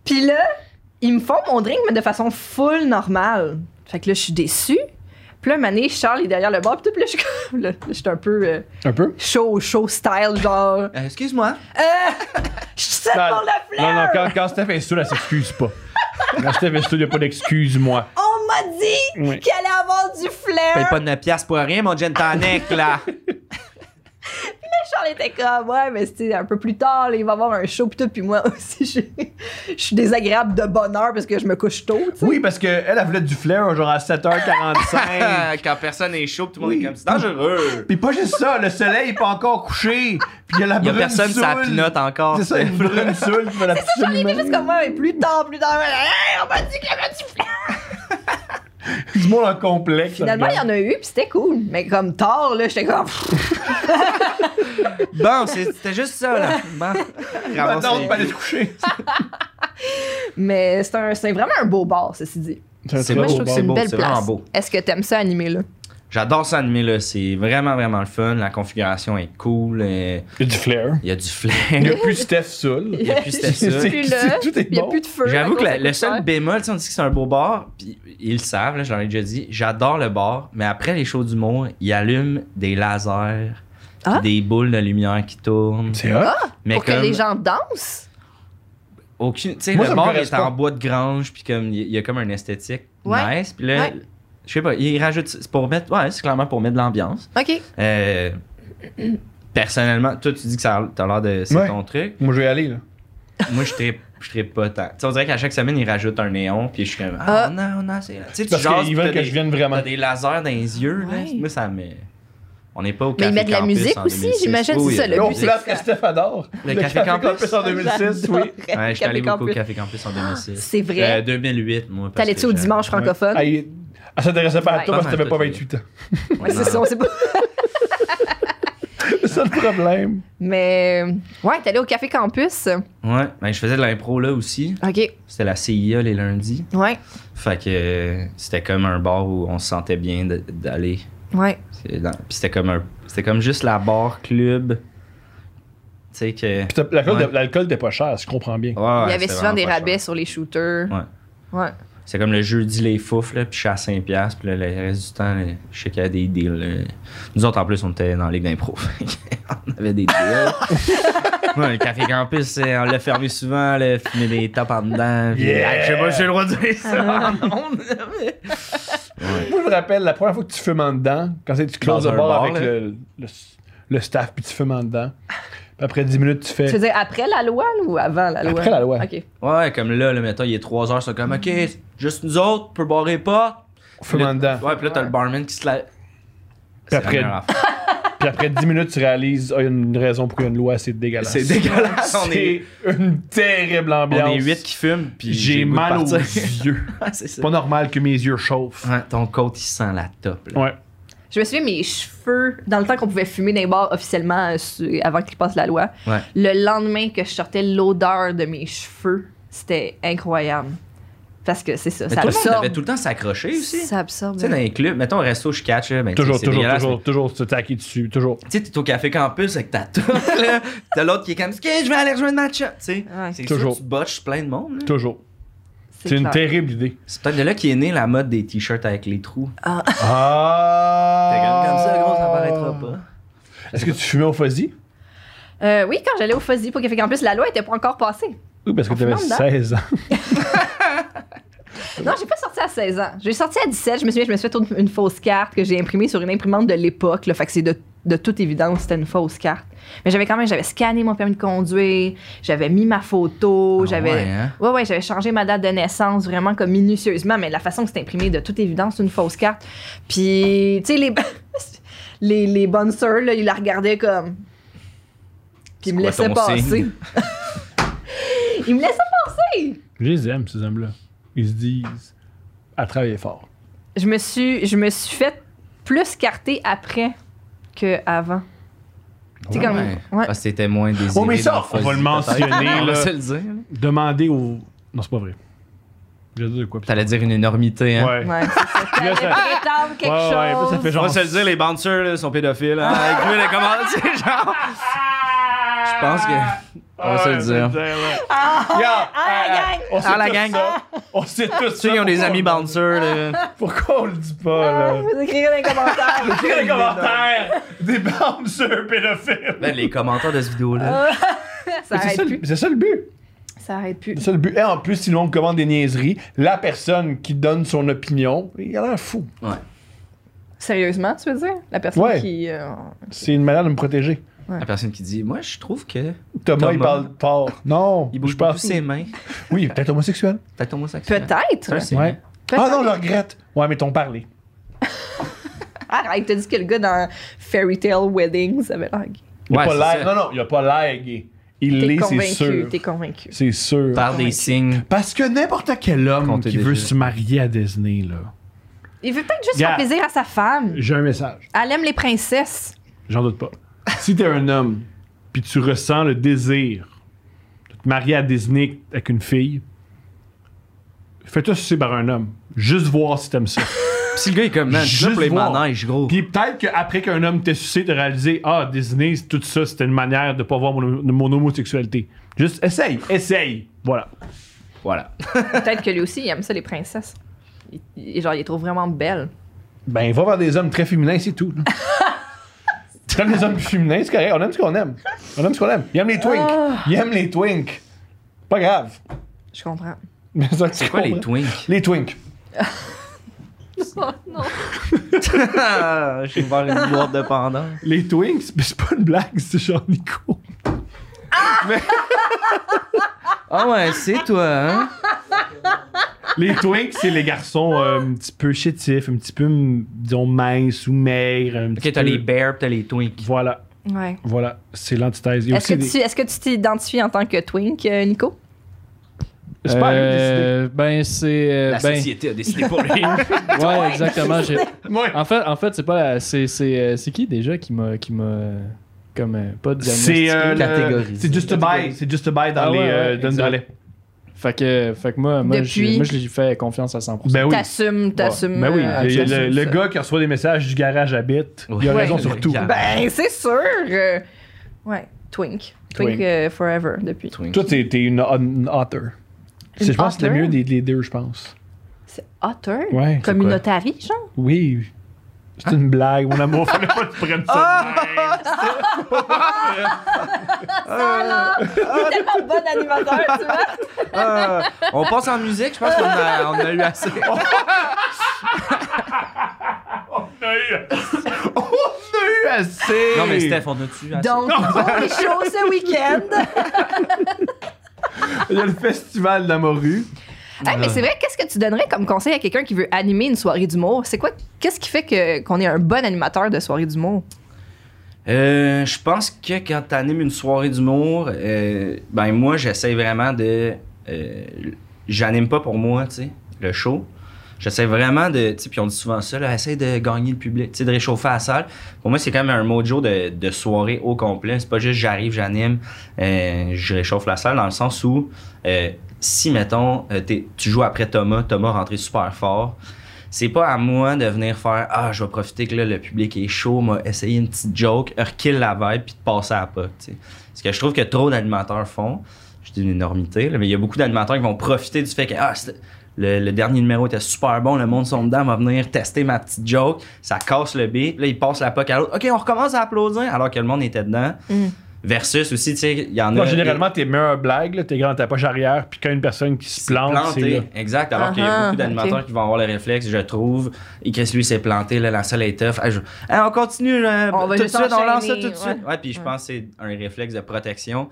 C: Puis là, ils me font mon drink, mais de façon full normale. Fait que là, je suis déçue. Puis là, Mané, Charles est derrière le bar. Puis tout, puis là, je suis comme- là, là, je suis un peu euh,
B: Un peu?
C: show, show style, genre.
D: Euh, Excuse-moi.
C: Je suis seule pour le
B: Non,
C: flair!
B: non, quand, quand Steph est saoul, elle s'excuse pas. quand Steph est saoul, il n'y a pas d'excuse, moi.
C: On m'a dit
B: Oui.
C: qu'elle allait avoir du
D: Paye
C: flair!
D: Ben, pas de 9 piastres pour rien, mon gin tonic, là.
C: Charles était comme, ouais, mais c'était un peu plus tard, là, il va y avoir un show, puis tout. Puis moi aussi, je, je suis désagréable de bonheur parce que je me couche tôt, tu sais.
B: Oui, parce qu'elle, elle voulait du flair, genre à 7h45.
D: quand personne est chaud, puis tout le monde
B: Oui.
D: est comme c'est dangereux.
B: Puis pas juste ça, le soleil est pas encore couché. Puis il y a la
D: Il y a
B: brune
D: personne, ça
B: saoule.
D: pinote encore.
B: C'est ça, une brune saoule qui va la petite
C: Charles était juste comme, ouais, mais plus tard, plus tard. Hey, on m'a dit qu'elle avait du flair!
B: Du monde en complexe.
C: Finalement, il y en a eu, puis c'était cool. Mais comme tard, là, j'étais comme,
D: Bon, c'est- c'était juste ça, là. Bon. Ramasse
B: Attends,
D: les-
B: on va aller se coucher.
C: Ah, Mais c'est un- c'est vraiment un beau bar, ceci dit.
D: C'est
C: Moi, je
D: beau,
C: trouve que c'est
D: beau,
C: une belle
D: c'est
C: place.
D: vraiment beau.
C: Est-ce que t'aimes ça animer, là?
D: J'adore ça animer, là. C'est vraiment, vraiment le fun. La configuration est cool. euh,
B: Il y a du flair.
D: Il y a du
B: Il n'y
D: flair.
B: a plus Steph saoul.
D: Il y a plus
B: C'est-
D: Steph Soul.
B: c'est-
C: Plus là,
B: tout est
C: Il y a
B: bon.
C: plus de feu.
D: J'avoue
C: à
D: que la-
C: cause de
D: le seul
C: concert.
D: bémol, tu sais, on dit que c'est un beau bar, puis ils le savent, là, je leur ai déjà dit, j'adore le bar, mais après les shows d'humour, ils allument des lasers, puis
C: Ah?
D: des boules de lumière qui tournent.
B: C'est hot.
D: Mais
C: Pour que
D: comme
C: les gens dansent?
D: aucune, tu sais,
B: Moi,
D: le
B: ça me
D: bar est
B: correspond.
D: en bois de grange, puis comme il y a comme un esthétique
C: Ouais.
D: nice, puis là,
C: Ouais.
D: je sais pas, ils rajoutent, c'est pour mettre, ouais, c'est clairement pour mettre de l'ambiance.
C: OK.
D: Euh, personnellement, toi, tu dis que ça a t'as l'air de c'est
B: Ouais.
D: ton truc.
B: Moi, je vais y aller, là.
D: Moi, je trippe, je trippe pas tant. Tu sais, on dirait qu'à chaque semaine, ils rajoutent un néon, puis je suis comme,
C: Ah.
D: ah, non, non, c'est là. Tu sais, tu
B: Parce
D: jases,
B: qu'ils
D: puis
B: veulent
D: t'as
B: que
D: des-
B: je vienne vraiment.
D: T'as des lasers dans les yeux, là.
C: Ouais.
D: Moi, ça me. On n'est pas au
C: Mais
D: café.
C: ils mettent de la
D: Campus
C: musique
D: en
C: aussi,
D: 2006.
C: j'imagine,
D: Oui,
C: c'est ça, le
D: euh,
C: but,
B: L'autre
C: c'est-
B: place que Steph adore.
D: Le Café Campus.
B: en 2006, oui.
D: Ouais, j'étais
C: Café
D: allé beaucoup au
C: Campus. Ah,
D: Café Campus en 2006.
C: C'est
D: Euh,
C: vrai.
D: 2008, moi. parce
C: T'allais-tu
D: que
C: au
D: j'ai-
C: dimanche francophone?
B: Ah, il- Elle s'intéressait pas à
C: Ouais.
B: toi parce que
D: Pas
B: t'avais
D: mal,
B: pas
D: toi,
B: 28 ans.
C: Ouais, c'est ça, on sait pas.
B: C'est ça le problème.
C: Mais euh, ouais, t'allais au Café Campus.
D: Ouais, ben, je faisais de l'impro là aussi.
C: OK.
D: C'était la CIA les lundis.
C: Ouais.
D: Fait que euh, c'était comme un bar où on se sentait bien de- d'aller.
C: Ouais.
D: C'est dans- Puis c'était comme un. C'était comme juste la bar club. Tu sais que.
B: Puis t'as- l'alcool
D: Ouais.
B: de- l'alcool était pas cher, si je comprends bien.
D: Ouais,
C: Il y avait
D: Ah, c'était
C: souvent des
D: vraiment pas
C: rabais
D: cher.
C: sur les shooters. Ouais. Ouais.
D: C'est comme le jeudi les foufles, là, puis je suis à 5$, piastres, puis là, le reste du temps, là, je sais qu'il y a des deals. là. Nous autres, en plus, on était dans la Ligue d'impro. fait que on avait des deals. Ouais, le Café Campus, c'est- on l'a fermé souvent, là, fumé des tapes en dedans. puis-
B: Yeah!
D: Hey, je sais pas si j'ai le droit de dire ça
C: Ah
D: en ondes, mais-
B: Moi, je me rappelle, la première fois que tu fumes en dedans, quand c'est tu closes
D: Dans
B: le
D: un
B: bar,
D: bar,
B: avec
D: là.
B: le, le- le staff, puis tu fumes en dedans. Puis après 10 minutes, tu fais.
C: Tu veux dire après la loi là, ou avant la loi?
B: Après la loi.
C: OK.
D: Ouais, comme là, là, mettons, il est 3 heures, c'est comme, OK, juste nous autres, on peut barrer pas.
B: fume en dedans.
D: Ouais, puis là, t'as le barman qui se la. C'est la
B: après-
D: meilleure affaire.
B: Puis après 10 minutes, tu réalises, ah, il y a une raison pour qu'il y a une loi, c'est dégueulasse.
D: C'est dégueulasse. On est,
B: C'est une terrible
D: on
B: ambiance.
D: est 8 qui fument, puis
B: J'ai
D: le goût de
B: mal aux
D: partir.
B: yeux.
D: Ouais, c'est ça.
B: C'est pas normal que mes yeux chauffent.
D: Ouais, ton côte, il sent la top. Là.
B: Ouais.
C: Je me souviens, mes cheveux, dans le temps qu'on pouvait fumer dans les bars officiellement euh, su- avant qu'ils passent la loi,
D: Ouais.
C: le lendemain que je sortais, l'odeur de mes cheveux, c'était incroyable. Parce que c'est ça,
D: Mais
C: ça
D: tout le monde
C: absorbe.
D: avait tout le temps s'accroché aussi.
C: Ça absorbe.
D: Tu sais, dans les clubs, mettons, au resto, je catch, là, ben, tu sais,
B: Toujours,
D: c'est
B: toujours,
D: dégueulasse,
B: toujours, toujours se taquer dessus. Toujours.
D: mais, Tu sais, t'es au café campus avec ta tour, là. T'as l'autre qui est comme, OK, je vais aller rejoindre ma chat. Tu sais,
C: Ouais.
D: c'est
B: Toujours.
D: sûr, tu botches plein de monde. là.
B: Toujours. C'est une
C: clair.
B: terrible idée.
D: C'est peut-être de là qu'est née la mode des t-shirts avec les trous. T'es
B: Ah!
D: comme, comme ça, gros, ça paraîtra pas.
B: Est-ce que tu fumais au fuzzy?
C: Euh, oui, quand j'allais au Fuzzy pour Café Campus, la loi était pas encore passée.
B: Oui, parce que
C: En
B: t'avais
C: fumant dedans.
B: 16 ans.
C: Non, j'ai pas sorti à 16 ans. J'ai sorti à 17. Je me souviens, je me suis fait une- une fausse carte que j'ai imprimée sur une imprimante de l'époque. là. Fait que c'est de, de toute évidence, c'était une fausse carte. Mais j'avais quand même, j'avais scanné mon permis de conduire, j'avais mis ma photo,
D: Ah
C: j'avais.
D: ouais, hein?
C: Ouais, ouais, j'avais changé ma date de naissance vraiment comme minutieusement, mais la façon que c'est imprimé, de toute évidence, c'est une fausse carte. Puis, tu sais, les, les, les bonnes sœurs, là, ils la regardaient comme. Puis ils me
D: quoi
C: laissaient
D: ton
C: passer.
D: signe?
C: ils me laissaient passer!
B: Je les aime, ces hommes-là. Ils se disent à travailler fort.
C: Je me suis, je me suis fait plus carter après qu'avant. C'est comme.
D: Ouais.
C: ouais.
D: Parce que t'étais Ah, moins désiré.
B: Oh, mais ça,
D: dans
B: on va
D: fuzzy,
B: le mentionner,
D: peut-être. On va
B: là.
D: se le dire.
B: Demandez aux. Non, c'est pas vrai. Je vais dire de quoi. puis-
D: T'allais dire une énormité, hein?
B: Ouais.
C: Ouais, c'est ça. T'allais
B: ça-
C: prétendre quelque
B: Ouais, ouais,
C: chose.
B: ça fait genre-
D: On va se le dire, les bouncers là, sont pédophiles. Hein? Avec lui, les commandes, c'est genre. Je pense
B: Ah,
D: que. On va se le dire.
F: Ah, gang!
B: On sait
D: Ah, la
B: tous
D: gang.
B: ça. On sait tous
D: Tu sais, ils ont des amis bouncers, là.
B: Pourquoi on le dit pas, là?
C: Vous écrirez dans les commentaires.
B: Écrivez les commentaires des bouncers pédophiles.
D: Ben, les commentaires de cette vidéo-là.
C: Ça
B: C'est
C: arrête
B: ça, le-
C: plus.
B: c'est ça le but.
C: Ça arrête plus.
B: C'est ça le but. Et en plus, si l'on commande des niaiseries, la personne qui donne son opinion, il a l'air fou.
C: Sérieusement, tu veux dire? La personne
B: Ouais.
C: qui. euh,
B: C'est une manière de me protéger.
D: La personne qui dit Moi, je trouve que.
B: Thomas, il
D: Thomas.
B: parle fort. Non,
D: Il bouge
B: je
D: pas
B: parle.
D: plus ses mains.
B: Oui, peut-être homosexuel.
D: Peut-être homosexuel.
C: Peut-être.
D: Ça, c'est-
B: Ouais.
C: Peut-être.
B: Ah non, je le regrette. Ouais, mais t'en parlé.
C: Arrête, t'as dit que le gars dans Fairy Tale Wedding, ça avait l'air gay.
B: Il a
D: Ouais,
B: pas
D: c'est
B: l'air.
D: ça.
B: Non, non, il a pas l'air gay. Il
C: T'es
B: l'est, c'est sûr.
C: convaincu, t'es convaincu.
B: C'est sûr.
D: Par des signes.
B: Parce que n'importe quel homme
D: Comptez
B: qui veut
D: déjà.
B: se marier à Disney, là.
C: Il veut peut-être juste
B: Yeah.
C: faire plaisir à sa femme.
B: J'ai un message.
C: Elle aime les princesses.
B: J'en doute pas. si t'es un homme, puis tu ressens le désir de te marier à Disney avec une fille, fais-toi sucer par un homme. Juste voir si t'aimes ça.
D: Pis si le gars est comme, man, je suis là
B: Juste
D: pour les
B: voir.
D: manèges, gros.
B: Puis peut-être qu'après qu'un homme t'ait sucé, t'as réalisé Ah, Disney, c'est- tout ça, c'était une manière de pas voir mon, mon homosexualité. Juste essaye, essaye. Voilà.
D: Voilà.
C: Peut-être que lui aussi, il aime ça, les princesses. Il, il- genre, il les trouve vraiment belles.
B: Ben, va vers des hommes très féminins, c'est tout. là. T'aimes les hommes féminins, c'est correct. On aime ce qu'on aime. On aime ce qu'on aime. Il aime les twinks. Il aime les twinks. Pas grave.
C: Je comprends.
B: C'est
D: C'est quoi les twinks?
B: Les twinks.
C: Oh non.
D: Ah, J'ai ouvert une boîte de pendant.
B: Les twinks, mais c'est pas une blague, c'est genre Nico.
D: Ah ouais, c'est toi, hein?
B: Les twinks, c'est les garçons euh, un petit peu chétifs, un petit peu, mm, disons, minces ou maigres. un petit
D: Ok, t'as
B: peu-
D: les bears pis t'as les twinks.
B: Voilà,
C: Ouais.
B: voilà. C'est l'antithèse. Il y a
C: Est-ce
B: aussi
C: que,
B: des-
C: tu, est-ce que tu t'identifies en tant que twink, euh, Nico?
B: C'est pas à lui de décider.
E: Euh, Ben, c'est. euh,
D: La
E: ben,
D: société a décidé pour lui.
E: ouais, exactement. j'ai-
D: ah,
B: Ouais.
E: En fait, en fait c'est pas la. C'est, c'est, euh, c'est qui déjà qui m'a. Qui m'a euh, comme. euh, pas diagnostiqué.
B: C'est euh, le-
D: Catégorisé.
B: C'est juste a buy.
E: Catégorisé.
B: C'est just a buy dans
E: Ah
B: les
E: ouais,
B: euh,
E: ouais,
B: dans-
E: exact.
B: dans les-
E: Fait que, fait que moi, moi,
C: Depuis-
E: j'ai, moi, je lui fais confiance à 100%.
B: Ben oui.
C: T'assumes, t'assumes.
B: Ben oui.
C: euh,
B: Il y a le,
C: t'assumes
B: le
C: ça.
B: gars qui reçoit des messages du garage à bit, il a
D: Ouais.
B: raison
D: Ouais.
B: sur tout.
D: Ben,
C: Ben, c'est sûr. euh, ouais, twink. Twink,
B: Twink.
C: euh, forever, depuis.
D: Twink.
B: Toi, t'es t'es une, une author.
C: Une
B: C'est- Je pense que c'est le
C: author?
B: mieux des, des deux, je pense.
C: C'est auteur?
B: Ouais, c'est
C: Comme
B: quoi?
C: une otarie, genre?
B: Oui. C'est une blague, mon amour. Fallait pas que tu prennes ça.
D: Ah!
B: de même.
C: T'es tellement bon animateur, tu vois?
D: Euh, on passe en musique, je pense qu'on a, on a eu assez.
B: On a eu assez. On a eu assez.
D: Non, mais Steph, on a-tu assez?
C: Donc, les shows ce week-end.
B: Il y a le festival de la morue.
C: Hey, mais c'est vrai, qu'est-ce que tu donnerais comme conseil à quelqu'un qui veut animer une soirée d'humour? C'est quoi, qu'est-ce qui fait que, qu'on est un bon animateur de soirée d'humour?
D: Euh, je pense que quand t'animes une soirée d'humour, euh, ben moi, j'essaie vraiment de. euh, J'anime pas pour moi, tu sais, le show. J'essaie vraiment de. Tu sais, puis on dit souvent ça, là, essaie de gagner le public, tu sais, de réchauffer la salle. Pour moi, c'est quand même un mojo de, de soirée au complet. C'est pas juste j'arrive, j'anime, euh, je réchauffe la salle, dans le sens où, euh, si, mettons, euh, t'es- tu joues après Thomas, Thomas rentré super fort, c'est pas à moi de venir faire Ah, je vais profiter que là, le public est chaud, m'a essayé une petite joke, rekill la vibe, puis de passer à la puck. tu sais. Ce que je trouve que trop d'animateurs font, je dis une énormité, là, mais il y a beaucoup d'animateurs qui vont profiter du fait que Ah, c'était- le, le dernier numéro était super bon, le monde sont dedans, va venir tester ma petite joke, ça casse le beat, là, ils passent la puck à l'autre. Ok, on recommence à applaudir, alors que le monde était dedans. Versus aussi, tu sais, il y en
B: Non,
D: a.
B: généralement, tes meilleures blagues, là, t'es grand dans ta poche arrière, puis quand une personne qui se plante, c'est là.
D: planté. Exact. Alors qu'il y a
C: Ah,
D: beaucoup d'animateurs
C: ok.
D: qui vont avoir le réflexe, je trouve. Et Chris, lui, s'est planté. Là, la salle est tough. Ah, je- Ah, on continue. euh,
C: On va
D: tout de
C: juste
D: suite, on lance ça
C: enchaîner,
D: tout de suite.
C: ouais.
D: Ouais, puis je pense que c'est un réflexe de protection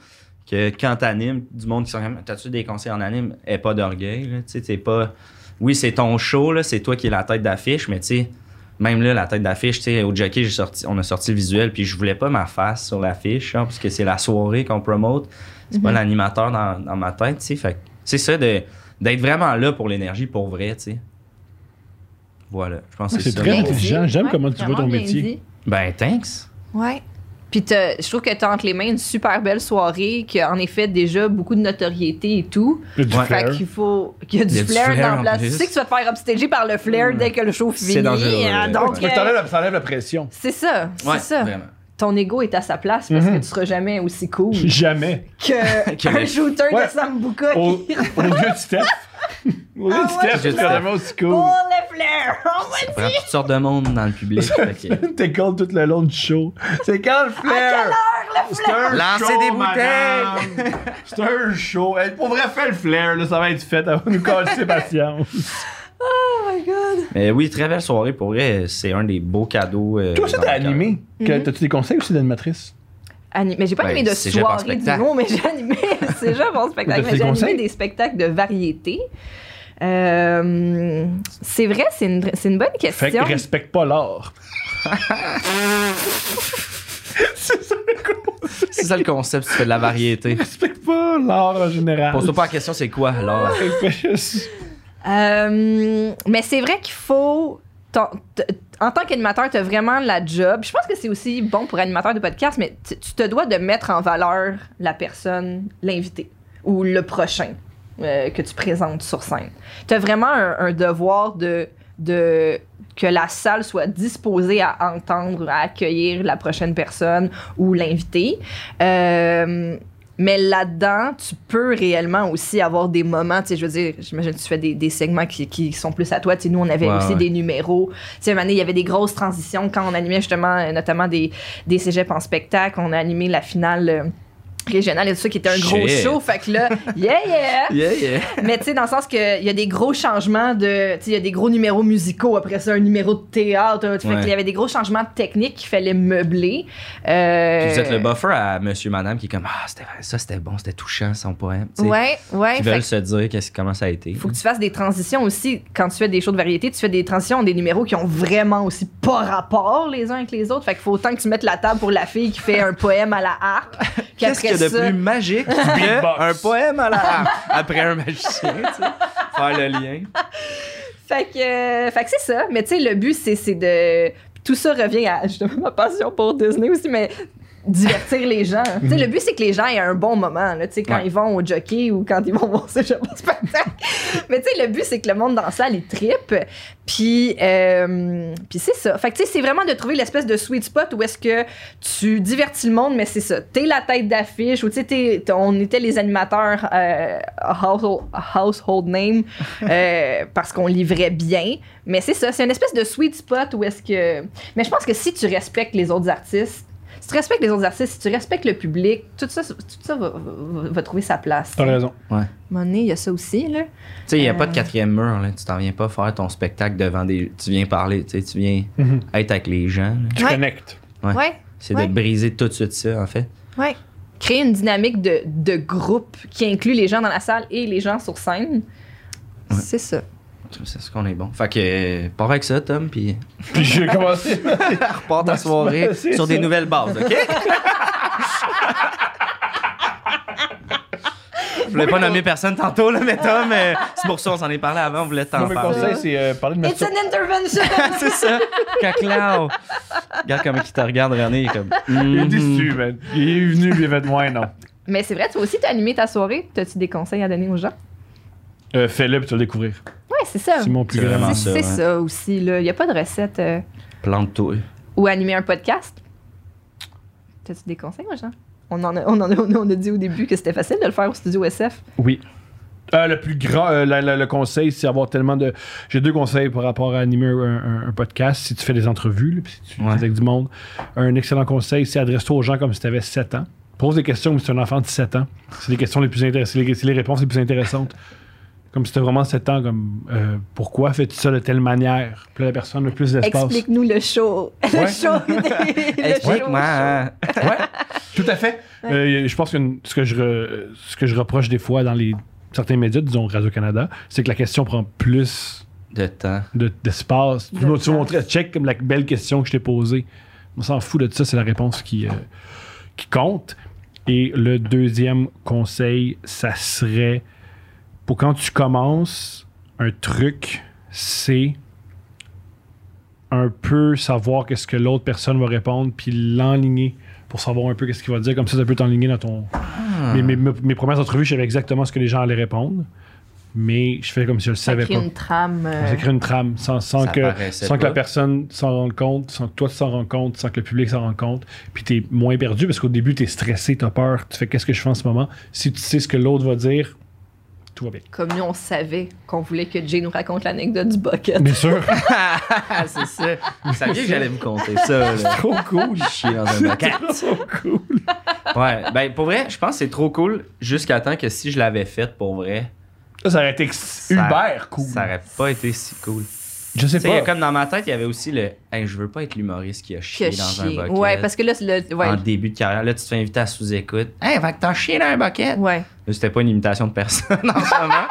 D: que quand t'animes, du monde qui sont comme T'as-tu des conseils en anime Et pas d'orgueil. là, Tu sais, t'es pas. Oui, c'est ton show, là, c'est toi qui es la tête d'affiche, mais tu sais. Même là, la tête d'affiche, tu sais, au jockey, j'ai sorti, on a sorti le visuel, puis je voulais pas ma face sur l'affiche, hein, parce que c'est la soirée qu'on promote. C'est pas l'animateur dans, dans ma tête, tu sais. Fait que c'est ça de- d'être vraiment là pour l'énergie pour vrai, tu sais. Voilà, je pense que c'est
B: C'est
D: ça.
B: très
C: Bien
B: intelligent. J'aime
C: dit.
B: comment tu vois ton
C: vraiment bien
B: métier.
C: dit.
D: Ben, thanks.
C: Ouais. Puis t'as- je trouve que t'as entre les mains une super belle soirée, qui a en effet déjà beaucoup de notoriété et tout.
B: Puis du
D: Ouais.
B: flair.
C: Fait qu'il faut qu'il y a du
D: Il y a du
C: flair,
D: flair
C: dans
D: en
C: la place.
D: plus. Mm.
C: Tu sais que tu vas te faire upstager par le flair dès que le show finit.
D: dangereux,
C: hein,
D: ouais.
C: donc,
B: Tu peux-
C: euh,
B: t'enlèves la- t'enlèves la pression.
C: c'est ça, c'est
D: Ouais,
C: ça.
D: vraiment. Mm-hmm.
C: Ton ego est à sa place parce que tu seras jamais aussi cool
B: Jamais.
C: que
D: Que
C: un
D: le-
C: shooter
B: Ouais.
C: de Sambuca
B: Au,
C: qui
B: au lieu de Steph. Au lieu de
C: Ah ouais,
B: Steph,
D: je
B: c'est
D: sais.
B: vraiment aussi cool.
C: pour le flair. Oh On va
D: Ça prend toutes sortes de monde dans le public. fait que-
B: T'es con tout le long du show. C'est quand le flair? C'est un
D: Lancez
B: show,
D: des
B: madame. C'est un show. Hey, Pour vrai, fais le flair, là, ça va être fait. avant nous coller Sébastien.
C: Oh my god.
D: Mais oui, très belle soirée pour vrai. C'est un des beaux cadeaux. euh,
B: Toi aussi,
D: dans
B: t'as
D: le cœur.
B: animé. Que- T'as-tu des conseils aussi d'animatrice?
C: Ani- mais j'ai pas
D: Ben,
C: animé de
D: c'est Jep en
C: soirée du
D: spectacle.
C: nom, mais j'ai animé, c'est déjà mon spectacle,
B: T'as fait
C: mais j'ai
B: des
C: animé
B: conseils?
C: des spectacles de variété. Euh, c'est vrai, c'est une, c'est une bonne
B: Fait que
C: question.
B: respecte pas l'art.
D: C'est ça le concept, tu fais de la variété.
B: Respecte pas l'art en général.
D: Pose-toi pas la question, c'est quoi alors?
B: Fais juste-
C: Euh, mais c'est vrai qu'il faut. ton- t- en tant qu'animateur, tu as vraiment la job. Je pense que c'est aussi bon pour animateur de podcast, mais tu- tu te dois de mettre en valeur la personne, l'invité ou le prochain euh, que tu présentes sur scène. Tu as vraiment un, un devoir de, de que la salle soit disposée à entendre, à accueillir la prochaine personne ou l'invité. Euh, mais là-dedans, tu peux réellement aussi avoir des moments, tu sais, je veux dire, j'imagine que tu fais des, des segments qui, qui sont plus à toi. Tu sais, nous, on avait
D: Ouais,
C: aussi
D: ouais.
C: des numéros. Tu sais, une année, il y avait des grosses transitions quand on animait justement, euh, notamment des, des cégeps en spectacle. On a animé la finale euh, régionale et tout ça, qui était un gros
D: Shit.
C: show. Fait que là, yeah, yeah!
D: Yeah, yeah.
C: Mais tu sais, dans le sens qu'il y a des gros changements de. Tu sais, il y a des gros numéros musicaux, après ça, un numéro de théâtre. Fait
D: Ouais.
C: qu'il y avait des gros changements techniques qu'il fallait meubler. Euh,
D: Puis vous êtes le buffer à monsieur, madame qui est comme Ah, c'était vrai, ça c'était bon, c'était touchant son poème. tu sais.
C: Ouais, ouais.
D: Qui
C: fait
D: veulent se dire qu'est-ce- comment ça a été.
C: faut que tu fasses des transitions aussi. Quand tu fais des shows de variété, tu fais des transitions, des numéros qui ont vraiment aussi pas rapport les uns avec les autres. Fait qu'il faut autant que tu mettes la table pour la fille qui fait un poème à la harpe. qu'après
D: Qu'est-ce qu'il y a de
C: ça-
D: plus magique que un poème à la harpe après un magicien, tu sais? Faire le lien.
C: Fait que, euh, fait que c'est ça. Mais tu sais, le but, c'est, c'est de. Tout ça revient à justement ma passion pour Disney aussi, mais divertir les gens. Tu sais, le but, c'est que les gens aient un bon moment, là, tu sais, quand
D: Ouais.
C: ils vont au jockey ou quand ils vont voir ce genre de spectacle. mais tu sais, le but, c'est que le monde dans la salle, il trippe. Puis, euh, puis c'est ça. Fait que tu sais, c'est vraiment de trouver l'espèce de sweet spot où est-ce que tu divertis le monde, mais c'est ça. T'es la tête d'affiche ou tu sais, t'es- t'es- on était les animateurs euh, household, household name euh, parce qu'on livrait bien. Mais c'est ça, c'est une espèce de sweet spot où est-ce que. Mais je pense que si tu respectes les autres artistes, si tu respectes les autres artistes, si tu respectes le public, tout ça, tout ça va, va- va trouver sa place.
B: T'as raison.
C: Monnaie, il y a ça aussi, là.
D: Tu sais, il n'y a pas de
C: Euh.
D: quatrième mur, là. Tu t'en viens pas faire ton spectacle devant des. Tu viens parler, tu sais, tu viens
B: Mhm.
D: être avec les gens. là.
B: Tu
C: Ouais.
B: connectes.
D: Ouais.
C: Ouais,
D: C'est
C: Ouais.
D: de briser tout de suite ça, en fait.
C: ouais. Créer une dynamique de, de groupe qui inclut les gens dans la salle et les gens sur scène.
D: Ouais.
C: C'est ça.
D: C'est ce qu'on est bon. Fait que, euh, pars avec ça, Tom, puis
B: Puis j'ai commencé.
D: repars ta soirée
B: c'est
D: sur des
B: ça.
D: nouvelles bases, OK? Je voulais pas nommer personne tantôt, là, mais Tom, euh, c'est pour ça qu'on s'en est parlé avant, on voulait
B: Mon
D: t'en parler.
B: conseil, c'est euh, parler de
C: It's
B: masturbation.
C: an intervention!
D: c'est ça, Caclao. Regarde comment il te regarde, René, il est comme...
B: Il est
D: Mhm.
B: déçu, man. Il est venu, puis il a fait moins, non.
C: Mais c'est vrai, toi aussi, t'as animé ta soirée. T'as-tu des conseils à donner aux gens?
B: Euh, Fais-le, puis tu vas le découvrir.
C: Ouais, c'est ça.
B: C'est mon plus
D: C'est
B: grand.
D: vraiment-
C: C'est
D: ça,
C: c'est
D: ouais.
C: ça aussi, là. Il n'y a pas de recette. euh,
D: Plante-toi.
C: ou animer un podcast. T'as-tu des conseils, moi, Jean? On en, a, on, en a, on a dit au début que c'était facile de le faire au studio SF.
B: Oui. Euh, le plus grand, euh, la- la- le conseil, c'est avoir tellement de. J'ai deux conseils par rapport à animer un, un- un podcast. Si tu fais des entrevues, là, puis si tu
D: Ouais.
B: fais avec du monde, un excellent conseil, c'est adresse-toi aux gens comme si tu avais 7 ans. Pose des questions comme si tu es un enfant de 7 ans. C'est les questions les plus intéressantes, c'est les, c'est les réponses les plus intéressantes. Comme si tu vraiment 7 ans, comme euh, pourquoi fais-tu ça de telle manière Puis là, la personne a plus d'espace.
C: Explique-nous le show. Le
B: Ouais.
C: show. des- le show.
D: Explique-moi. hein.
B: Tout à fait. Euh, je pense que ce que je, re- ce que je reproche des fois dans les certains médias, disons Radio-Canada, c'est que la question prend plus
D: De temps.
B: de- d'espace.
C: De
B: tu m'as- tu m'as
C: temps.
B: montré, check comme la belle question que je t'ai posée. On s'en fout de ça, c'est la réponse qui, euh, qui compte. Et le deuxième conseil, ça serait pour quand tu commences, un truc, c'est un peu savoir qu'est-ce que l'autre personne va répondre, puis l'enligner pour savoir un peu qu'est-ce qu'il va dire. Comme ça, ça peut t'enligner dans ton.
C: Ah.
B: Mes, mes, mes- mes premières entrevues, je savais exactement ce que les gens allaient répondre, mais je fais comme si je le
C: Ça
B: savais
C: crée
B: pas.
C: une trame. euh,
B: Ça crée une trame sans, sans,
D: Ça
B: que,
D: paraissait
B: sans que
D: pas.
B: la personne s'en rende compte, sans que toi tu s'en rends compte, sans que le public s'en rende compte. Puis t'es moins perdu parce qu'au début t'es stressé, t'as peur, tu fais qu'est-ce que je fais en ce moment. Si tu sais ce que l'autre va dire, tout va bien.
C: Comme nous, on savait qu'on voulait que Jay nous raconte l'anecdote du bucket.
B: Bien sûr,
D: Ah, c'est ça. Vous saviez que j'allais vous compter ça, là.
B: trop cool.
D: Chier dans un bac.
B: Trop cool.
D: Ouais, ben pour vrai, je pense que c'est trop cool jusqu'à temps que si je l'avais faite pour vrai,
B: Ça, ça aurait été
D: ça-
B: Uber cool.
D: Ça aurait pas été si cool.
B: Je sais
D: Tu sais, il y a
B: pas.
D: comme dans ma tête, il y avait aussi le hey, je veux pas être l'humoriste qui a
C: Qui
D: chié
C: a
D: dans
C: chié.
D: un bucket.
C: Ouais, parce que là, c'est le- ouais.
D: En début de carrière, là, tu te fais inviter à sous-écoute. Hey, va que t'as chié dans un bucket.
C: Ouais.
D: Mais C'était pas une imitation de personne en ce moment.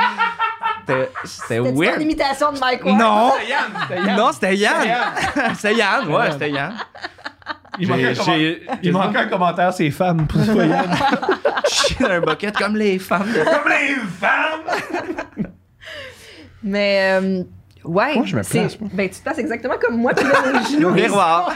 D: C'était- C'était
C: C'était une
D: weird.
C: imitation de Mike Ward.
D: Non!
B: Yann.
D: Non, c'était Yann! C'était Yann, ouais, c'était Yann.
B: Il manquait un
D: J'ai-
B: comment- Il manquait un commentaire, c'est femme. Pour ça, Yann.
D: Chier dans un bucket comme les femmes. de-
C: Mais euh, ouais.
G: Moi, je me
C: c'est-
G: place, moi.
C: Ben, tu te places exactement comme moi, puis là, nos genoux,
D: Au
C: ils
D: miroir.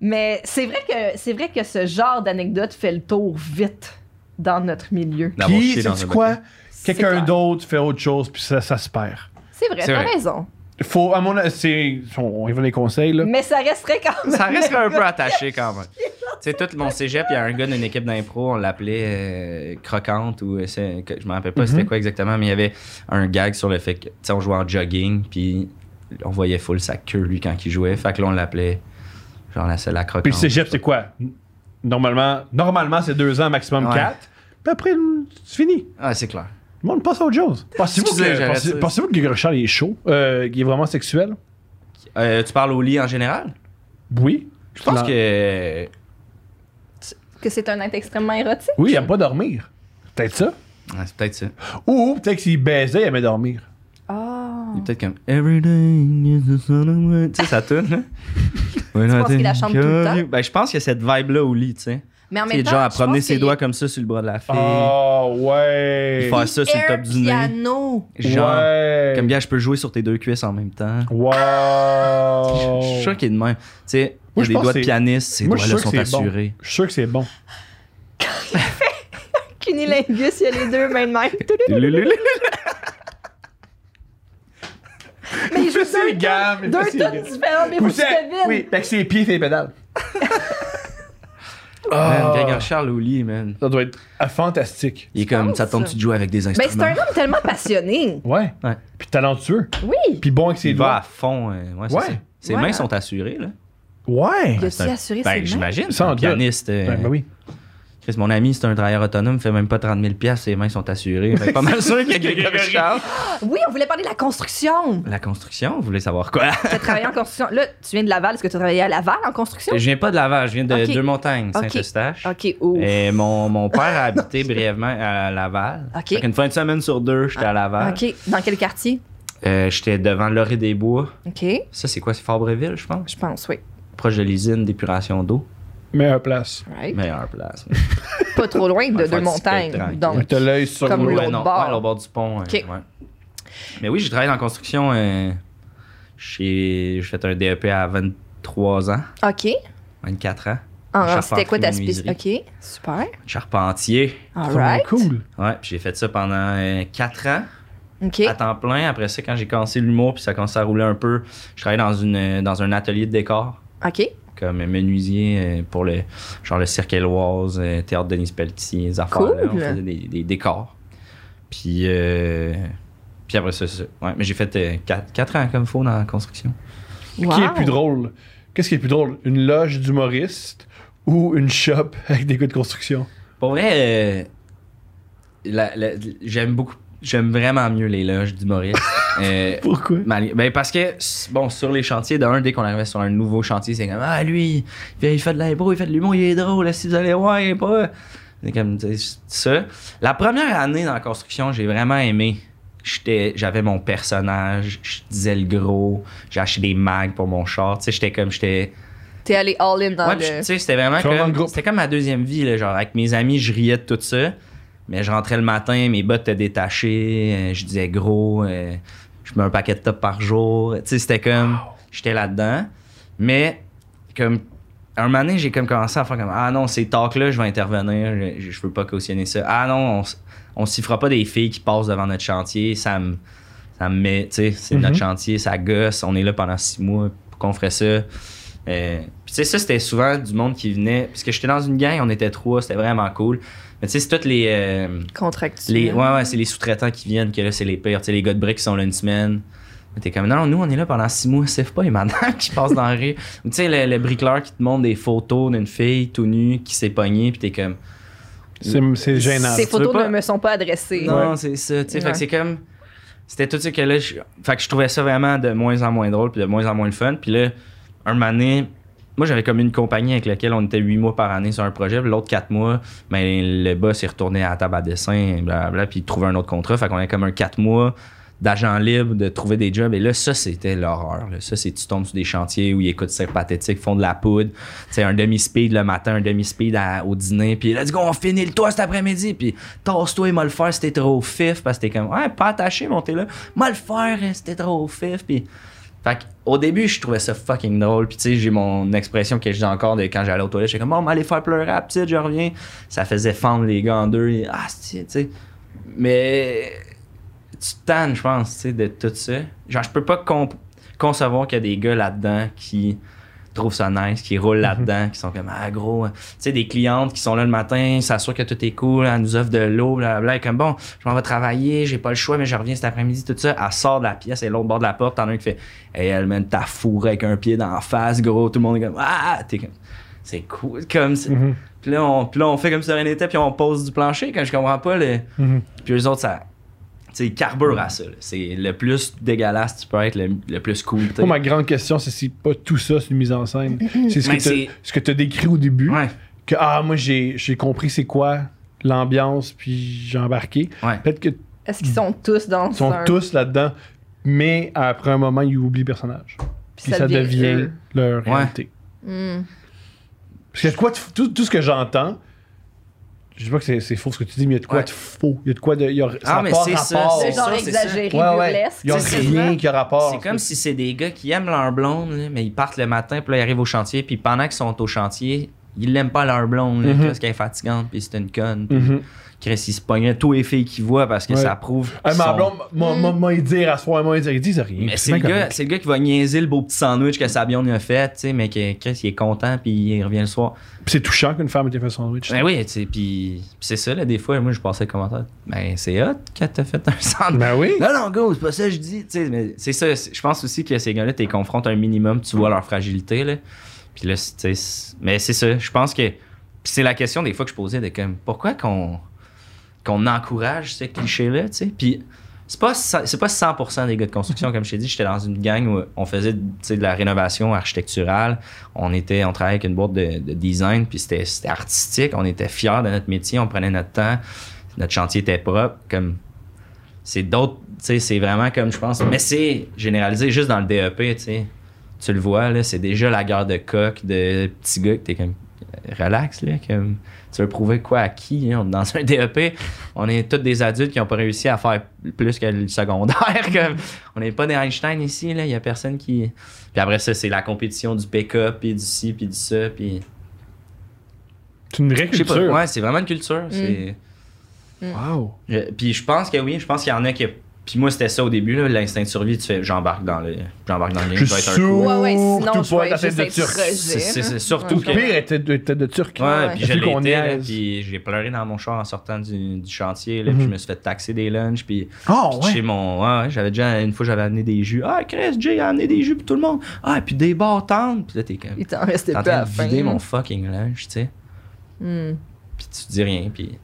C: Mais c'est vrai que c'est vrai que ce genre d'anecdote fait le tour vite dans notre milieu.
D: D'avoir
B: Puis,
D: chié dans
B: sais-tu
D: un
B: quoi?
D: bucket.
C: C'est
B: Quelqu'un
C: clair.
B: d'autre fait autre chose, puis ça, ça se perd.
C: C'est vrai,
D: C'est
C: t'as
D: vrai.
C: raison.
B: Faut, à mon avis, c'est- on, on y va les conseils, là.
C: Mais ça resterait quand même.
D: Ça reste un peu attaché quand même. Tu sais, tout mon cégep, il y a un gars d'une équipe d'impro, on l'appelait euh, Croquante ou. euh, c'est- que- je me rappelle pas c'était quoi exactement, mais il y avait un gag sur le fait que. Tu sais, on jouait en jogging, puis on voyait full sa queue, lui, quand il jouait. Fait que là, on l'appelait. Genre, la, c'est la croquante.
B: Puis le cégep, c'est quoi? Normalement, normalement c'est deux ans, maximum
D: Ouais.
B: quatre. Puis après, c'est fini.
D: Ah, c'est clair.
B: Le monde passe à autre chose. Pensez-vous
D: Excusez,
B: que,
D: j'arrête
B: pensez-
D: ça.
B: pensez-vous que Guy Richard il est chaud? Euh, il est vraiment sexuel?
D: Euh, tu parles au lit en général?
B: Oui.
D: Je pense
B: Non.
D: que. euh,
C: Que c'est un acte extrêmement érotique.
B: Oui, il aime pas dormir. Peut-être ça.
D: Ouais, c'est peut-être ça.
B: Ou peut-être que s'il baisait, il aimait dormir.
C: Ah.
D: Il est peut-être comme Everything is the sun of my- Tu sais, ça tourne, là. tu
C: penses qu'il la chante tout le temps?
D: Ben, je pense qu'il y a cette vibe-là au lit, tu sais.
C: Mais en
D: Tu sais,
C: même temps,
D: genre à
C: je
D: promener
C: pense
D: ses
C: qu'il
D: doigts comme ça sur le bras de la fille. Ah,
B: Oh, ouais.
D: faire ça
C: y a
D: sur le
C: air
D: top du nez.
C: piano.
D: Genre,
B: Ouais.
D: comme gars, je peux jouer sur tes deux cuisses en même temps.
B: Wow.
D: Je suis sûr qu'il est de même. Tu sais, il
B: Oh. Moi,
D: y a
B: je
D: des
B: pense
D: doigts
B: que
D: de
B: c'est-
D: pianiste, ces
B: Moi, je suis
D: doigts-là
B: sûr
D: sont
B: que c'est bon.
D: assurés.
B: Je suis sûr que c'est bon.
C: Cunilingus, il y a les deux mains de même. Mais il joue
B: Poussez les
C: deux
B: gammes,
C: tonnes, deux
B: poussez les
C: tonnes
B: gammes.
C: différentes, mais vous
B: Poussez-
C: devine.
B: Oui, avec ses pieds, fait les pédales.
D: Man,
B: Ah.
D: Regarde Charles au lit, man.
B: Ça doit être ah, fantastique.
D: Il est comme,
C: penses?
D: ça tombe, tu de jouer avec des
C: Ben, c'est
D: instruments.
C: un homme tellement passionné.
B: Ouais.
D: Ouais.
B: Puis talentueux.
C: Oui.
B: Puis bon avec ses
D: Il va
B: doigts.
D: à fond. euh, ouais, c'est
B: Ouais.
D: ça. Ses
C: Ouais.
D: mains sont assurées, là.
B: Ouais.
C: Il a-tu
D: c'est un-
C: assuré
D: Ben,
C: ses mains?
D: j'imagine.
B: Sans
D: Sans
B: doute.
D: pianiste. euh,
B: Ben, ben oui.
D: Chris, mon ami, c'est un travailleur autonome, fait même pas 30 000 piastres, ses mains sont assurées. Fait que pas mal sûr qu'il y a quelqu'un comme Charles.
C: Oui, on voulait parler de la construction.
D: La construction, vous voulez savoir quoi?
C: Tu as travaillé en construction. Là, tu viens de Laval. Est-ce que tu as travaillé à Laval en construction?
D: je viens pas de Laval, je viens de
C: Ok.
D: Deux-Montagnes,
C: Ok.
D: Saint-Eustache.
C: OK, ouf.
D: Et mon, mon père a habité brièvement à Laval.
C: Ok. Ah,
D: Fait qu'une fin de semaine sur deux, j'étais à Laval.
C: OK. Dans quel quartier?
D: Euh, j'étais devant Lorée des Bois.
C: OK.
D: Ça, c'est quoi? C'est Fabreville, je pense.
C: Je pense, oui.
D: Proche de l'usine d'épuration d'eau.
B: Meilleure place.
C: Right.
D: Meilleure place.
C: Pas trop loin de
D: Faut
C: deux
D: anticiper,
C: montagnes.
D: tranquille.
C: Donc,
B: T'as l'œil sur
C: Comme
B: le-
C: l'autre
D: non,
C: bord.
D: ouais, l'autre bord du pont. euh,
C: Ok.
D: ouais. Mais oui, j'ai travaillé dans la construction. euh, j'ai j'ai fait un DEP à 23 ans,
C: OK.
D: quatre ans.
C: Ah,
D: Charpentier,
C: C'était quoi ta spécialité?
D: menuiserie.
C: OK. Super.
D: Charpentier.
C: All
B: Vraiment
C: right.
B: Cool.
D: Ouais, puis j'ai fait ça pendant 4 ans
C: OK.
D: à temps plein. Après ça, quand j'ai commencé l'humour, puis ça a commencé à rouler un peu, je travaillais dans, une, euh, dans un atelier de décor
C: OK.
D: comme menuisier euh, pour le genre le Cirque Éloise, euh, Théâtre Denise Pelletier, les affaires là, on
C: Cool.
D: faisait des, des décors. Puis, euh, puis après ça, c'est ça. Ouais, mais j'ai fait 4, ans comme faux dans la construction.
B: Qui
C: Wow.
B: est plus drôle Qu'est-ce qui est plus drôle Une loge d'humoriste ou une shop avec des gars de construction
D: Pour vrai, euh, la- la- j'aime beaucoup, j'aime vraiment mieux les loges d'humoristes. Euh,
B: Pourquoi
D: Malgré- Ben parce que, bon, sur les chantiers, d'un, dès qu'on arrivait sur un nouveau chantier, c'est comme Ah, lui, il fait- il fait de l'impro, il fait de l'humour, il est drôle, si vous allez voir, il est pas. C'est comme tu sais, ça. La première année dans la construction, j'ai vraiment aimé. J'étais, j'avais mon personnage, je disais le gros, j'ai acheté des mags pour mon char. Tu sais, j'étais comme, j'étais.
C: T'es allé all-in dans
D: Ouais, puis
C: le...
D: tu sais, c'était vraiment
B: Comme dans le
D: comme.
B: groupe.
D: C'était comme ma deuxième vie, là, genre, avec mes amis, je riais de tout ça. Mais je rentrais le matin, mes bottes étaient détachées, euh, je disais gros, euh, je mets un paquet de top par jour. Tu sais, c'était comme. J'étais là-dedans. Mais, comme. à un moment donné, j'ai comme commencé à faire comme Ah non, ces talks-là, je vais intervenir, je, je peux pas cautionner ça. Ah non, on, s- on s'y fera pas des filles qui passent devant notre chantier, ça me, ça me met, tu sais, c'est notre chantier, ça gosse, on est là pendant six mois, qu'on ferait ça. Euh, puis tu sais, ça, c'était souvent du monde qui venait, puisque j'étais dans une gang, on était trois, c'était vraiment cool. Mais tu sais, c'est toutes les. euh,
C: Contractuel.
D: les, ouais, ouais, c'est les sous-traitants qui viennent, que là, c'est les pires. Tu sais, les gars de briques qui sont là une semaine. Mais T'es comme, non, non, nous, on est là pendant six mois, c'est pas les madames qui passent dans la rue. Ou tu sais, le, le bricoleur qui te montre des photos d'une fille tout nue qui s'est pognée, puis t'es comme,
B: C'est c'est gênant.
C: Ces
B: Tu veux
C: photos
B: pas-
C: ne me sont pas adressées.
D: non, c'est ça. Tu sais, fait
C: Ouais.
D: que c'est comme. C'était tout ce que là. Je, fait que je trouvais ça vraiment de moins en moins drôle, puis de moins en moins le fun. Puis là, un moment donné, moi, j'avais comme une compagnie avec laquelle on était huit mois par année sur un projet, puis l'autre quatre mois, mais le boss est retourné à la table à dessin, blablabla, puis il trouvait un autre contrat. Fait qu'on avait comme un quatre mois d'agents libres, de trouver des jobs. Et là, ça, c'était l'horreur. là. Ça, c'est tu tombes sur des chantiers où ils écoutent c'est pathétique, font de la poudre. Tu sais, un demi-speed le matin, un demi-speed à- au dîner. Puis let's go, on finit le toit cet après-midi. Puis tasse-toi et m'a le faire si t'es trop fif. Parce que t'es comme, ouais, pas attaché, montez là. M'a le faire euh, si t'es trop fif. Puis. Fait que, au début, je trouvais ça fucking drôle. Puis, tu sais, j'ai mon expression que j'ai encore de quand j'allais aux toilettes. J'étais comme, bon, on va aller faire pleurer à la petite, je reviens. Ça faisait fendre les gars en deux. Et, ah, c'est- tu sais. Mais tu te tannes, je pense, tu sais, de tout ça. Genre, je peux pas comp- concevoir qu'il y a des gars là-dedans qui trouvent ça nice, qui roulent là-dedans, qui sont comme, ah, gros, tu sais, des clientes qui sont là le matin, s'assurent que tout est cool, elle nous offre de l'eau, blablabla, et comme, bon, je m'en vais travailler, j'ai pas le choix, mais je reviens cet après-midi, tout ça. Elle sort de la pièce, et l'autre bord de la porte, t'en as un qui fait, hey, elle mène ta fourré avec un pied dans la face, gros, tout le monde est comme, ah, t'es comme, c'est cool, comme, c'est- puis, là, on, puis là, on fait comme si de rien n'était, puis on pose du plancher, quand je comprends pas, le... puis eux autres, ça tu sais, ils carburent à ça. là. C'est le plus dégueulasse tu peux être, le, le plus cool. tu sais.
B: Moi, ma grande question, c'est si pas tout ça, c'est une mise en scène. C'est ce
D: Mais
B: que
D: c'est-
B: t'as- ce que tu as décrit au début.
D: Ouais.
B: Que, ah, moi, j'ai j'ai compris c'est quoi l'ambiance, puis j'ai embarqué.
D: Ouais.
B: Peut-être que
C: Est-ce qu'ils sont tous dans
B: Ils sont
C: un...
B: tous là-dedans, mais après un moment, ils oublient le personnage. Puis ça, devient,
C: eux.
B: leur
D: Ouais.
B: réalité.
C: Hmm.
B: Parce que de quoi de f- tout, tout ce que j'entends, je sais pas que c'est- c'est faux ce que tu dis, mais il y a de quoi
D: Ouais.
B: de faux. Il y a de quoi de. il Y a,
D: Ah, mais
B: pas
D: c'est ça,
B: rapport.
C: C'est
D: ça,
C: genre
D: c'est ça.
C: exagéré,
B: Ouais, ouais.
C: burlesque.
B: Il y a
D: C'est-
B: rien qui a rapport.
D: C'est comme si c'est des gars qui aiment leur blonde, là, mais ils partent le matin, puis là, ils arrivent au chantier, puis pendant qu'ils sont au chantier, ils l'aiment pas leur blonde, là,
B: Mhm.
D: parce qu'elle est fatigante, puis c'est une conne. puis
B: Mhm.
D: Chris, ils se pognent tous les filles qu'ils voient parce que
B: Ouais.
D: ça prouve.
B: Ah,
D: qu'ils
B: mais en
D: sont-
B: blond, moi, moi, moi, ils disent à ce moment, moi, ils disent- ils disent rien.
D: Mais c'est le,
B: bien
D: gars,
B: correct.
D: c'est le gars qui va niaiser le beau petit sandwich que Sabion lui a fait, tu sais, mais que Chris, il est content, puis il revient le soir.
B: Puis c'est touchant qu'une femme ait fait un sandwich.
D: Ben oui, tu sais, puis puis c'est ça, là, des fois, moi, je passais le commentaire. Ben, c'est hot que t'as fait un sandwich.
B: Ben oui.
D: Non, non, go, c'est pas ça que je dis. Tu sais, mais c'est ça. c'est- Je pense aussi que ces gars-là, tu les confrontes un minimum, tu vois leur fragilité. Là. Puis là, c'est- tu sais, c'est- mais c'est ça. Je pense que. Puis c'est la question des fois que je posais de comme, pourquoi qu'on qu'on encourage ce cliché-là, tu sais? Puis c'est pas, cent- c'est pas 100% des gars de construction, comme je t'ai dit. J'étais dans une gang où on faisait tu sais, de la rénovation architecturale. On, était, on travaillait avec une boîte de, de design, puis c'était c'était artistique. On était fiers de notre métier, on prenait notre temps. Notre chantier était propre. Comme c'est d'autres, tu sais, c'est vraiment comme je pense, mais c'est généralisé juste dans le DEP, tu sais. Tu le vois, là, c'est déjà la guerre de coq, de petits gars que t'es comme euh, relax, là, comme tu veux prouver quoi à qui, là? On est dans un DEP, on est tous des adultes qui n'ont pas réussi à faire plus que le secondaire, comme on n'est pas des Einstein ici, là, il y a personne qui. Puis après ça, c'est la compétition du pick-up, puis du ci, puis du ça, puis.
B: C'est une vraie
D: Je sais pas,
B: culture.
D: ouais, c'est vraiment une culture,
C: Mm.
D: c'est.
B: Wow.
D: Je- puis je pense que oui, je pense qu'il y en a qui. Puis moi, c'était ça au début, là, l'instinct de survie, tu fais j'embarque dans le. J'embarque dans le game,
B: Je
D: je vais
B: suis
D: être un
B: sûr.
D: coup.
C: Ouais, ouais, sinon
B: Tout
C: je
B: pour
C: vais
B: être la
C: juste
B: tête de
C: être
B: Turc.
C: rejet,
D: C'est- c'est-
C: là.
D: c'est surtout
C: Ouais.
B: Tout pire était de, était de turc.
D: Ouais, puis je
B: Depuis qu'on
D: l'étais, là,
B: niaise.
D: puis j'ai pleuré dans mon char en sortant du, du chantier, là, puis je me suis fait taxer des lunchs, puis
B: Oh, Mm-hmm. ouais.
D: chez mon... Ouais, ouais, j'avais déjà... Une fois, j'avais amené des jus. Ah, Chris, Jay a amené des jus pour tout le monde. Ah, puis des bars tendres. Puis là, t'es comme...
C: Il t'en restait
D: T'es en
C: pas à
D: train
C: la
D: de
C: fin.
D: vider mon fucking lunch, tu sais.
C: Hmm.
D: Puis tu dis rien, puis...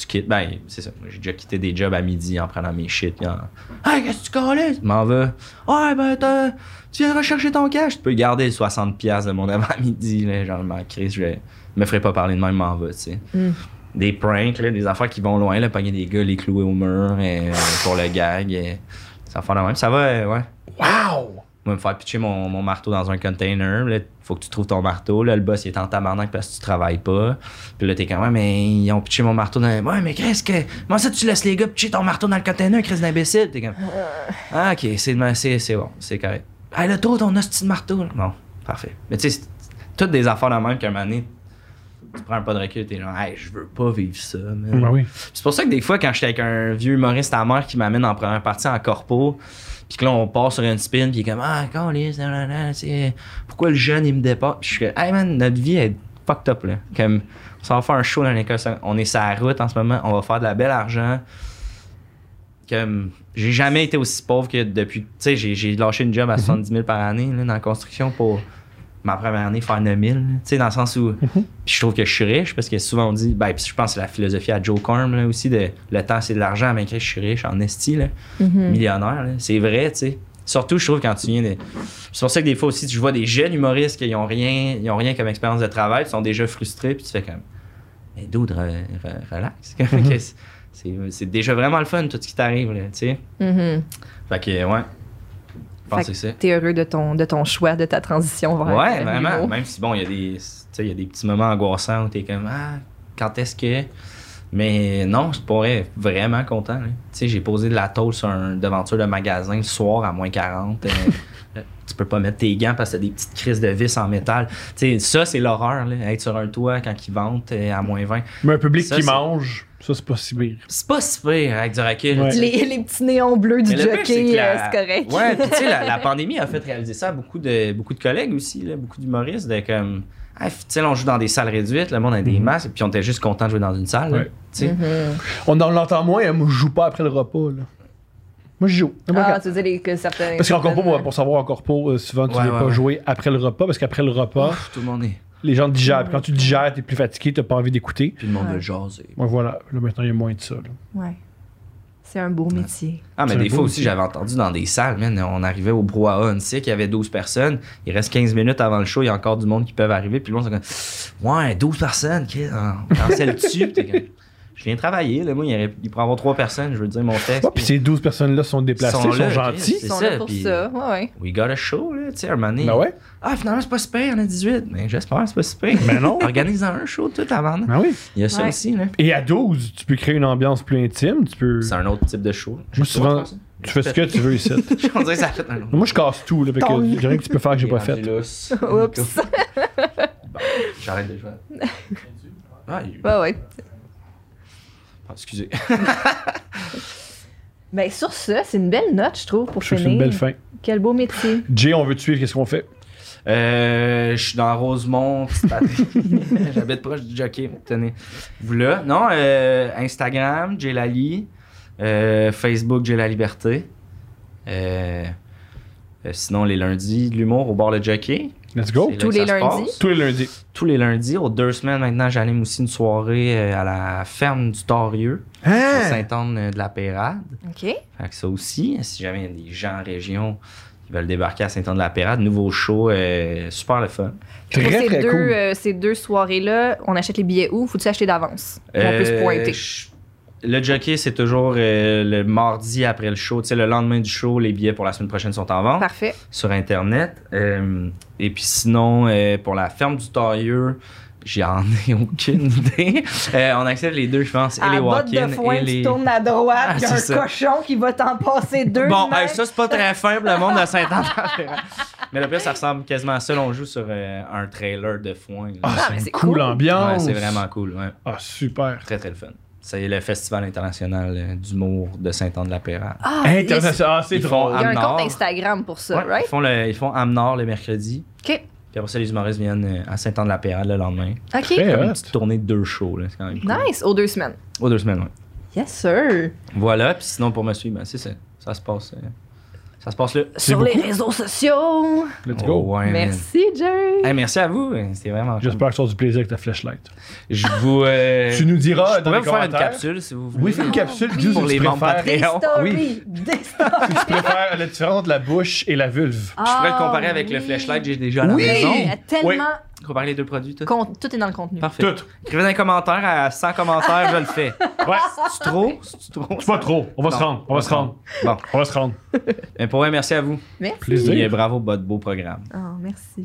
D: Tu quittes, ben, c'est ça. Moi, J'ai déjà quitté des jobs à midi en prenant mes shit. puis en- Hey, qu'est-ce que tu colles? M'en va. Ouais, ben, t'as- tu viens de rechercher ton cash. Tu peux garder les 60$ de mon avant-midi, là. Genre, je m'en crisse, je me ferai pas parler de même, m'en va, tu sais.
C: Mm.
D: Des pranks, là, des affaires qui vont loin, là, pogner des gars, les clouer au mur euh, pour le gag. et ça fait de même. Ça va, euh, ouais.
B: Wow.
D: Moi, me faire pitcher mon, mon marteau dans un container. Là, faut que tu trouves ton marteau. Là, le boss, il est en tabarnak parce que tu travailles pas. Puis là, t'es quand même, mais ils ont pitché mon marteau dans. Ouais, mais qu'est-ce que. Comment ça, tu laisses les gars pitcher ton marteau dans le container, crise d'imbécile? T'es comme. Ah, ok, c'est, c'est, c'est bon, c'est correct. Ah, là, trouve ton hostie de marteau. là. Non, parfait. Mais tu sais, c'est- toutes des affaires de même qu'à un moment donné, tu prends un pas de recul, t'es genre, hey, je veux pas vivre ça, man.
B: Ben oui.
D: Puis C'est pour ça que des fois, quand j'étais avec un vieux humoriste à mort qui m'amène en première partie en corpo, puis que là, on part sur une spin, puis il est comme Ah, câlisse, nanana, c'est pourquoi le jeune, il me dépasse. Puis je suis comme Hey man, notre vie est fucked up, là. Comme, on s'en va faire un show dans l'école, secondaire. on est sur la route en ce moment, on va faire de la belle argent. Comme, j'ai jamais été aussi pauvre que depuis. Tu sais, j'ai- j'ai lâché une job à 70 000 par année, là, dans la construction pour ma première année faire 9000 là. tu sais dans le sens où puis je trouve que je suis riche parce que souvent on dit ben puis je pense que c'est la philosophie à Joe Corm là, aussi de le temps c'est de l'argent mais Chris, je suis riche en esti là, millionnaire là. c'est vrai tu sais surtout je trouve quand tu viens de c'est pour ça que des fois aussi tu vois des jeunes humoristes qui ont rien ils ont rien comme expérience de travail ils sont déjà frustrés puis tu fais comme mais dude re- re- relax Comme que c'est- c'est c'est déjà vraiment le fun tout ce qui t'arrive là, tu sais
C: Mhm.
D: fait que ouais je pense
C: Fait
D: que c'est ça
C: T'es heureux de ton, de ton choix, de ta transition vers
D: Ouais,
C: euh,
D: vraiment.
C: l'humour.
D: Même si, bon, il y, a des- tu sais, il y a des petits moments angoissants où t'es comme, ah, quand est-ce que. Mais non, je pourrais être vraiment content. là. Tu sais, j'ai posé de la tôle sur un devanture de magasin le soir à moins 40. euh, tu peux pas mettre tes gants parce que t'as des petites crises de vis en métal. Tu sais, ça, c'est l'horreur, là, être sur un toit quand il vente euh, à moins 20.
B: Mais un public
D: Ça,
B: qui
D: c'est-
B: mange, ça, c'est pas si pire.
D: C'est pas si pire avec du recul.
B: Ouais.
D: tu sais.
C: Les, les petits néons bleus du
D: Mais le pire, c'est
C: jockey,
D: que
C: euh,
D: la-
C: c'est correct.
D: Ouais, puis tu sais, la, la pandémie a fait réaliser ça à beaucoup de, beaucoup de collègues aussi, là, beaucoup d'humoristes, de comme. Ah, tu sais, là, on joue dans des salles réduites, le monde a des masques, puis on était juste content de jouer dans une salle. là,
B: Ouais.
D: tu
C: Mhm.
D: sais.
C: Hmm.
B: On en l'entend moins, hein, moi, je joue pas après le repas. Là. Moi, je joue. N'importe
C: Ah,
B: quand.
C: tu disais les- que certains.
B: Parce qu'en corpo,
C: certaines-
B: pour, pour savoir en corpo, euh, souvent, tu
D: Ouais,
B: ne veux
D: ouais,
B: pas
D: ouais.
B: jouer après le repas, parce qu'après le repas,
D: Ouf, tout le monde est.
B: les gens digèrent. Puis Quand tu digères, t'es plus fatigué, t'as pas envie d'écouter.
D: Puis le monde
C: Ouais.
D: le jase. et-
B: Ouais, voilà. Là, maintenant, il y a moins de ça. là.
C: Ouais. C'est un beau métier.
D: Ah, mais
B: C'est
D: des
B: beau
D: fois
B: aussi.
D: aussi, j'avais entendu dans des salles, man, on arrivait au brouhaha, on sait qu'il y avait 12 personnes, il reste 15 minutes avant le show, il y a encore du monde qui peuvent arriver, puis le monde, c'est comme, ouais, 12 personnes, Chris, on cancelle-tu? Puis t'es comme, je viens travailler, là, moi, il, y aurait- il pourrait y avoir 3 personnes, je veux dire mon texte.
B: Ouais, puis ces 12 personnes-là sont déplacées,
D: Sont
B: sont,
D: là,
B: gentilles.
D: C'est
C: Ils sont
D: ça,
C: là pour
D: puis-
C: ça. Ouais, ouais.
D: We got a show, là, tu sais, un moment donné.
B: Ben ouais.
D: Ah, finalement, c'est pas super, on a 18. Mais j'espère, c'est pas super.
B: Ben non.
D: Organise un show tout avant. hein.
B: Ben oui.
D: Il y a ça
C: Ouais.
D: aussi, là.
B: Et à 12, tu peux créer une ambiance plus intime. Tu peux.
D: C'est un autre type de show.
B: Moi, souvent, tu fais ce que tu veux ici.
D: On dirait que ça fait un autre.
B: Moi, je casse tout. Là, fait que y a rien que tu peux faire que j'ai pas fait.
C: Oups.
D: J'arrête de jouer. Ah, il-
C: Ouais, ouais.
D: Ah, excusez.
C: Ben, sur ce, c'est une belle note, je trouve, pour
B: Je trouve que
C: finir.
B: c'est une belle fin.
C: Quel beau métier.
B: Jay, on veut te suivre. Qu'est-ce qu'on fait?
D: Euh, je suis dans Rosemont, petite patrie. J'habite proche du jockey. Tenez. Vous là. Non, euh, Instagram, j'ai la Lie. Euh, Facebook, j'ai la liberté. Euh, euh, sinon, les lundis, de l'humour au bord le jockey.
B: Let's go.
D: C'est là
C: Tous
D: que
C: les
D: ça se
C: lundis?
D: passe.
B: Tous les lundis.
D: Tous les lundis, aux deux semaines maintenant, j'anime aussi une soirée euh, à la ferme du Torieux,
B: Ah!
D: à Sainte-Anne euh, de la Pérade.
C: OK.
D: Fait que ça aussi, euh, si jamais il y a des gens en région qui veulent débarquer à Sainte-Anne-de-la-Pérade, nouveau show, euh, super le fun.
B: Très,
C: pour ces,
B: très
C: deux,
B: cool.
C: euh, ces deux soirées-là, on achète les billets où? Faut-tu acheter d'avance? Puis On peut se
D: Euh,
C: pointer.
D: je- Le jockey, c'est toujours euh, le mardi après le show. Tu sais, le lendemain du show, les billets pour la semaine prochaine sont en vente.
C: Parfait.
D: sur Internet. Euh, et puis sinon, euh, pour la ferme du Tailleux, j'en ai aucune idée. Euh, on accepte les deux, je pense, et
F: À
D: les
F: botte de
D: walk-in
F: foin,
D: et les...
F: tu tournes à droite,
D: Ah,
F: il y a
D: c'est
F: un
D: ça.
F: cochon qui va t'en passer deux.
D: Bon,
F: de même.
D: hey, ça, c'est pas très fin pour le monde de Saint-Anne. Mais le pire, ça ressemble quasiment à ça. Là, On joue sur euh, un trailer de foin. là.
B: Ah,
C: mais
B: c'est
C: c'est
B: une cool
C: cool.
D: Ouais,
B: ambiance.
D: c'est vraiment cool. ouais.
B: Ah, super.
D: Très, très le fun. C'est le Festival international euh, d'humour de Sainte-Anne-de-la-Pérade.
C: Ah,
B: International. Ah, c'est
D: Ils
B: drôle.
D: font
C: Il y a un
D: Amnor.
C: compte Instagram pour ça,
D: Ouais,
C: right?
D: ils, font le, ils font Amnor le mercredi.
C: OK.
D: Puis après ça, les humoristes viennent euh, à Saint-Anne-de-la-Pérade le lendemain.
C: OK.
B: Très
D: Comme
B: hot.
D: une petite tournée de deux shows, là. C'est quand même cool.
C: Nice. Aux deux semaines.
D: Aux deux semaines, ouais.
C: Yes, sir.
D: Voilà, puis sinon, pour me suivre, ben, c'est ça. Ça se passe. euh, ça se passe là.
C: Sur les réseaux sociaux.
B: Let's go.
D: Oh, ouais, man.
C: Merci, Jerry.
D: Hey, merci à vous. euh, C'était vraiment cool.
B: J'espère que tu as du plaisir avec ta flashlight.
D: Je vous. euh,
B: Tu nous diras
D: je
B: dans les
D: pourrais vous faire une
B: commentaires.
D: capsule si vous voulez.
B: Oui, fais une capsule. Dis
D: Pour
B: ce que
D: les
B: tu
D: membres
B: préfères.
F: Des
D: Patreon.
F: stories,
B: Oui.
F: des stories.
B: Si tu préfères la différence entre la bouche et la vulve.
D: Je pourrais le
C: Ah,
D: comparer avec le flashlight que j'ai déjà à la
B: Oui.
D: maison.
C: Tellement.
D: Comparer les deux produits, tout.
C: con- Tout est dans le contenu.
D: Parfait.
B: Tout.
D: Écrivez dans les commentaires à 100 commentaires, je le fais.
B: Ouais.
D: C'est trop? C'est trop?
B: C'est pas trop. On va
D: Non.
B: se rendre. On va se rendre.
D: Bon.
B: On va se rendre.
D: Mais pour vrai, merci à vous.
C: Merci.
B: Plaisir.
D: Et bravo, votre beau programme.
C: Oh, merci.